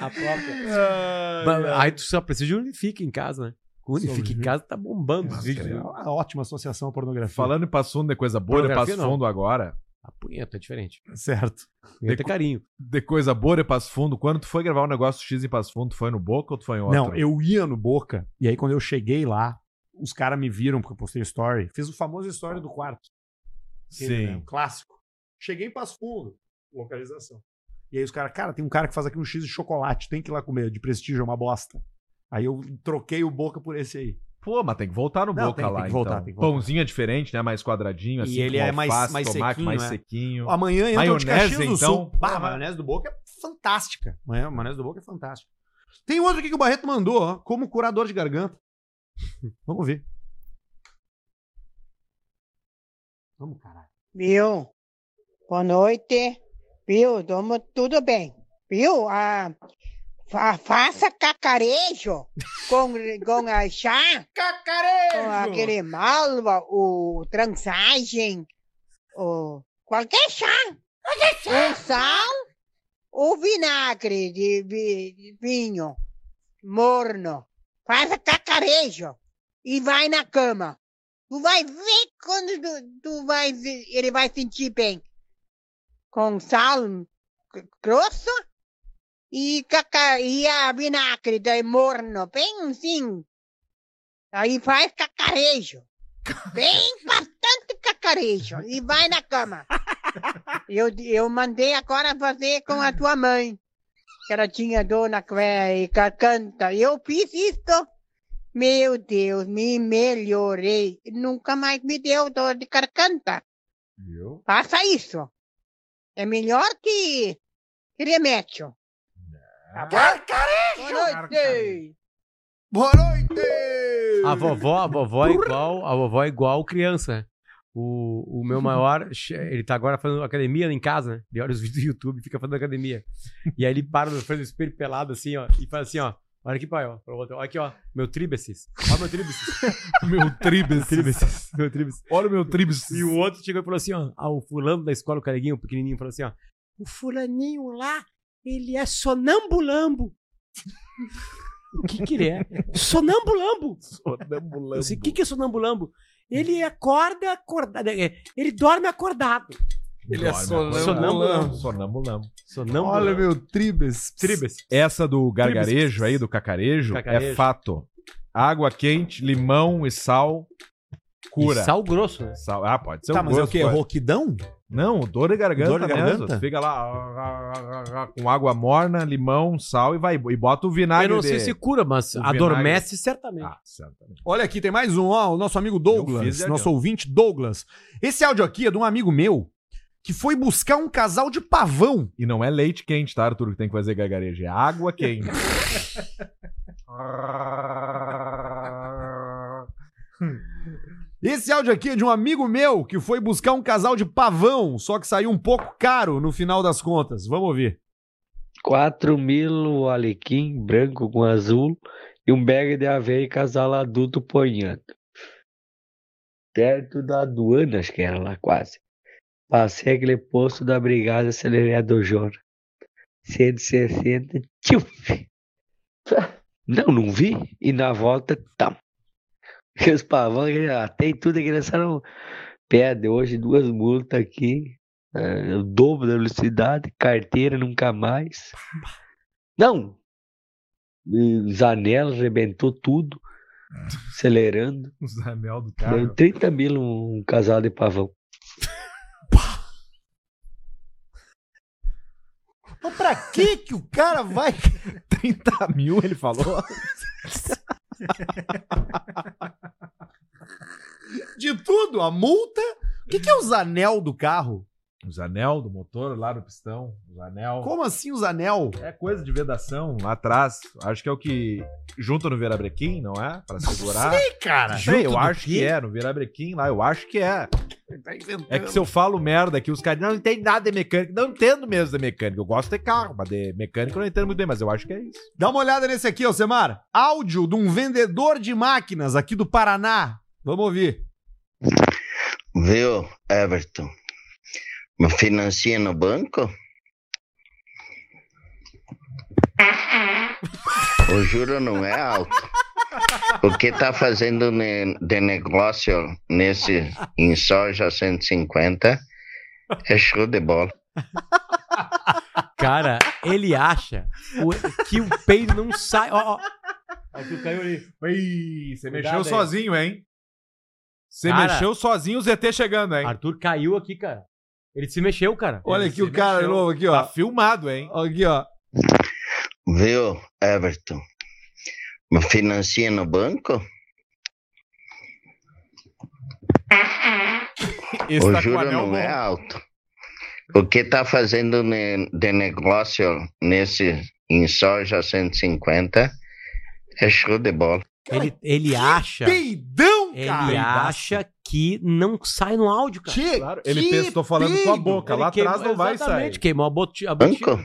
A própria. é Ba- Aí tu só precisa de unifique em casa, né? Unifique em casa tá bombando os vídeos. né? Uma ótima associação à pornografia. é Falando em passo fundo, é coisa boa, de Pornografia, passo fundo não. agora. A punheta é diferente. Certo. Punheta é carinho. De coisa boa, de passo fundo. Quando tu foi gravar um negócio X em passo fundo, tu foi no Boca ou tu foi em outro? Não, eu ia no Boca, e aí quando eu cheguei lá, os caras me viram, porque eu postei story. Fiz o famoso story do quarto. Aquele, Sim. né, o clássico. Cheguei em Passo Fundo, localização. E aí os caras, cara, tem um cara que faz aqui um X de chocolate, tem que ir lá comer, de prestígio, é uma bosta. Aí eu troquei o Boca por esse aí. Pô, mas tem que voltar no Não, Boca tem- tem lá, que voltar, então. tem que voltar. Pãozinho é diferente, né? Mais quadradinho, assim. e ele com é mais, alface, mais tomate, sequinho. mais né? sequinho. Amanhã entra o de Maionese, Caxias do então. Sul. Bah, a maionese do Boca é fantástica. Amanhã, a maionese do Boca é fantástica. Tem outro aqui que o Barreto mandou, ó, como curador de garganta. Vamos ver. Vamos, caralho. Viu? Boa noite. Viu? Tamo tudo bem. Viu? Ah, fa- faça cacarejo com, com a chá. Cacarejo! Com aquele malva, o transagem, o qualquer chá. O sal, o vinagre de, vi- de vinho morno. Faça cacarejo e vai na cama. Tu vai ver quando tu, tu vai, ver- ele vai sentir bem. Com sal gr- grosso e, caca, e a vinagre de morno, bem assim. Aí faz cacarejo. Bem bastante cacarejo. E vai na cama. Eu, eu mandei agora fazer com a tua mãe. Que ela tinha dor na cueca e ca- canta. Eu fiz isto. Meu Deus, me melhorei. Nunca mais me deu dor de garganta. Faça isso. É melhor que, remédio. Tá Boa noite. Boa noite! A vovó, a vovó é igual, a vovó é igual criança. O, o meu maior, che- ele tá agora fazendo academia lá em casa, né? Ele olha os vídeos do YouTube e fica fazendo academia. E aí ele para na frente do espelho pelado assim, ó, e faz assim, ó. Olha aqui, pai, ó. pro outro, Olha aqui, ó. Meu tríbeces. Olha meu tríbeces. Meu tríbeces. meu tríbeces. Olha o meu tríbeces. E o outro chegou e falou assim, ó. ah, O fulano da escola, o careguinho, o pequenininho, falou assim, ó. O fulaninho lá, ele é sonambulambo. O que que ele é? Sonambulambo. Sonambulambo. Eu sei, o que que é sonambulambo? Ele acorda acordado. é, Ele dorme acordado. Ele é sonambulambo. sonambulambo. Sonambulambo. Sonambulambo. Olha, meu, tribes. Tribes. Essa do gargarejo aí, do cacarejo, Cacarejo. é fato. Água quente, limão e sal cura. E sal grosso, né? Sal- Ah, pode ser Tá, um mas é o grosso, quê? É pode. Roquidão? Não, dor de garganta Dor de mesmo. garganta? Tu Fica lá com água morna, limão, sal e vai e bota o vinagre. Eu não sei se cura, mas adormece certamente. Ah, certamente. Olha aqui, tem mais um, ó, o nosso amigo Eu fiz Douglas, e nosso adianta. ouvinte Douglas. Esse áudio aqui é de um amigo meu que foi buscar um casal de pavão. E não é leite quente, tá, Arthur, que tem que fazer gargarejo. É água quente. Esse áudio aqui é de um amigo meu que foi buscar um casal de pavão, só que saiu um pouco caro no final das contas. Vamos ouvir. 4 mil o alequim branco com azul e um bag de aveia e casal adulto ponhando. Perto da aduana, acho que era lá quase. Passei aquele posto da brigada acelerador Jona. 160, tchuf! Não, não vi. E na volta, tá. E os pavão, até e tudo, a criança não perde. Hoje, duas multas aqui, eh, o dobro da velocidade, carteira nunca mais. Não! E Janela arrebentou tudo, acelerando. Os anel do Deu carro. 30 mil um, um casal de pavão. Mas Então, pra que que o cara vai... 30 mil, ele falou. De tudo, a multa. O que, que é os anel do carro? Os anel do motor, lá no pistão. Os anel. Como assim os anel? É coisa de vedação lá atrás. Acho que é o que junta no virabrequim, não é? Pra segurar. sei, cara. Sei, Junto eu do acho quê? que é, no virabrequim lá, eu acho que é. tá É que se eu falo merda aqui, os caras não entendem nada de mecânica. Não entendo mesmo de mecânica. Eu gosto de carro, mas de mecânica eu não entendo muito bem, mas eu acho que é isso. Dá uma olhada nesse aqui, Alcemar. Áudio de um vendedor de máquinas aqui do Paraná. Vamos ouvir. Viu, Everton? Me financia no banco? O juro não é alto. O que tá fazendo ne- de negócio nesse em soja 150 é show de bola. Cara, ele acha o- que o peido não sai. Ó, ó. Olha o que caiu ali. Ui, você Cuidado mexeu aí. sozinho, hein? Você Cara, mexeu sozinho o ZT chegando, hein? Arthur caiu aqui, cara. Ele se mexeu, cara. Olha Ele aqui se o cara de mexeu. novo aqui, ó. Tá filmado, hein? Aqui, ó. Viu, Everton? Me financia no banco? Esse o tá com o juro anel não bom. é alto. O que tá fazendo ne- de negócio nesse em soja 150 é show de bola. Ele, ele acha. Peidão, cara! Ele acha que não sai no áudio, cara. Claro, ele pensa, "Tô falando com a boca, lá queimou- atrás não vai exatamente, sair." queimou a, boti- a botina. Banco?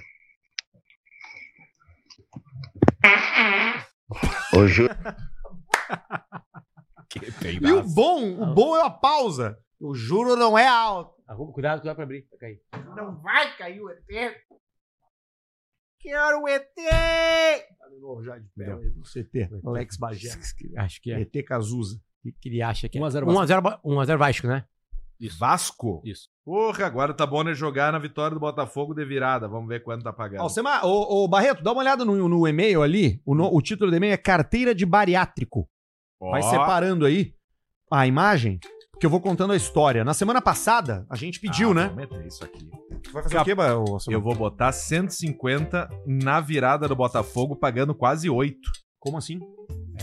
O juro. E o bom, o bom é a pausa. O juro não é alto. Arruma, cuidado, cuidado pra abrir. Tá Vai cair. Não vai cair o ET. Quero o ET. um Já de pé, do CT, Alex Bagé. Acho que é. ET Cazuza. O que ele acha Um que é? 1x0 Vasco. 1x0 1x0 Vasco, né? Vasco? Isso. Porra, agora tá bom né jogar na vitória do Botafogo de virada. Vamos ver quanto tá pagando. Alcemar, ô, ô, Barreto, dá uma olhada no, no e-mail ali. O, no- o título do e-mail é Carteira de Bariátrico. Vai Ó. separando aí a imagem, porque eu vou contando a história. Na semana passada, a gente pediu, Ah, né? vamos meter isso aqui. Vai fazer o quê, Ba- ô, Alcemar? Eu vou botar 150 na virada do Botafogo, pagando quase 8. Como assim?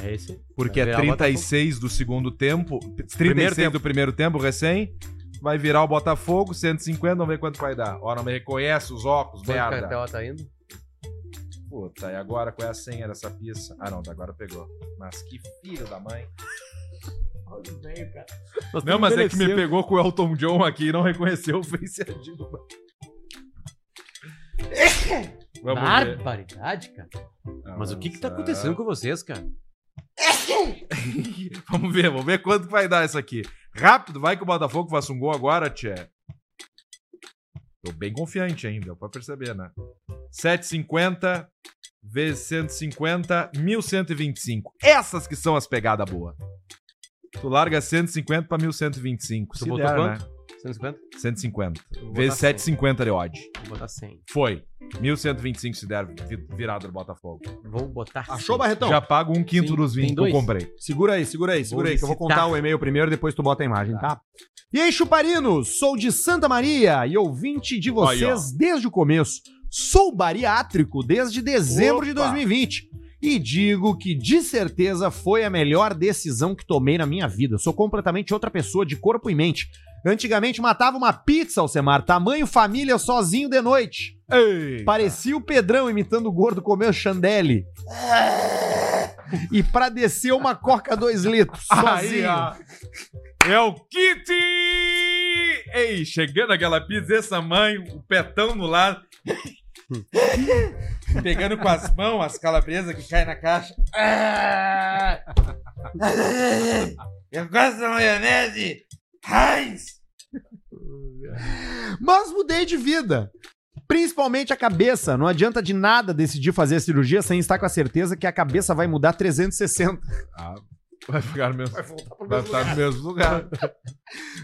É esse. Porque Vai é virar o 36 do segundo tempo, 36 tempo. do primeiro tempo recém, Vai virar o Botafogo, 150, vamos ver quanto vai dar. Ó, não me reconhece os óculos, Banco merda. Cartela tá indo? Puta, e agora qual é a senha dessa pista? Ah, não, tá, agora pegou. Mas que filho da mãe. Olha o velho, cara. não, mas é que me pegou com o Elton John aqui e não reconheceu o Face ID do banco. Vamos ver. Barbaridade, cara. Mas o que que tá Avançar. acontecendo com vocês, cara? Vamos ver, vamos ver quanto que vai dar isso aqui. Rápido, vai que o Botafogo faça um gol agora, Tchê. Tô bem confiante ainda, deu pra perceber, né? 750 vezes 150, 1125. Essas que são as pegadas boas. Tu larga 150 pra 1125. Tu Se botou der, quanto? né? 150? 150. vou Vezes botar 750 de odd. Vou botar 100. Foi. 1125 se der vi- virado do Botafogo. Vou botar Achou, Barretão? Já pago um quinto dos 20 que eu comprei. Segura aí, segura aí, segura aí, que eu vou licitar. contar o e-mail primeiro, depois tu bota a imagem, tá? E aí, Chuparinos, sou de Santa Maria e ouvinte de vocês desde o começo. Sou bariátrico desde dezembro de 2020 e digo que de certeza foi a melhor decisão que tomei na minha vida. Sou completamente outra pessoa de corpo e mente. Antigamente matava uma pizza, Alcemar, tamanho família sozinho de noite. Parecia o Pedrão imitando o gordo comer chandelle. E pra descer uma coca 2 litros, Ah, sozinho. ó. É o Kitty! Ei, chegando aquela pizza dessa mãe, o petão no lado. Pegando com as mãos as calabresas que caem na caixa. Ah! Eu gosto da maionese! Heinz! Mas mudei de vida. Principalmente a cabeça. Não adianta de nada decidir fazer a cirurgia sem estar com a certeza que a cabeça vai mudar 360. Ah, vai ficar no mesmo. Vai voltar pro vai mesmo ficar no mesmo lugar.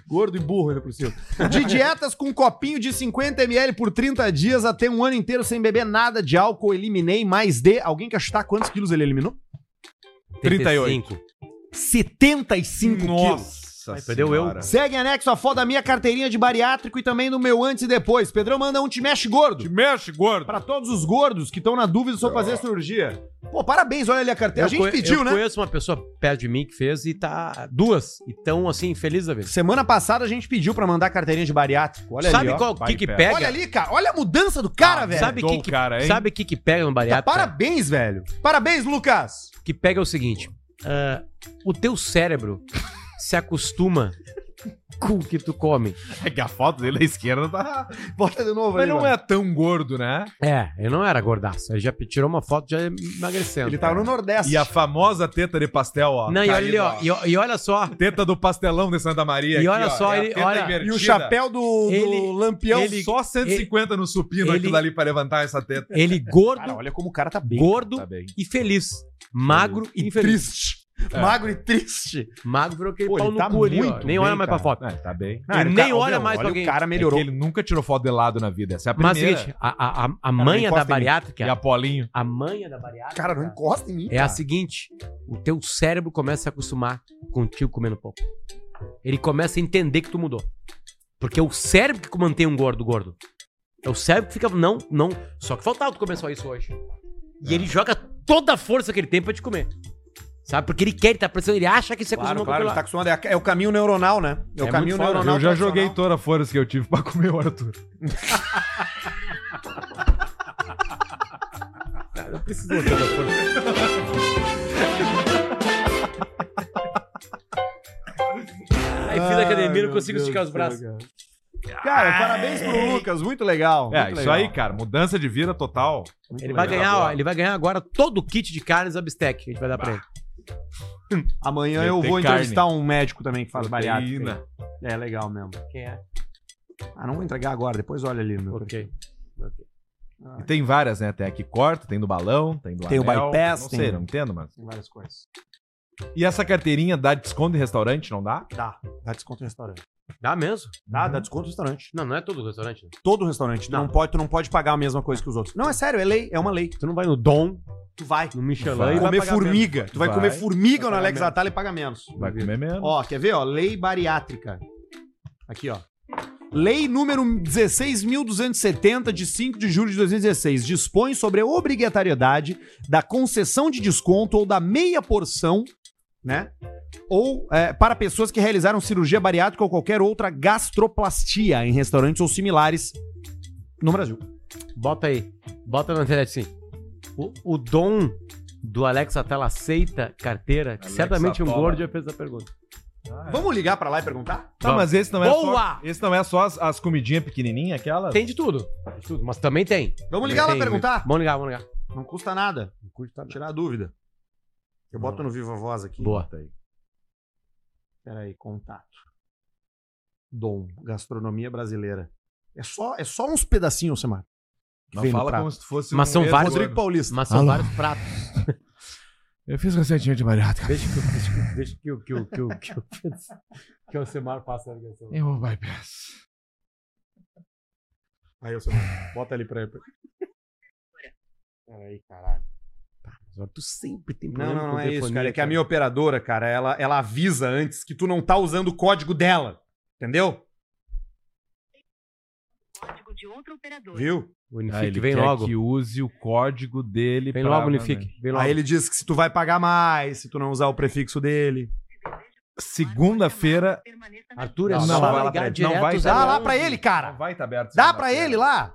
Gordo e burro ainda por cima. De dietas com um copinho de 50ml por 30 dias até um ano inteiro sem beber nada de álcool, eliminei mais de. Alguém quer chutar quantos quilos ele eliminou? 38. 75 quilos. Nossa Perdeu eu. Segue em anexo a foto da minha carteirinha de bariátrico e também do meu antes e depois. Pedrão manda um te mexe gordo. Te mexe gordo. Pra todos os gordos que estão na dúvida sobre fazer a cirurgia. Pô, parabéns, olha ali a carteira. a gente conhe- pediu, eu né? conheço uma pessoa perto de mim que fez e tá. Duas. E tão assim, feliz da vida. Semana passada a gente pediu pra mandar carteirinha de bariátrico. Olha Sabe ali, ó. qual que Vai que pé. pega? Olha ali, cara. Olha a mudança do cara, Ah, velho. Sabe Ah, o que, que, É cara, hein? sabe que que pega no bariátrico? Tá, parabéns, velho. Parabéns, Lucas. O que pega é o seguinte: ah, o teu cérebro se acostuma com o que tu come. É que a foto dele à esquerda tá. Bota de novo Mas ali, não mano. é tão gordo, né? É, eu não era gordaço. Eu já pe- tirou uma foto já emagrecendo. Ele tava no Nordeste. E a famosa teta de pastel, ó. Não, e olha ali, caída, ó. E, ó- e olha só. Teta do pastelão de Santa E Maria. aqui, olha ó, só, é a ele- teta olha, invertida. E o chapéu do, do Ele- Lampião. ele- Só 150 no supino, ele- aquilo ali pra levantar essa teta. é. Ele gordo. Cara, olha como o cara tá bem. Gordo Tá bem. e feliz. Magro e triste. É. Magro e triste. Magro virou aquele Pô, ele pau no tá cu ali, ó. muito Nem bem, olha mais cara. pra foto. É, tá bem. Não, ele o nem cara- olha meu, mais pra olha alguém. O cara melhorou. É que ele nunca tirou foto de lado na vida. Essa é a Mas primeira. seguinte, a, a, a, a não manha da encosta em mim. bariátrica. E a Paulinho. É A É manha da bariátrica. Cara, não encosta em mim. É a seguinte: o teu cérebro começa a se acostumar contigo comendo pouco. Ele começa a entender que tu mudou. Porque é o cérebro que mantém um gordo gordo. É o cérebro que fica. Não, não. Só que faltava tu comer só isso hoje. É. E ele joga toda a força que ele tem pra te comer. Sabe? Porque ele quer, ele tá pressionando, ele acha que isso é Claro, acostumou claro, com ele tá aquilo acostumado. É, a- é o caminho neuronal, né? É, o É caminho muito foda. neuronal. eu já tradicional. joguei toda a força que eu tive pra comer o Arthur. lá. Não precisou de toda a força. Aí fiz academia, não consigo esticar os braços. Ah, Cara, parabéns pro Lucas. Muito legal. É, muito isso legal. aí, cara. Mudança de vida total. Ele vai ganhar, ó, ele vai ganhar agora todo o kit de carnes Abstec que a gente vai dar pra ele. Amanhã Ia eu ter vou carne. entrevistar um médico também que faz Proteína. bariátrica. É legal mesmo. Quem é? Ah, não vou entregar agora, depois olha ali no meu. Ok. Ok. E tem várias, né? Tem a que corta, tem do balão, tem do Tem o bypass, Não tem- sei, não entendo, mas... Tem várias coisas. E essa carteirinha dá desconto em restaurante, não dá? Dá. Dá desconto em restaurante. Dá mesmo? Dá, dá desconto no restaurante. Não, não é todo restaurante. né? Todo restaurante. Tu não. pode, tu não pode pagar a mesma coisa que os outros. Não, é sério, é lei, é uma lei. Tu não vai no Dom, Tu vai. no Michelin Vai e vai comer pagar formiga. menos. Tu vai, Vai. comer formiga Vai no pagar Alex menos. Atala e paga menos. Vai comer mesmo. Ó, quer ver, ó? Lei bariátrica. Aqui, ó. Lei número 16.270, de 5 de julho de 2016, dispõe sobre a obrigatoriedade da concessão de desconto ou da meia porção, né? ou é, para pessoas que realizaram cirurgia bariátrica ou qualquer outra gastroplastia em restaurantes ou similares no Brasil. Bota aí. Bota na internet sim. O, o dom do Alex Atala aceita carteira? Que Alex certamente um Atala. gordo já fez essa pergunta. Vamos ligar pra lá e perguntar? Tá, mas esse não é Boa! só, esse não é só as, as comidinhas pequenininhas, aquelas? Tem de tudo. Tem de tudo, mas também tem. Vamos ligar lá Tem- perguntar? Vamos ligar, vamos ligar. Não custa nada. Não custa nada. Tirar a dúvida. Eu boto no Viva Voz aqui. tá Boa. Tá. Peraí, contato. Dom, gastronomia brasileira. É só, é só uns pedacinhos, Samar. Não fala como se tu fosse Mas um são ex- vários. Rodrigo É Paulista. Mas são Alô. vários pratos. Eu fiz receitinha de bariátrica. Deixa que, eu- deixa, que- deixa que, o- que, o- que, o- que, o- que o Semar passa a ligação. Eu vou bypass. Aí, ô Samar, bota ali pra ele. Peraí, caralho. Tá, Tu sempre tem Não, problema não, com não é isso, telefonia, cara. É que a minha operadora, cara, ela, ela avisa antes que tu não tá usando o código dela. Entendeu? Viu? Unifique, vem logo. Ah, que use o código dele Vem pra logo, Unifique. Vem logo. Aí ele diz que se tu vai pagar mais, se tu não usar o prefixo dele. Segunda-feira. Arthur, é não, só não, vai ligar lá pra ele. direto, Não vai dá tá lá aberto. pra ele, cara. Não vai tá aberto. Dá pra ele lá!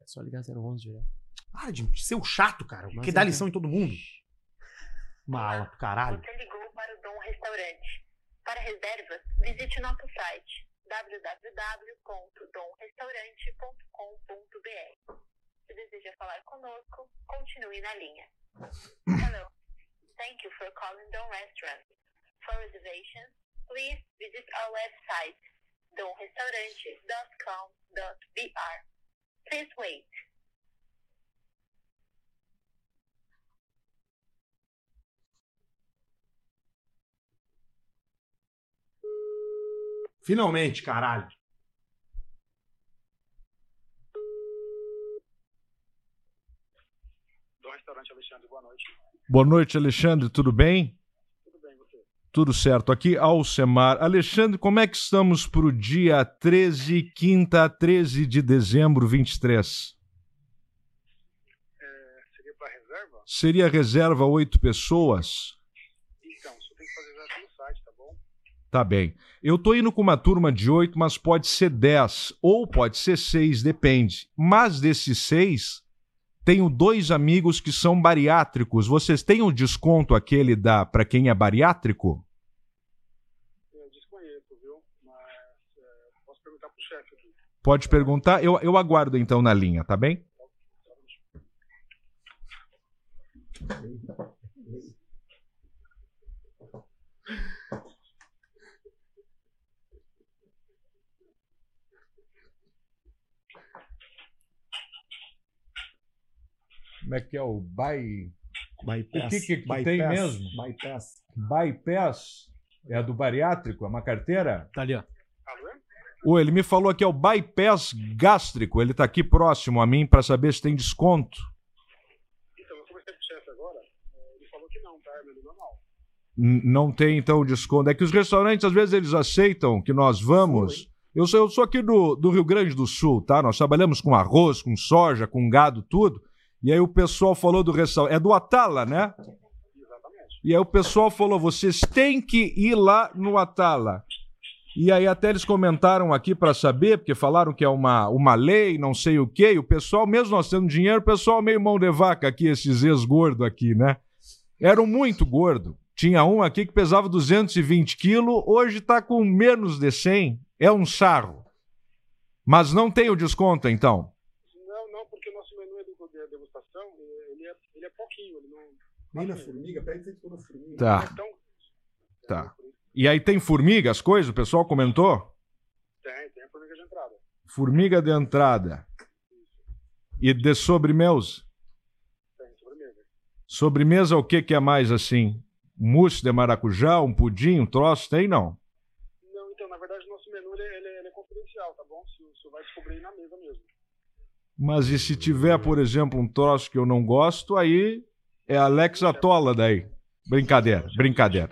É só ligar 011 direto. Para de ser o chato, cara. Mas que dá é. lição em todo mundo. Mala, pro caralho. Para reservas, visite nosso site www.domrestaurante.com.br. Se deseja falar conosco, continue na linha. Hello. Thank you for calling Dom Restaurant. For reservations, please visit our website domrestaurante.com.br. Please wait. Finalmente, caralho. Boa noite, Alexandre. Tudo bem? Tudo certo. Aqui, Alcemar. Alexandre, como é que estamos para o dia 13, quinta, 13 de dezembro, 23? seria para reserva? Seria reserva oito pessoas? Tá bem. Eu tô indo com uma turma de oito, mas pode ser dez ou pode ser seis, depende. Mas desses seis, tenho dois amigos que são bariátricos. Vocês têm um desconto aquele da para quem é bariátrico? Pode perguntar. Eu, eu aguardo então na linha, tá bem? Como é que é o by... Bypass. O que que, que bypass, tem mesmo? Bypass. Bypass? É a do bariátrico? É uma carteira? Tá ali, ó. Ô, ele me falou que é o bypass gástrico. Ele tá aqui próximo a mim para saber se tem desconto. N- Não tem, então, desconto. É que os restaurantes, às vezes, eles aceitam que nós vamos. Eu sou, eu sou aqui do, do Rio Grande do Sul, tá? Nós trabalhamos com arroz, com soja, com gado, tudo. E aí o pessoal falou do restaurante. É do Atala, né? E aí o pessoal falou: vocês têm que ir lá no Atala. E aí até eles comentaram aqui para saber, porque falaram que é uma, uma lei, não sei o quê, e o pessoal, mesmo nós tendo dinheiro, o pessoal meio mão de vaca aqui, esses ex-gordos aqui, né? Eram muito gordo. Tinha um aqui que pesava 220 quilos, hoje tá com menos de 100. É um sarro. Mas não tem o desconto, então. é Nem na formiga, pega que toda formiga. Tá. Então, Tá. E aí tem formiga, as coisas? O pessoal comentou? Formiga de entrada. E de sobremesa? Sobremesa, o que, que é mais assim? Mousse de maracujá, um pudim, um troço? Tem não? então, é, tá Mas e se tiver, por exemplo, um troço que eu não gosto, aí é Alex Atola daí. Brincadeira, brincadeira.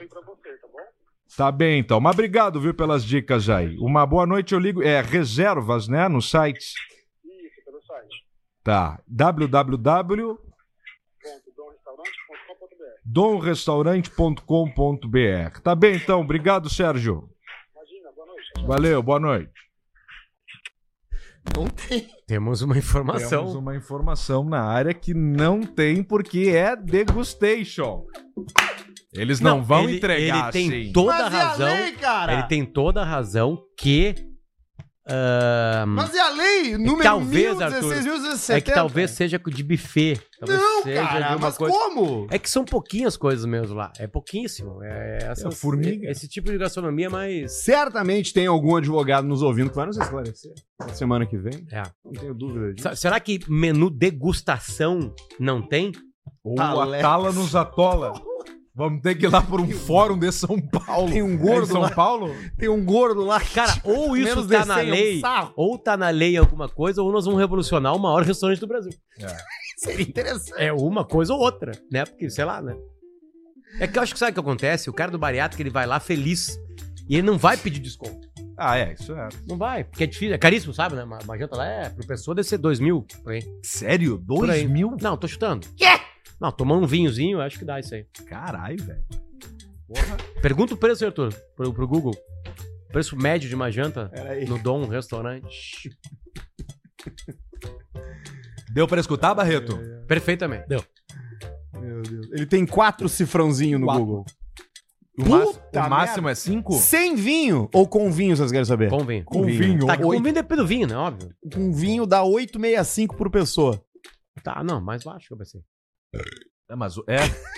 Tá bem então. Mas obrigado, viu, pelas dicas aí. Uma boa noite, eu ligo. É reservas, né? No site. Isso, pelo site. Tá. www. domrestaurante.com.br. Tá bem então, obrigado, Sérgio. Valeu, boa noite. Não tem. Temos uma informação. Temos uma informação na área que não tem porque é degustation. Eles não, vão ele, entregar Ele tem assim. toda Mas a é a razão. lei, cara! Ele tem toda a razão que. ah, Mas é a lei, é que número talvez, 1016, Arthur, 1070. é que talvez seja de buffet. Talvez Não, seja cara, de uma mas coisa- como? É que são pouquinhas coisas mesmo lá. É pouquíssimo. É, essas- formiga. Esse tipo de gastronomia é mais. Certamente tem algum advogado nos ouvindo que vai nos esclarecer na semana que vem. É. Ah, Não tenho dúvida disso. Se- Será que menu degustação não tem? Ou atala nos atola. Vamos ter que ir lá por um fórum de São Paulo. Tem um gordo São lá. Paulo? Tem um gordo lá. Cara, ou isso Menos tá de na 100 é um lei, sarro. ou tá na lei alguma coisa, ou nós vamos revolucionar o maior restaurante do Brasil. Seria interessante. É uma coisa ou outra, né? Porque, sei lá, né? É que eu acho que sabe o que acontece? O cara do bariátrico, ele vai lá feliz e ele não vai pedir desconto. Ah, é, isso é. Não vai, porque é difícil, é caríssimo, sabe? Né? Uma, uma janta lá é, pro pessoa deve ser dois mil. Por aí. Sério? Dois Por aí. mil? Não, tô chutando. Quê? Não, tomando um vinhozinho, eu acho que dá isso aí. Caralho, velho. Pergunta o preço, aí, Arthur, pro, pro Google. Preço médio de uma janta Peraí. no Dom um Restaurante. Deu pra escutar, Barreto? Perfeitamente. Deu. Meu Deus. Ele tem quatro cifrãozinho no Quatro. Google. O, Puta ma- o máximo é cinco? Sem vinho ou com vinho, vocês querem saber? Com vinho. Com vinho. Tá, com Oito- vinho depende do vinho, né? Óbvio. Com vinho dá 8,65 por pessoa. Tá, não, mais baixo que eu pensei. É, mas, o- é,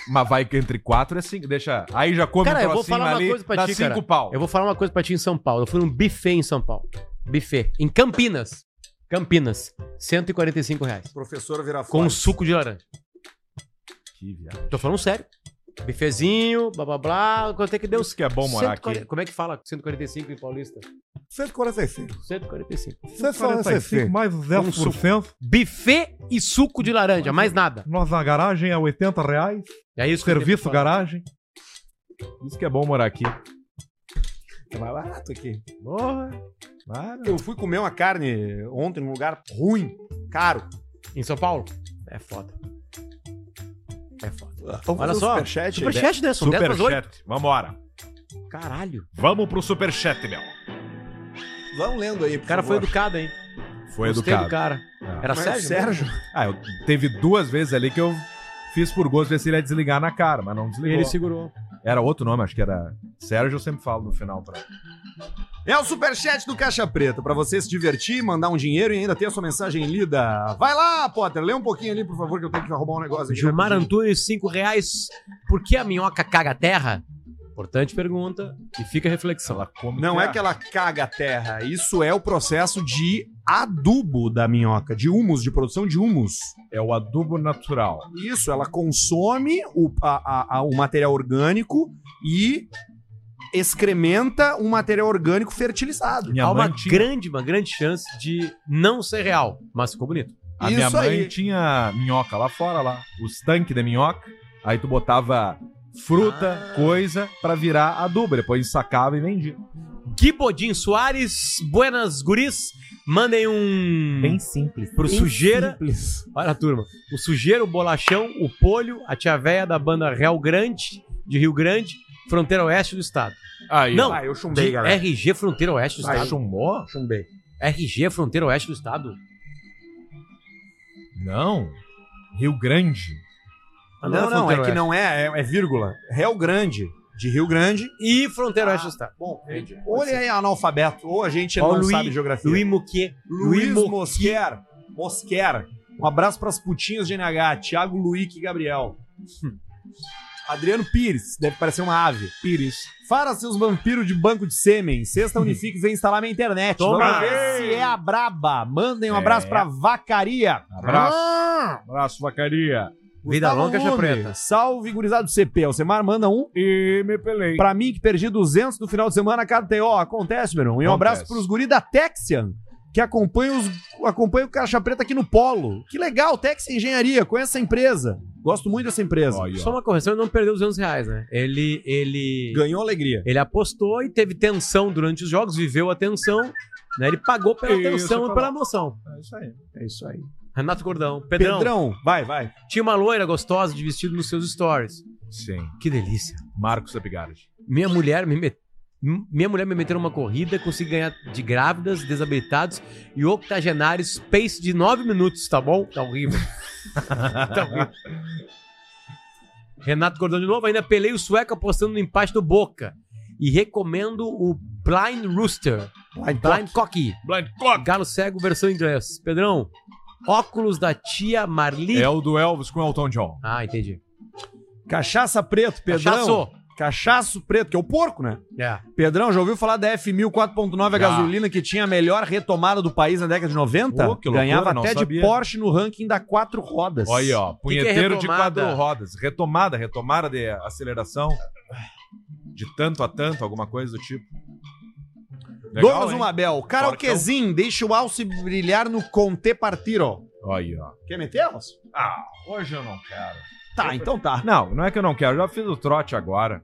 mas vai que entre quatro é cinco. Deixa. Aí já come um Cara, eu vou trocinho falar uma ali, coisa pra dá ti, cinco cara. pau. Eu vou falar uma coisa pra ti em São Paulo. Eu fui num buffet em São Paulo. Buffet. Em Campinas. Campinas. 145 reais. Professor vira Com suco de laranja. Que viagem. Tô falando sério. Bifezinho, blá blá blá. Quanto é que deu? Isso que é bom morar aqui. Como é que fala 145 em Paulista? 145. 145. 145, mais os 10%. Com suco. Buffet e suco de laranja, mais nada. Nossa garagem é 80 reais. É isso que eu Serviço tenho que falar. garagem. Isso que é bom morar aqui. É mais barato aqui. Porra. Eu fui comer uma carne ontem num lugar ruim, caro. Em São Paulo? É foda. É foda. Vamos Olha fazer um só. superchat, superchat, né? São 10 pras 8. Superchat. Vambora. Caralho. Vamos pro superchat, meu. Vão lendo aí, O cara foi educado, hein? Foi Gostei educado. do cara. É. Era Mas Sérgio? Sérgio? né? Ah, eu, teve duas vezes ali que eu fiz por gosto ver se ele ia desligar na cara, mas não desligou. Ele segurou. Era outro nome, acho que era. Sérgio, eu sempre falo no final pra. É o superchat do Caixa Preta, pra você se divertir, mandar um dinheiro e ainda ter a sua mensagem lida. Vai lá, Potter, lê um pouquinho ali, por favor, que eu tenho que arrumar um negócio aqui. Gilmar rapidinho. Antunes, 5 reais. Por que a minhoca caga a terra? Importante pergunta. E fica a reflexão. Não é que ela caga a terra, isso é o processo de adubo da minhoca, de humus, de produção de humus. É o adubo natural. Isso, ela consome o, a- a- a- o material orgânico e excrementa um material orgânico fertilizado. Minha Há uma mãe tinha- grande, uma grande chance de não ser real, mas ficou bonito. A Isso minha mãe aí. tinha minhoca lá fora, lá. Os tanques de minhoca. Aí tu botava Ah. fruta, coisa, pra virar adubo. Depois sacava e vendia. Gui Bodin Soares, buenas guris, mandem um. Bem simples. Pro Bem Sujeira. simples. Olha a turma. O Sujeira, o Bolachão, o Polho, a Tia Véia da banda Real Grande, de Rio Grande, fronteira oeste do estado. Aí, Não, Ah, eu chumbei, de galera. RG, fronteira oeste do Ah, eu estado. chumbou? Chumbei. RG, fronteira oeste do estado? Não. Rio Grande. Não, não, é que não é, é, é vírgula. Réu Grande, de Rio Grande. Ah, E fronteira oeste do estado. Bom, ou ele é analfabeto, ou a gente Ó, não Luiz- sabe geografia. Luiz Moquet. Luiz Luiz Mo- Mosquer. Mosquer. Um abraço pras putinhas de NH. Thiago Luiz e Gabriel. Hum. Adriano Pires, deve parecer uma ave. Pires. Fara seus vampiros de banco de sêmen. Sexta Unifique vem instalar minha internet. Toma! Vamos ver se é a braba. Mandem um abraço É. pra Vacaria. Abraço. Ah! Abraço, vacaria. Vida longa, Lume. Caixa Preta. Salve, gurizado do CP. O Semar manda um. E me pelei. Pra mim, que perdi 200 no final de semana, KTO. Acontece, meu irmão. E um Acontece. abraço pros guris da Texian, que acompanha, os, acompanha o Caixa Preta aqui no Polo. Que legal, Texian Engenharia. Conhece essa empresa. Gosto muito dessa empresa. Olha, Só uma correção, ele não perdeu 200 reais, né? Ele, ele... Ganhou alegria. Ele apostou e teve tensão durante os jogos, viveu a tensão, né? Ele pagou pela Isso, tensão e tá falou. pela emoção. É isso aí. É isso aí. Renato Gordão. Pedrão, Pedrão, vai, vai. tinha uma loira gostosa de vestido nos seus stories. Sim. Que delícia. Marcos Abigardi. Minha mulher me met... Minha mulher me meteu numa corrida, consegui ganhar de grávidas, desabilitados e octogenários, pace de 9 minutos, tá bom? Tá horrível. tá horrível. Renato Cordão de novo, ainda pelei o sueco apostando no empate do Boca. E recomendo o Blind Rooster. Blind, Cocky. Blind Cock. Galo Cego, versão em inglês. Pedrão, óculos da tia Marli. É o do Elvis com Elton John. Ah, entendi. Cachaça Preto, Pedrão. Cachaço. Cachaço Preto, que é o porco, né? É. Pedrão, já ouviu falar da F1000 4.9, a Já. gasolina que tinha a melhor retomada do país na década de 90? Pô, que loucura, Ganhava não até sabia. de Porsche no ranking da quatro rodas. Olha aí, ó. Que que é Punheteiro de retomada? quatro rodas. Retomada, retomada de aceleração. De tanto a tanto, alguma coisa do tipo. Legal, Douglas hein? Umabel, karaokezinho, deixa o alce brilhar no Conte partir, ó. Olha aí, ó. Quer meter, Alce? Ah, hoje eu não quero. Tá, então tá. Não, não é que eu não quero. Eu já fiz o trote agora.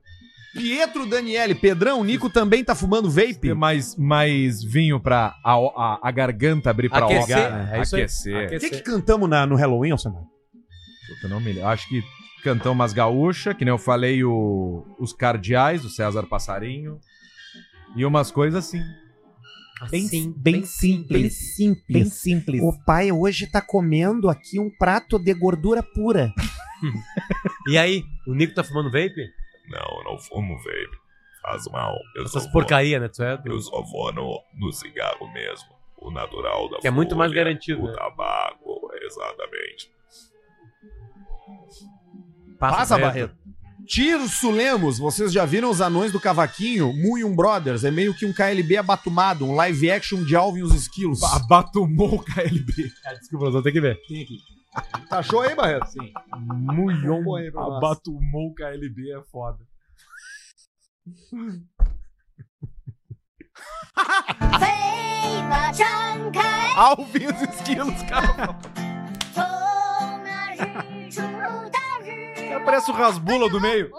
Pietro Daniele, Pedrão, o Nico também tá fumando vape. mais, mais vinho pra a, a, a garganta abrir pra Aquecer, algar, né? é isso aí. Aquecer. O que, que cantamos na- no Halloween, Alcemar? Puta, não me lembro. Acho que cantão umas gaúcha, que nem eu falei, o- os cardeais, do César Passarinho. E umas coisas assim. Bem, Assim, bem, simples. Bem simples. Bem simples. O pai hoje tá comendo aqui um prato de gordura pura. E aí, o Nico tá fumando vape? Não, eu não fumo vape. Faz mal. Eu Essas só vou- porcaria, né? Tu é do- Eu só vou no, no cigarro mesmo. O natural da Que é muito mais folha, garantido, O né? tabaco, exatamente. Passa, Passa, Barreto. Tirso Lemos, vocês já viram os anões do cavaquinho? Moon Brothers, é meio que um KLB abatumado, um live action de Alvin e os Esquilos. Abatumou o KLB. Desculpa, nós vamos ter que ver. Tem aqui. Tá show aí, Barreto? Sim. Mulhão. Põe aí pra nós. Abatumou o KLB é foda. Ao vivo os esquilos, cara. Parece o Rasbula do meio.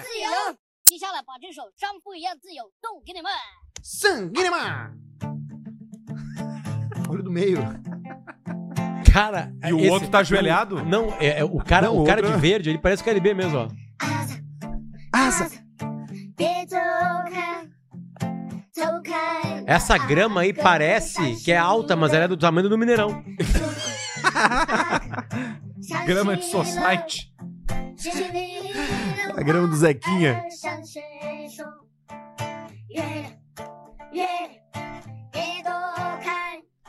Olho do meio. Cara, E o outro tá ajoelhado? Não, é, é o cara, Não, o cara outro- de verde, ele parece o KLB mesmo, ó. Essa grama aí parece que é alta, mas ela é do tamanho do Mineirão. Grama de society. A grama do 啊 Zequinha.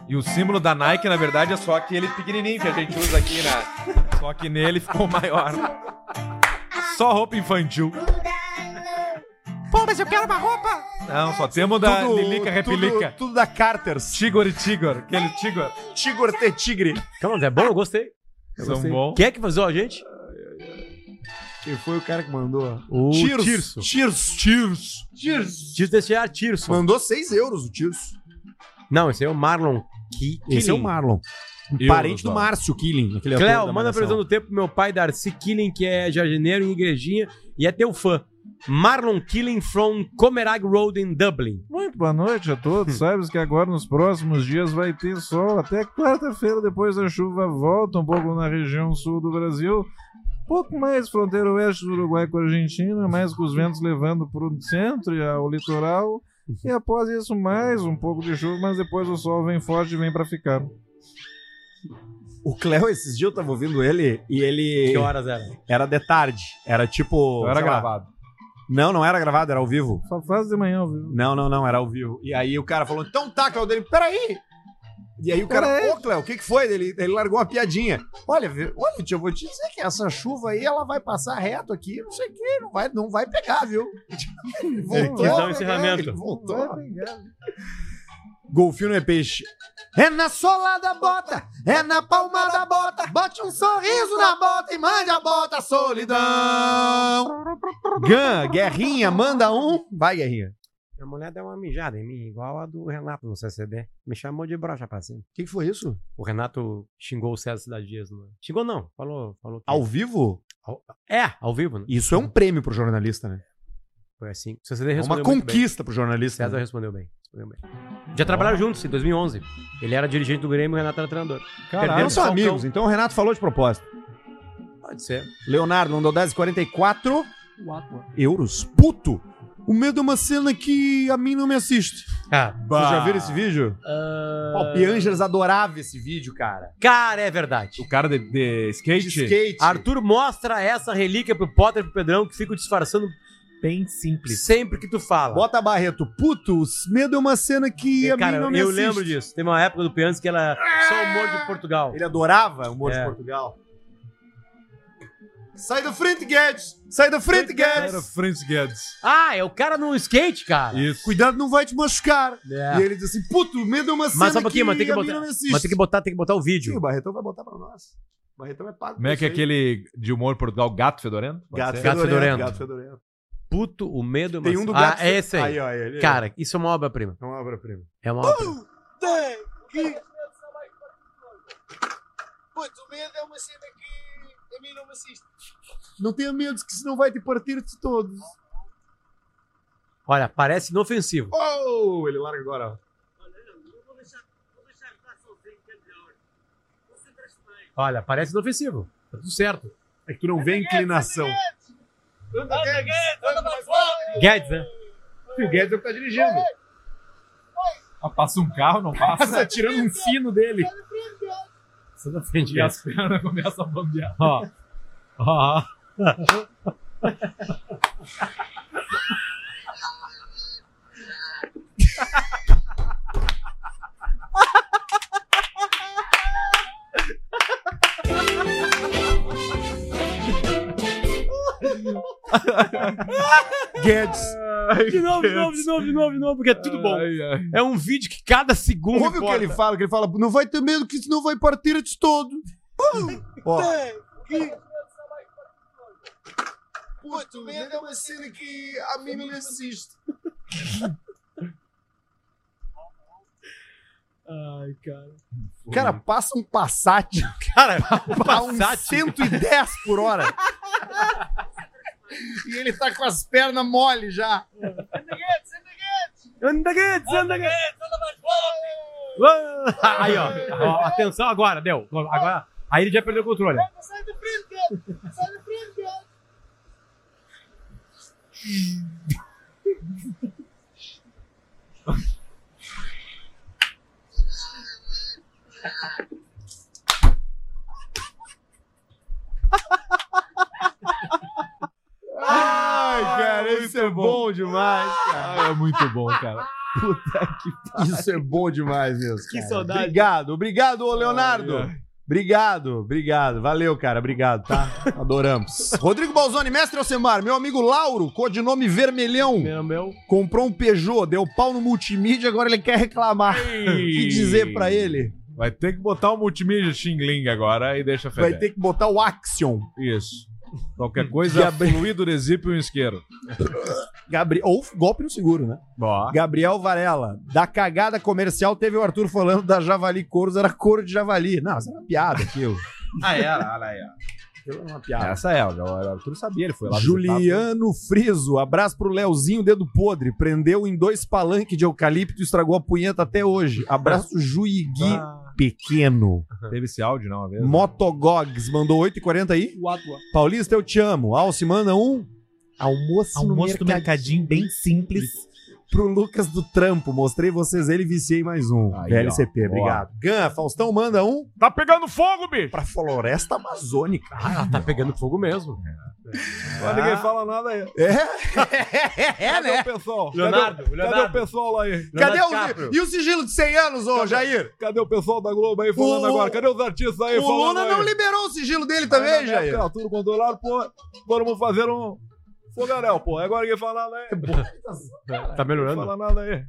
E o símbolo da Nike, na verdade, é só aquele pequenininho que a gente usa aqui, né? Só que nele ficou maior. Só roupa infantil. Pô, mas eu quero uma roupa. Não, só temos da Tudo- Lilica Repelica. Tudo, tudo da Carters. Tigor e Tigor. Aquele Tigor. Tigor te tigre. Calma, mas é bom, eu gostei. Eu São gostei. bom. Quem é que vazou a gente? Quem foi o cara que mandou? O Tirso. Tirso. Tirso. Tirso. Tirso. Tirso desse ar, Tirso. Mandou 6 euros o Tirso. Não, esse aí é o Marlon. Ki Esse é o Killing. Marlon. Euros, Um Parente do ó. Márcio Killing. aquele ator Cléo, da manda a Malhação. previsão do tempo pro meu pai, Darcy Killing, que é jardineiro em Igrejinha e é teu fã. Marlon Killing from Comerag Road in Dublin. Muito boa noite a todos. Sabes que agora nos próximos dias vai ter sol. Até quarta-feira, depois da chuva, volta um pouco na região sul do Brasil. Pouco mais fronteira oeste do Uruguai com a Argentina, mais com os ventos levando para o centro e ao litoral. E após isso, mais um pouco de chuva, mas depois o sol vem forte e vem para ficar. O Cléo, esses dias eu tava ouvindo ele e ele. Que horas era? Era de tarde. Era tipo. Não era sei lá. gravado. Não, não era gravado, era ao vivo. Só faz de manhã, um viu? Não, não, não, era ao vivo. E aí o cara falou: então tá, Cléo dele, peraí! E aí o cara, ô Cléo, o que, que foi? Ele, ele largou uma piadinha. Olha, vê- olha, tio, eu vou te dizer que essa chuva aí, ela vai passar reto aqui, não sei o que, não vai, não vai pegar, viu? Ele quis dar um né, encerramento. ele é voltou. Golfinho não é peixe. É na sola da bota, é na palma da bota, bote um sorriso na bota e mande a bota à solidão. Gan, Guerrinha, manda um. Vai, Guerrinha. Minha mulher deu uma mijada em mim, igual a do Renato no CCD. Me chamou de brocha pra cima. O que, foi isso? O Renato xingou o César Cidade Dias. Não. Xingou não, falou. falou que- Ao vivo? É, ao vivo. Né? Isso é um prêmio pro jornalista, né? Foi assim. O seu CD É uma respondeu muito conquista bem. pro jornalista, César né? respondeu bem. respondeu bem. Já trabalharam juntos em 2011. Ele era dirigente do Grêmio e o Renato era treinador. Caralho, Perdemos são pro Falcão. amigos. Então o Renato falou de propósito. Pode ser. Leonardo, mandou 10,44 euros. Puto! O medo é uma cena que a mim não me assiste. Ah, Vocês já viram esse vídeo? Pau Piangers adorava esse vídeo, cara. Cara, é verdade. O cara de, de skate? Arthur mostra essa relíquia pro Potter e pro Pedrão que ficam disfarçando bem simples. Sempre que tu fala. Bota Barreto, puto, o medo é uma cena que a Cara, mim não eu me assiste. lembro disso. Teve uma época do Piantes que era É. só humor de Portugal. Ele adorava o humor É. de Portugal. Sai da frente, Guedes! Sai da frente, Guedes! Sai da frente, Guedes. Ah, é o cara no skate, cara. Isso. Cuidado, não vai te machucar. É. E ele diz assim, puto, o medo é uma cena Mas só um pouquinho, mas tem que a mim botar. não me assiste. Mas tem que botar, tem que botar o vídeo. Sim, o Barretão vai botar pra nós. O Barretão é pago. Como é que é aquele de humor Portugal, gato fedorento? Pode Gato ser? Gato Fedorento. Gato Fedorento. Puto, o medo é uma Tem um do Ah, Gato é esse aí. Aí, ó, ele- Cara, isso é uma obra-prima. É uma obra-prima. É uma obra. Tem que. Pois o medo é uma cena que a mim não me assiste. Não tenha medo que senão vai te partir de todos. Olha, parece inofensivo. Oh, ele larga agora. ó. Olha, parece inofensivo. Tá tudo certo. É que tu não vê a inclinação. Anda, Guedes, anda mais forte! Guedes, né? E o Guedes é o que tá dirigindo. Ah, Passa um carro, não Passa passa? tirando um fino dele. Sai da frente, E as Guedes. tá pernas começam a bambear. Ó. Ó. Guedes. De novo, de novo, de novo, de novo, de novo, porque é tudo bom. É um vídeo que cada segundo. Ouve o que importa. ele fala, que ele fala, não vai ter medo que senão vai partir de todo. Ó. Tem que. Pois o medo é uma cena que a mim não me assiste. Ai, cara. Cara, passa um Passat. um Cara, a uns 110 por hora. e ele tá com as pernas mole já. É. Ah, Anda, Guedes, anda, Guedes. Ah! Aí, ó. Ó, Atenção agora, deu. Agora. Aí ele já perdeu o controle. Sai da frente, Guedes! Sai da frente, Guedes! Ai, cara, isso é bom demais, cara. É muito bom, cara. Puta que pariu. Isso é bom demais mesmo. Que cara. saudade. Obrigado, obrigado, ô Leonardo. Ai, ai. Obrigado, obrigado. Valeu, cara. Obrigado, tá? Adoramos. Rodrigo Balzoni, mestre Alcemar, meu amigo Lauro, codinome Vermelhão. Comprou um Peugeot, deu pau no multimídia, agora ele quer reclamar. O que dizer pra ele? Vai ter que botar o multimídia Xingling agora e deixa feder. Vai ter que botar o Axion. Isso. Qualquer Hum. coisa, fluido, desípio e um isqueiro. Gabri... Ou golpe no seguro, né? Gabriel Varela. Da cagada comercial, teve o Arthur falando da Javali Couros, era couro de javali. Não, isso era uma piada aquilo. Ah, era, olha aí, Aquilo era uma piada. Essa é, o Arthur sabia, ele foi lá Juliano Friso, abraço pro Leozinho, dedo podre. Prendeu em dois palanques de eucalipto e estragou a punheta até hoje. Abraço Juigui Pequeno. Ah. Teve esse áudio, não, é uma vez? Motogogs, mandou 8,40 aí. Paulista, eu te amo. Alce, manda um. Almoço, Almoço no no mercadinho, bem simples. Pro Lucas do Trampo. Mostrei vocês ele viciei mais um. Aí, VLCP, ó. obrigado. Gan, Faustão, manda um. Tá pegando fogo, bicho! Pra floresta amazônica. É. Ah, ela tá pegando fogo mesmo. Ah, ninguém fala nada aí. É? é né? Cadê o pessoal? Leonardo, cadê, o- cadê Leonardo. o pessoal lá aí? Cadê o, e o sigilo de 100 anos, ô Jair? Cadê o pessoal da Globo aí falando O- agora? Cadê os artistas aí o falando Lula aí? não liberou o sigilo dele também, Aí na Jair. época, Tudo controlado, pô. Todo mundo fazer um fogaréu, pô. Agora ninguém fala nada aí. Tá melhorando? Não fala nada aí.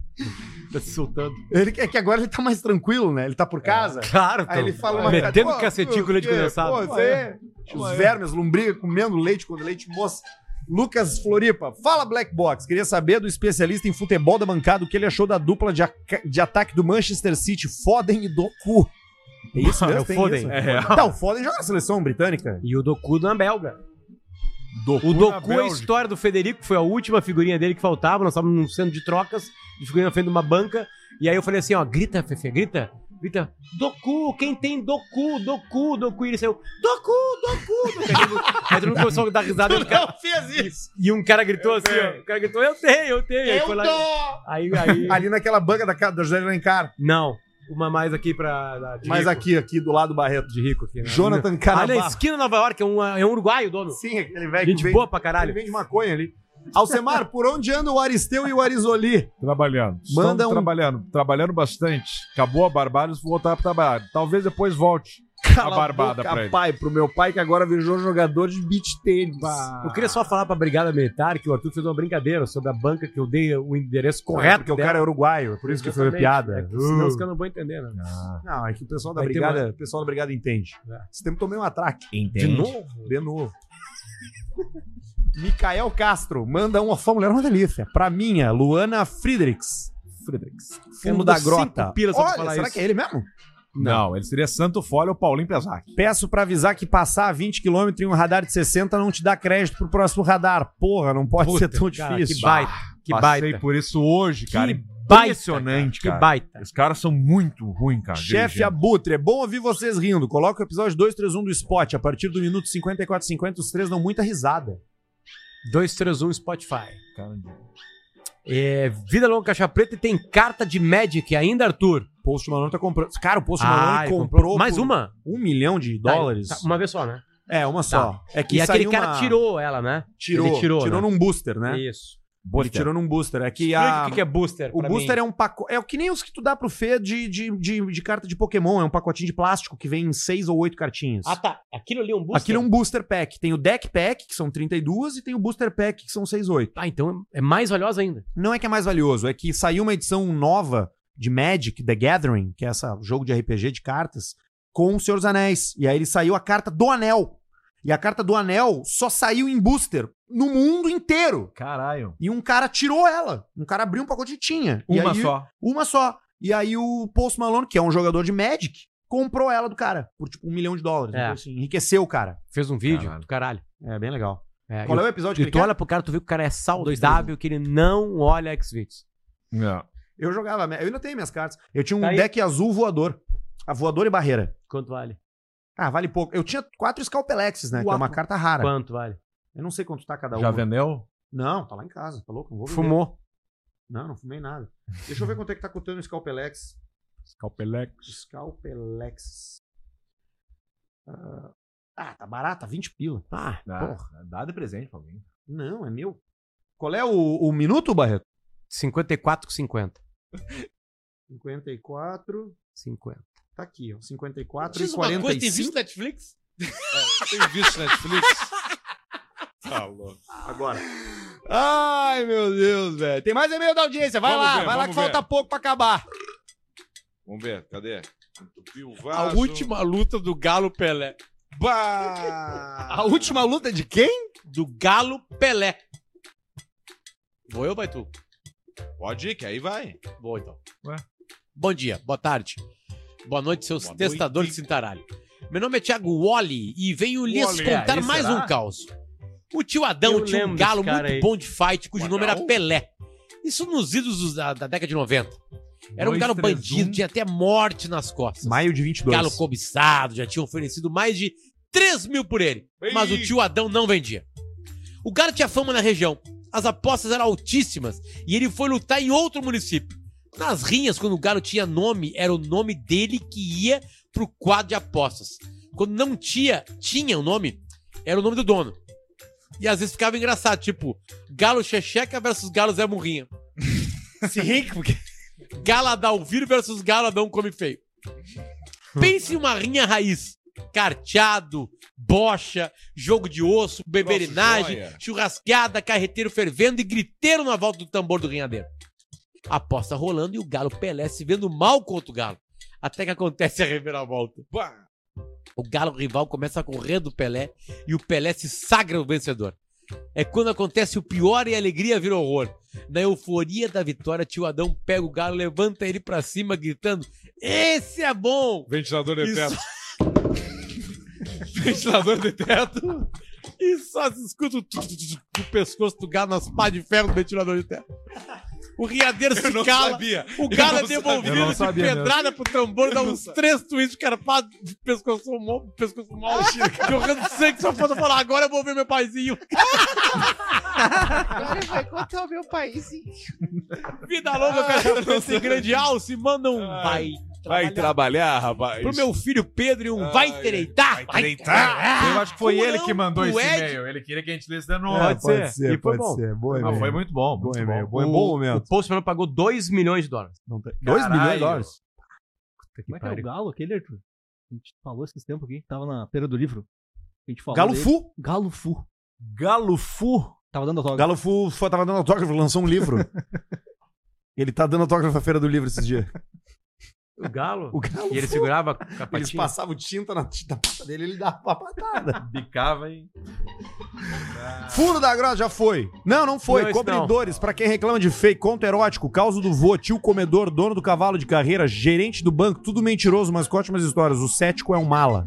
Tá se soltando. Ele, é que agora ele tá mais tranquilo, né? Ele tá por casa. Claro, Aí então. ele fala uma Metendo Pô, cacetinho com leite porque, condensado. pô, você- os vermes, lombriga, comendo leite quando leite moça. Lucas Floripa, fala Black Box. Queria saber do especialista em futebol da bancada o que ele achou da dupla de, aca- de ataque do Manchester City, Foden e Doku. É isso mesmo? É o Tem Foden. isso? É real. Tá, o Foden joga na seleção britânica. E o Doku na é Belga. O na Doku é a Bélgica. história do Federico, foi a última figurinha dele que faltava. Nós estávamos num centro de trocas, de figurinha na frente de uma banca. E aí eu falei assim: ó, grita, Fefe, grita, grita, Doku, quem tem Doku, Doku, Doku. E ele saiu, Doku, Doku, Doku. Aí todo mundo- Aí todo mundo começou a dar risada. e o cara- fez isso. E um cara gritou assim: ó, o cara gritou, eu tenho, eu tenho. aí Eu foi lá, dou! aí, aí, Ali naquela banca da, casa da José Alencar. Não. Uma mais aqui pra. da- de Mais rico. aqui, aqui, do lado do Barreto. De rico aqui, né? Jonathan Canabarro. Ali na esquina de Nova York, é um, é um uruguaio, dono. Sim, aquele velho Gente que vende- boa pra caralho. ele vende maconha ali. Alcemar, por onde anda o Aristeu e o Arizoli? Trabalhando. Manda Estão um- trabalhando, trabalhando bastante. Acabou a barbada, vou voltar pro trabalho. Talvez depois volte a barbada boca, pra ele. pai, pro meu pai que agora virou jogador de beach tênis. Eu queria só falar pra Brigada Militar que o Arthur fez uma brincadeira sobre a banca que eu dei o endereço correto. Correto, porque o dela. cara é uruguaio, é por isso que foi uma Exatamente. piada. É que senão Uh. os caras não vão entender, né? Não, é que o pessoal da Vai ter brigada, uma- o pessoal da brigada entende. É. Esse tempo tomei um atraque. De Entende? novo? De novo. Micael Castro, manda um uma fórmula, era é uma delícia. Pra minha, Luana Friedrichs. Friedrichs. Fundo Ele da mandou grota. cinco pilas só pra Olha, falar será isso. que é ele mesmo? Não, ele seria Santo Fole ou Paulinho Pesac. Peço pra avisar que passar a 20 km em um radar de 60 não te dá crédito pro próximo radar. Porra, não pode ser tão cara, difícil. que baita, que Passei baita. por isso hoje, Que cara. baita, Impressionante, cara, que cara. baita. Os caras são muito ruins, cara. Chefe né? dirigindo. Abutre, é bom ouvir vocês rindo. Coloca o episódio 231 do Spot. A partir do minuto 54, 50, os três dão muita risada. 231 Spotify. É, Vida Longa Caixa Preta e tem carta de Magic ainda, Arthur. Post Malone tá comprando. Cara, o Post Ah, Malone ele comprou. comprou por mais uma? Um milhão de Tá, dólares. tá, uma vez só, né? É, uma só. É que e aquele saiu cara uma- tirou ela, né? Tirou. Ele tirou tirou. né? num booster, né? Isso. Ele tirou num booster. É que Explica a... o que que é booster O pra booster mim. é um pacote. É o que nem os que tu dá pro Fê de, de, de, de carta de Pokémon. É um pacotinho de plástico que vem em seis ou oito cartinhas. Ah, tá. Aquilo ali é um booster. Aquilo é um booster pack. Tem o deck pack, que são 32, e tem o booster pack, que são 6, 8. Ah, então é mais valioso ainda. Não é que é mais valioso, é que saiu uma edição nova de Magic, The Gathering, que é esse jogo de RPG de cartas, com o Senhor dos Anéis. E aí ele saiu a carta do Anel. E a carta do Anel só saiu em booster no mundo inteiro. Caralho. E um cara tirou ela. Um cara abriu um pacote e tinha. E Uma aí- só. Uma só. E aí o Post Malone, que é um jogador de Magic, comprou ela do cara por tipo um milhão de dólares. É. Então, assim, enriqueceu o cara. Fez um vídeo do caralho. É bem legal. É, Qual e é o episódio que E ele tu quer? olha pro cara, tu vê que o cara é saudável, que ele não olha X-Videos. Não. Eu jogava, eu ainda tenho minhas cartas. Eu tinha um Tá aí. deck azul voador. A voador e barreira. Quanto vale? Ah, vale pouco. Eu tinha quatro Scalpelexes, né? Que é uma Quatro. carta rara. Quanto vale? Eu não sei quanto tá cada um. Já vendeu? Não, tá lá em casa, tá louco? Não vou vender. Fumou. Não, não fumei nada. Deixa eu ver quanto é que tá custando o Scalpelex. Scalpelex. Scalpelex. Ah, ah, tá barata, 20 pila. Ah, porra. Dá de presente pra alguém. Não, é meu. Qual é o, o minuto, Barreto? 54,50. 54. 50. Tá aqui, ó. 54 Diz e uma coisa, 45. tem visto Netflix? Tem visto Netflix? Tá louco. Agora. Ai, meu Deus, velho. Tem mais e-mail da audiência. Vai Vamos lá, ver, vai lá que vamos ver. falta pouco pra acabar. Vamos ver, cadê? Entupiu o A última luta do Galo Pelé. A última luta de quem? Do Galo Pelé. Vou eu ou vai tu? Pode ir, que aí vai. Vou então. Ué? Bom dia, boa tarde. Boa noite, seus Boa testadores de cintaralho. Meu nome é Thiago Wally e venho lhes Wally, contar aí, mais será? um caos. O tio Adão Eu tinha lembro um desse galo muito cara aí. bom de fight, cujo nome era Pelé. Isso nos idos dos- da, da década de 90. Era um Dois, galo três, bandido, um. tinha até morte nas costas. Maio de 22. Galo cobiçado, já tinham oferecido mais de 3 mil por ele. Mas o tio Adão não vendia. O galo tinha fama na região. As apostas eram altíssimas e ele foi lutar em outro município. Nas rinhas, quando o galo tinha nome, era o nome dele que ia pro quadro de apostas. Quando não tinha, tinha o nome, era o nome do dono. E às vezes ficava engraçado, tipo, Galo Checheca versus Galo Zé Murrinha. Sim, porque... Galo Adalviro versus Galo Adão Come Feio. Pense em uma rinha raiz. Carteado, bocha, jogo de osso, beberinagem, joia. churrasqueada, carreteiro fervendo e griteiro na volta do tambor do rinhadeiro. Aposta rolando e o Galo Pelé se vendo mal contra o Galo. Até que acontece a reviravolta. O Galo rival começa a correr do Pelé e o Pelé se sagra o vencedor. É quando acontece o pior e a alegria vira horror. Na euforia da vitória, tio Adão pega o Galo, levanta ele pra cima, gritando: Esse é bom! Ventilador Isso. eterno. ventilador de teto E só se escuta o, tu- tu- tu- tu- o pescoço do gado nas pás de ferro do ventilador de terra. O riadeiro Eu se não cala. sabia. O Eu galo é não sabia. Eu devolvido não de sabia mesmo. pedrada pro tambor, dá Eu não uns sa- três twists carpados de pescoço mal, pescoço Ah, mal, jogando sangue, só falta falar, agora eu vou ver meu paizinho. Agora vai contar o meu país. hein? tá Vida Ah, longa, cachorro, esse grande alce, manda um vai. Ah, Vai trabalhar, rapaz. Ah, é. Pro meu filho Pedro e um vai tereitar. Vai Eu acho que foi ele que mandou o esse Ed- e-mail. Ele queria que a gente lesse de novo. É, pode ser, E foi bom. Mas Mas foi muito bom. muito e-mail, bom. o, momento. O Postman pagou 2 milhões de dólares. Dois milhões de dólares? Como é que é o pariu. galo aquele, Arthur? A gente falou esses tempos aqui, tava na pera do livro. A gente falou Galo dele. Fu? Galo Fu. Galo Fu. Tava dando autógrafo. Galo Fu foi- tava dando autógrafo, lançou um livro. Ele tá dando autógrafo à Feira do Livro esses dias. O galo? O galo E ele Fu. segurava a patinha? Eles passavam tinta na tinta pata dele ele dava uma patada. Bicava, hein? Fundo da Grossa já foi. Não, não foi. Não, esse Cobridores, pra quem reclama de fake, conto erótico, causa do vô, tio comedor, dono do cavalo de carreira, gerente do banco, tudo mentiroso, mas com ótimas histórias. O cético é um mala.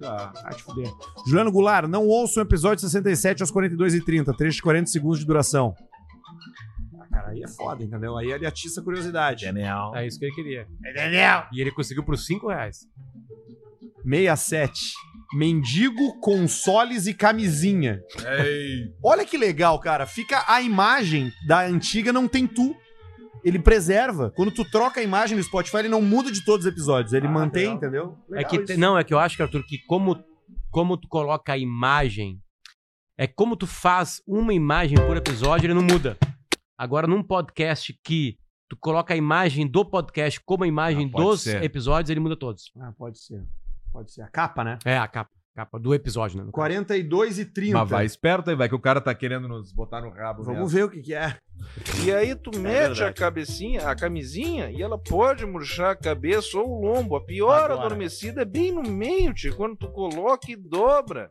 Tá. Ah, Vai te fuder. Juliano Goulart, não ouça o episódio 67 aos 42 e 30, trecho de 40 segundos de duração. Ah, cara, aí é foda, entendeu? Aí ele atiça a curiosidade. É isso que ele queria. Daniel. E ele conseguiu por 5 reais. 67. Mendigo, consoles e camisinha. Ei. Olha que legal, cara. Fica a imagem da antiga não tem tu. Ele preserva. Quando tu troca a imagem no Spotify, ele não muda de todos os episódios. Ele mantém, entendeu? É Legal que, isso. te- não, é que eu acho, que, Arthur, que como, como tu coloca a imagem, é como tu faz uma imagem por episódio, ele não muda. Agora, num podcast que tu coloca a imagem do podcast como a imagem pode dos ser. episódios, ele muda todos. Ah, pode ser. Pode ser. A capa, né? É, a capa, capa do episódio, né? 42 e 30. Mas vai esperto aí, vai que o cara tá querendo nos botar no rabo. Vamos mesmo. ver o que, que é. E aí tu mete verdade. a cabecinha, a camisinha, e ela pode murchar a cabeça ou o lombo. A pior Agora. adormecida é bem no meio, tio, quando tu coloca e dobra.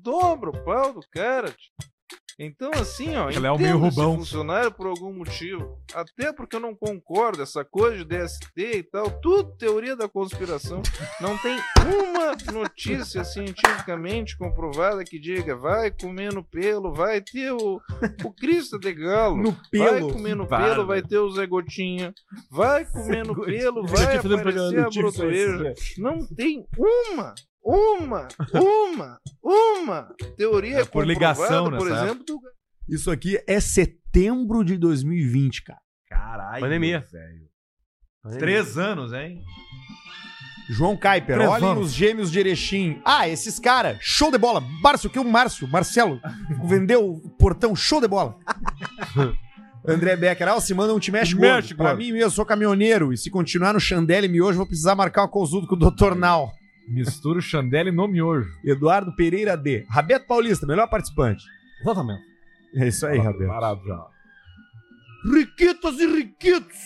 Dobra o pau do cara, tio. Então, assim, ó, Ela é o meio entendo esse Rubão. funcionário por algum motivo. Até porque eu não concordo, essa coisa de DST e tal, tudo teoria da conspiração. Não tem uma notícia cientificamente comprovada que diga vai comer no pelo, vai ter o, o Cristo de Galo. No Vai pelo. comer no Bárbaro. pelo, vai ter o Zé Gotinha. Vai comer no Gotinha. pelo, Eu vai tinha feito um programa aparecer a do Tico Soares, né? brotoeja. Não tem uma, uma, uma, uma teoria É por ligação, comprovada, por né, nessa exemplo, do Isso aqui é setembro de 2020, cara. Caralho. Pandemia. velho. Pandemia. Três anos, hein? João Kuiper, Três olhem anos. os gêmeos de Erechim. Ah, esses caras, show de bola. Márcio, que é o Márcio, Marcelo, vendeu o portão, show de bola. André Becker, ah, se manda um te mexe, gordo. Mexe, Pra gordo. mim mesmo, sou caminhoneiro. E se continuar no Chandelle Miojo, vou precisar marcar uma consulta com o Dr. Nal. Mistura o Chandelle no miojo. Eduardo Pereira D. Rabeto Paulista, melhor participante. Exatamente. É isso aí, Rabeto. Maravilha. Riquitos e riquitos.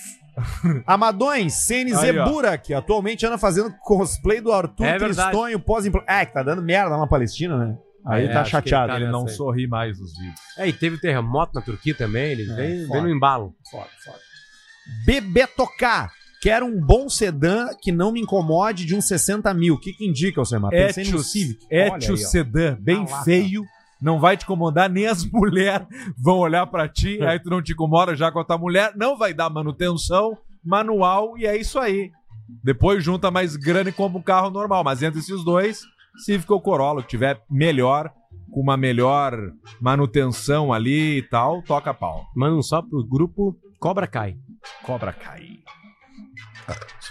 Amadões, CNZ Aí, ó. Bura, que atualmente anda fazendo cosplay do Arthur É verdade. Tristonho pós impl É, que tá dando merda lá na Palestina, né? Aí É, tá acho que ele chateado. tá Ele não nessa aí. sorri mais nos vídeos. É, e teve terremoto na Turquia também, É, ele vem, foda. vem no embalo. Foda, foda. Bebeto K. Quero um bom sedã que não me incomode de uns 60 mil. O que, que indica, Alcemar? Pensei no Etios, Civic. Olha aí, ó. Etios Sedan, bem Tá lá, feio. Não vai te incomodar, nem as mulheres vão olhar pra ti, É. aí tu não te incomoda já com a tua mulher, não vai dar manutenção, manual, e é isso aí. Depois junta mais grana e compra um carro normal, mas entre esses dois, Civic ou Corolla, o que tiver melhor, com uma melhor manutenção ali e tal, toca pau. Manda um só pro grupo Cobra Cai. Cobra Cai.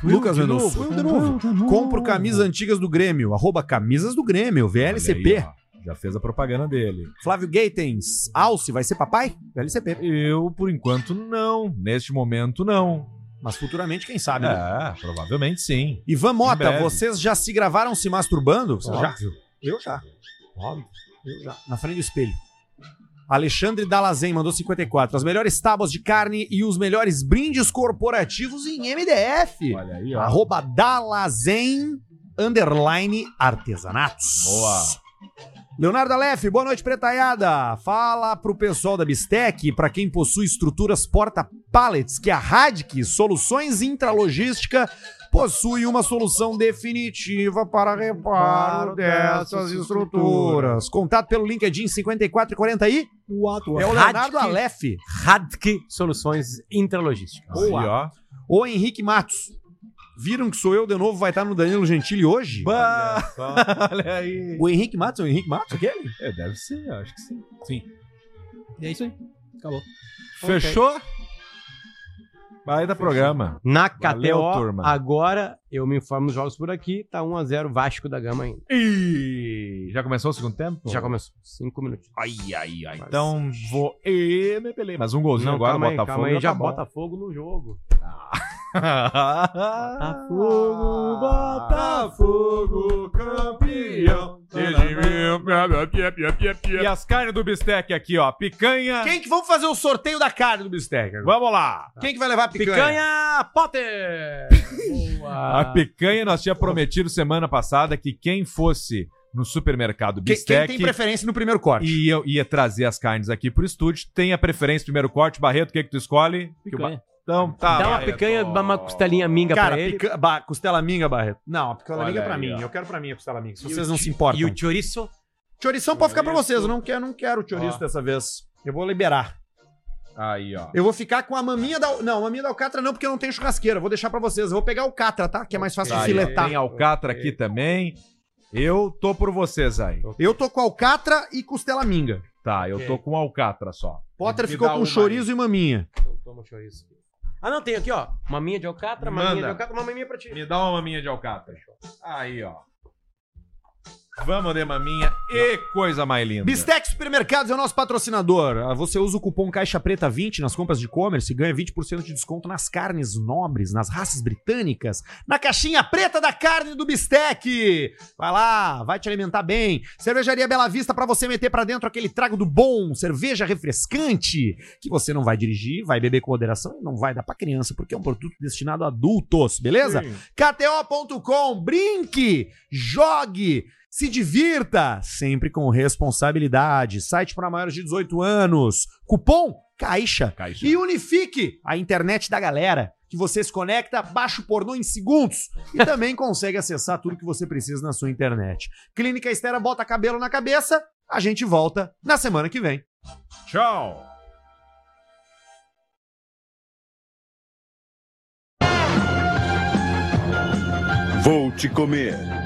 Lucas de Mendonça. novo, Hum, de novo, de tá novo. Compro camisas antigas do Grêmio. Arroba camisas do Grêmio, VLCP. Olha aí, ó, já fez a propaganda dele. Flávio Gatens. Alce, vai ser papai? VLCP. Eu, por enquanto, não. Neste momento, não. Mas futuramente, quem sabe, é, né? provavelmente sim. Ivan Em Mota, breve. vocês já se gravaram se masturbando? Vocês já? Óbvio. Eu já. Eu já. Na frente do espelho. Alexandre Dalazen mandou 54. As melhores tábuas de carne e os melhores brindes corporativos em MDF. Olha aí, ó. Arroba Dalazen underline artesanatos. Boa. Leonardo Aleph, boa noite, pretaiada. Fala pro pessoal da Bistec, pra quem possui estruturas porta-pallets, que a Radic Soluções Intralogística possui uma solução definitiva para reparo dessas estruturas. Contato pelo LinkedIn 5440 e... É o Leonardo Aleph. Radke Soluções Intralogísticas. Boa. O Henrique Matos. Viram que sou eu de novo, vai estar no Danilo Gentili hoje? Olha só. Olha aí. O Henrique Matos, é o Henrique Matos, aquele? É, deve ser, acho que sim. Sim. E é isso aí. Acabou. Fechou? Vai da programa. Na Valeu, KTO, turma. agora eu me informo os jogos por aqui. Tá 1x0 Vasco da Gama ainda. E já começou o segundo tempo? Já começou. Cinco minutos. Ai, ai, ai. Então vou. E, me pelei. Mas um golzinho Não, agora, calma aí, Botafogo. calma aí, já tá bom. Botafogo no jogo. Ah, Botafogo, Botafogo, campeão. E as carnes do bistec aqui, ó. Picanha. Quem que vamos fazer o sorteio da carne do Bistec? agora? Vamos lá. Quem que vai levar a picanha? Picanha Potter! A picanha nós tinha prometido semana passada que quem fosse no supermercado Quem, quem bistec tem preferência no primeiro corte? e eu ia trazer as carnes aqui pro estúdio. Tem a preferência primeiro corte, Barreto, o que que tu escolhe? Picanha. Então tá. Dá uma Barreto. picanha, dá uma costelinha minga Cara, pra ele. pica- ba- costela minga, Barreto. Não, a costela Olha minga é pra aí, mim. ó. Eu quero pra mim a costela minga, se E vocês o não chi- se importam. E o chouriço? Chourição pode ficar pra Chouriço. vocês, eu não quero, não quero o chouriço Ó. dessa vez. Eu vou liberar. Aí, ó. Eu vou ficar com a maminha da... Não, a maminha da alcatra não, porque eu não tenho churrasqueira. Eu Vou deixar pra vocês. Eu vou pegar o catra, tá? Que é mais fácil Tá de aí, ó. filetar. Tem alcatra aqui também. Eu tô por vocês aí. Eu tô com alcatra e costela minga. Tá, eu tô com alcatra só. Potter Me ficou dá com uma chorizo e maminha. Então Toma o chouriço. Ah, não, tem aqui, ó. Maminha de alcatra, Manda. maminha de alcatra, uma maminha pra ti. Me dá uma maminha de alcatra. Aí, ó. Vamos de maminha. E coisa mais linda. Bistec Supermercados é o nosso patrocinador. Ah, Você usa o cupom Caixa Preta 20 nas compras de e-commerce e ganha 20% de desconto nas carnes nobres, nas raças britânicas, na caixinha preta da carne do Bistec. Vai lá, vai te alimentar bem. Cervejaria Bela Vista pra você meter pra dentro aquele trago do bom, cerveja refrescante, que você não vai dirigir, vai beber com moderação e não vai dar pra criança, porque é um produto destinado a adultos, beleza? Sim. KTO.com, brinque, jogue, se divirta, sempre com responsabilidade. Site para maiores de 18 anos. Cupom Caixa. E unifique a internet da galera, que você se conecta, baixa o pornô em segundos e também consegue acessar tudo que você precisa na sua internet. Clínica Estera bota cabelo na cabeça. A gente volta na semana que vem. Tchau. Vou te comer.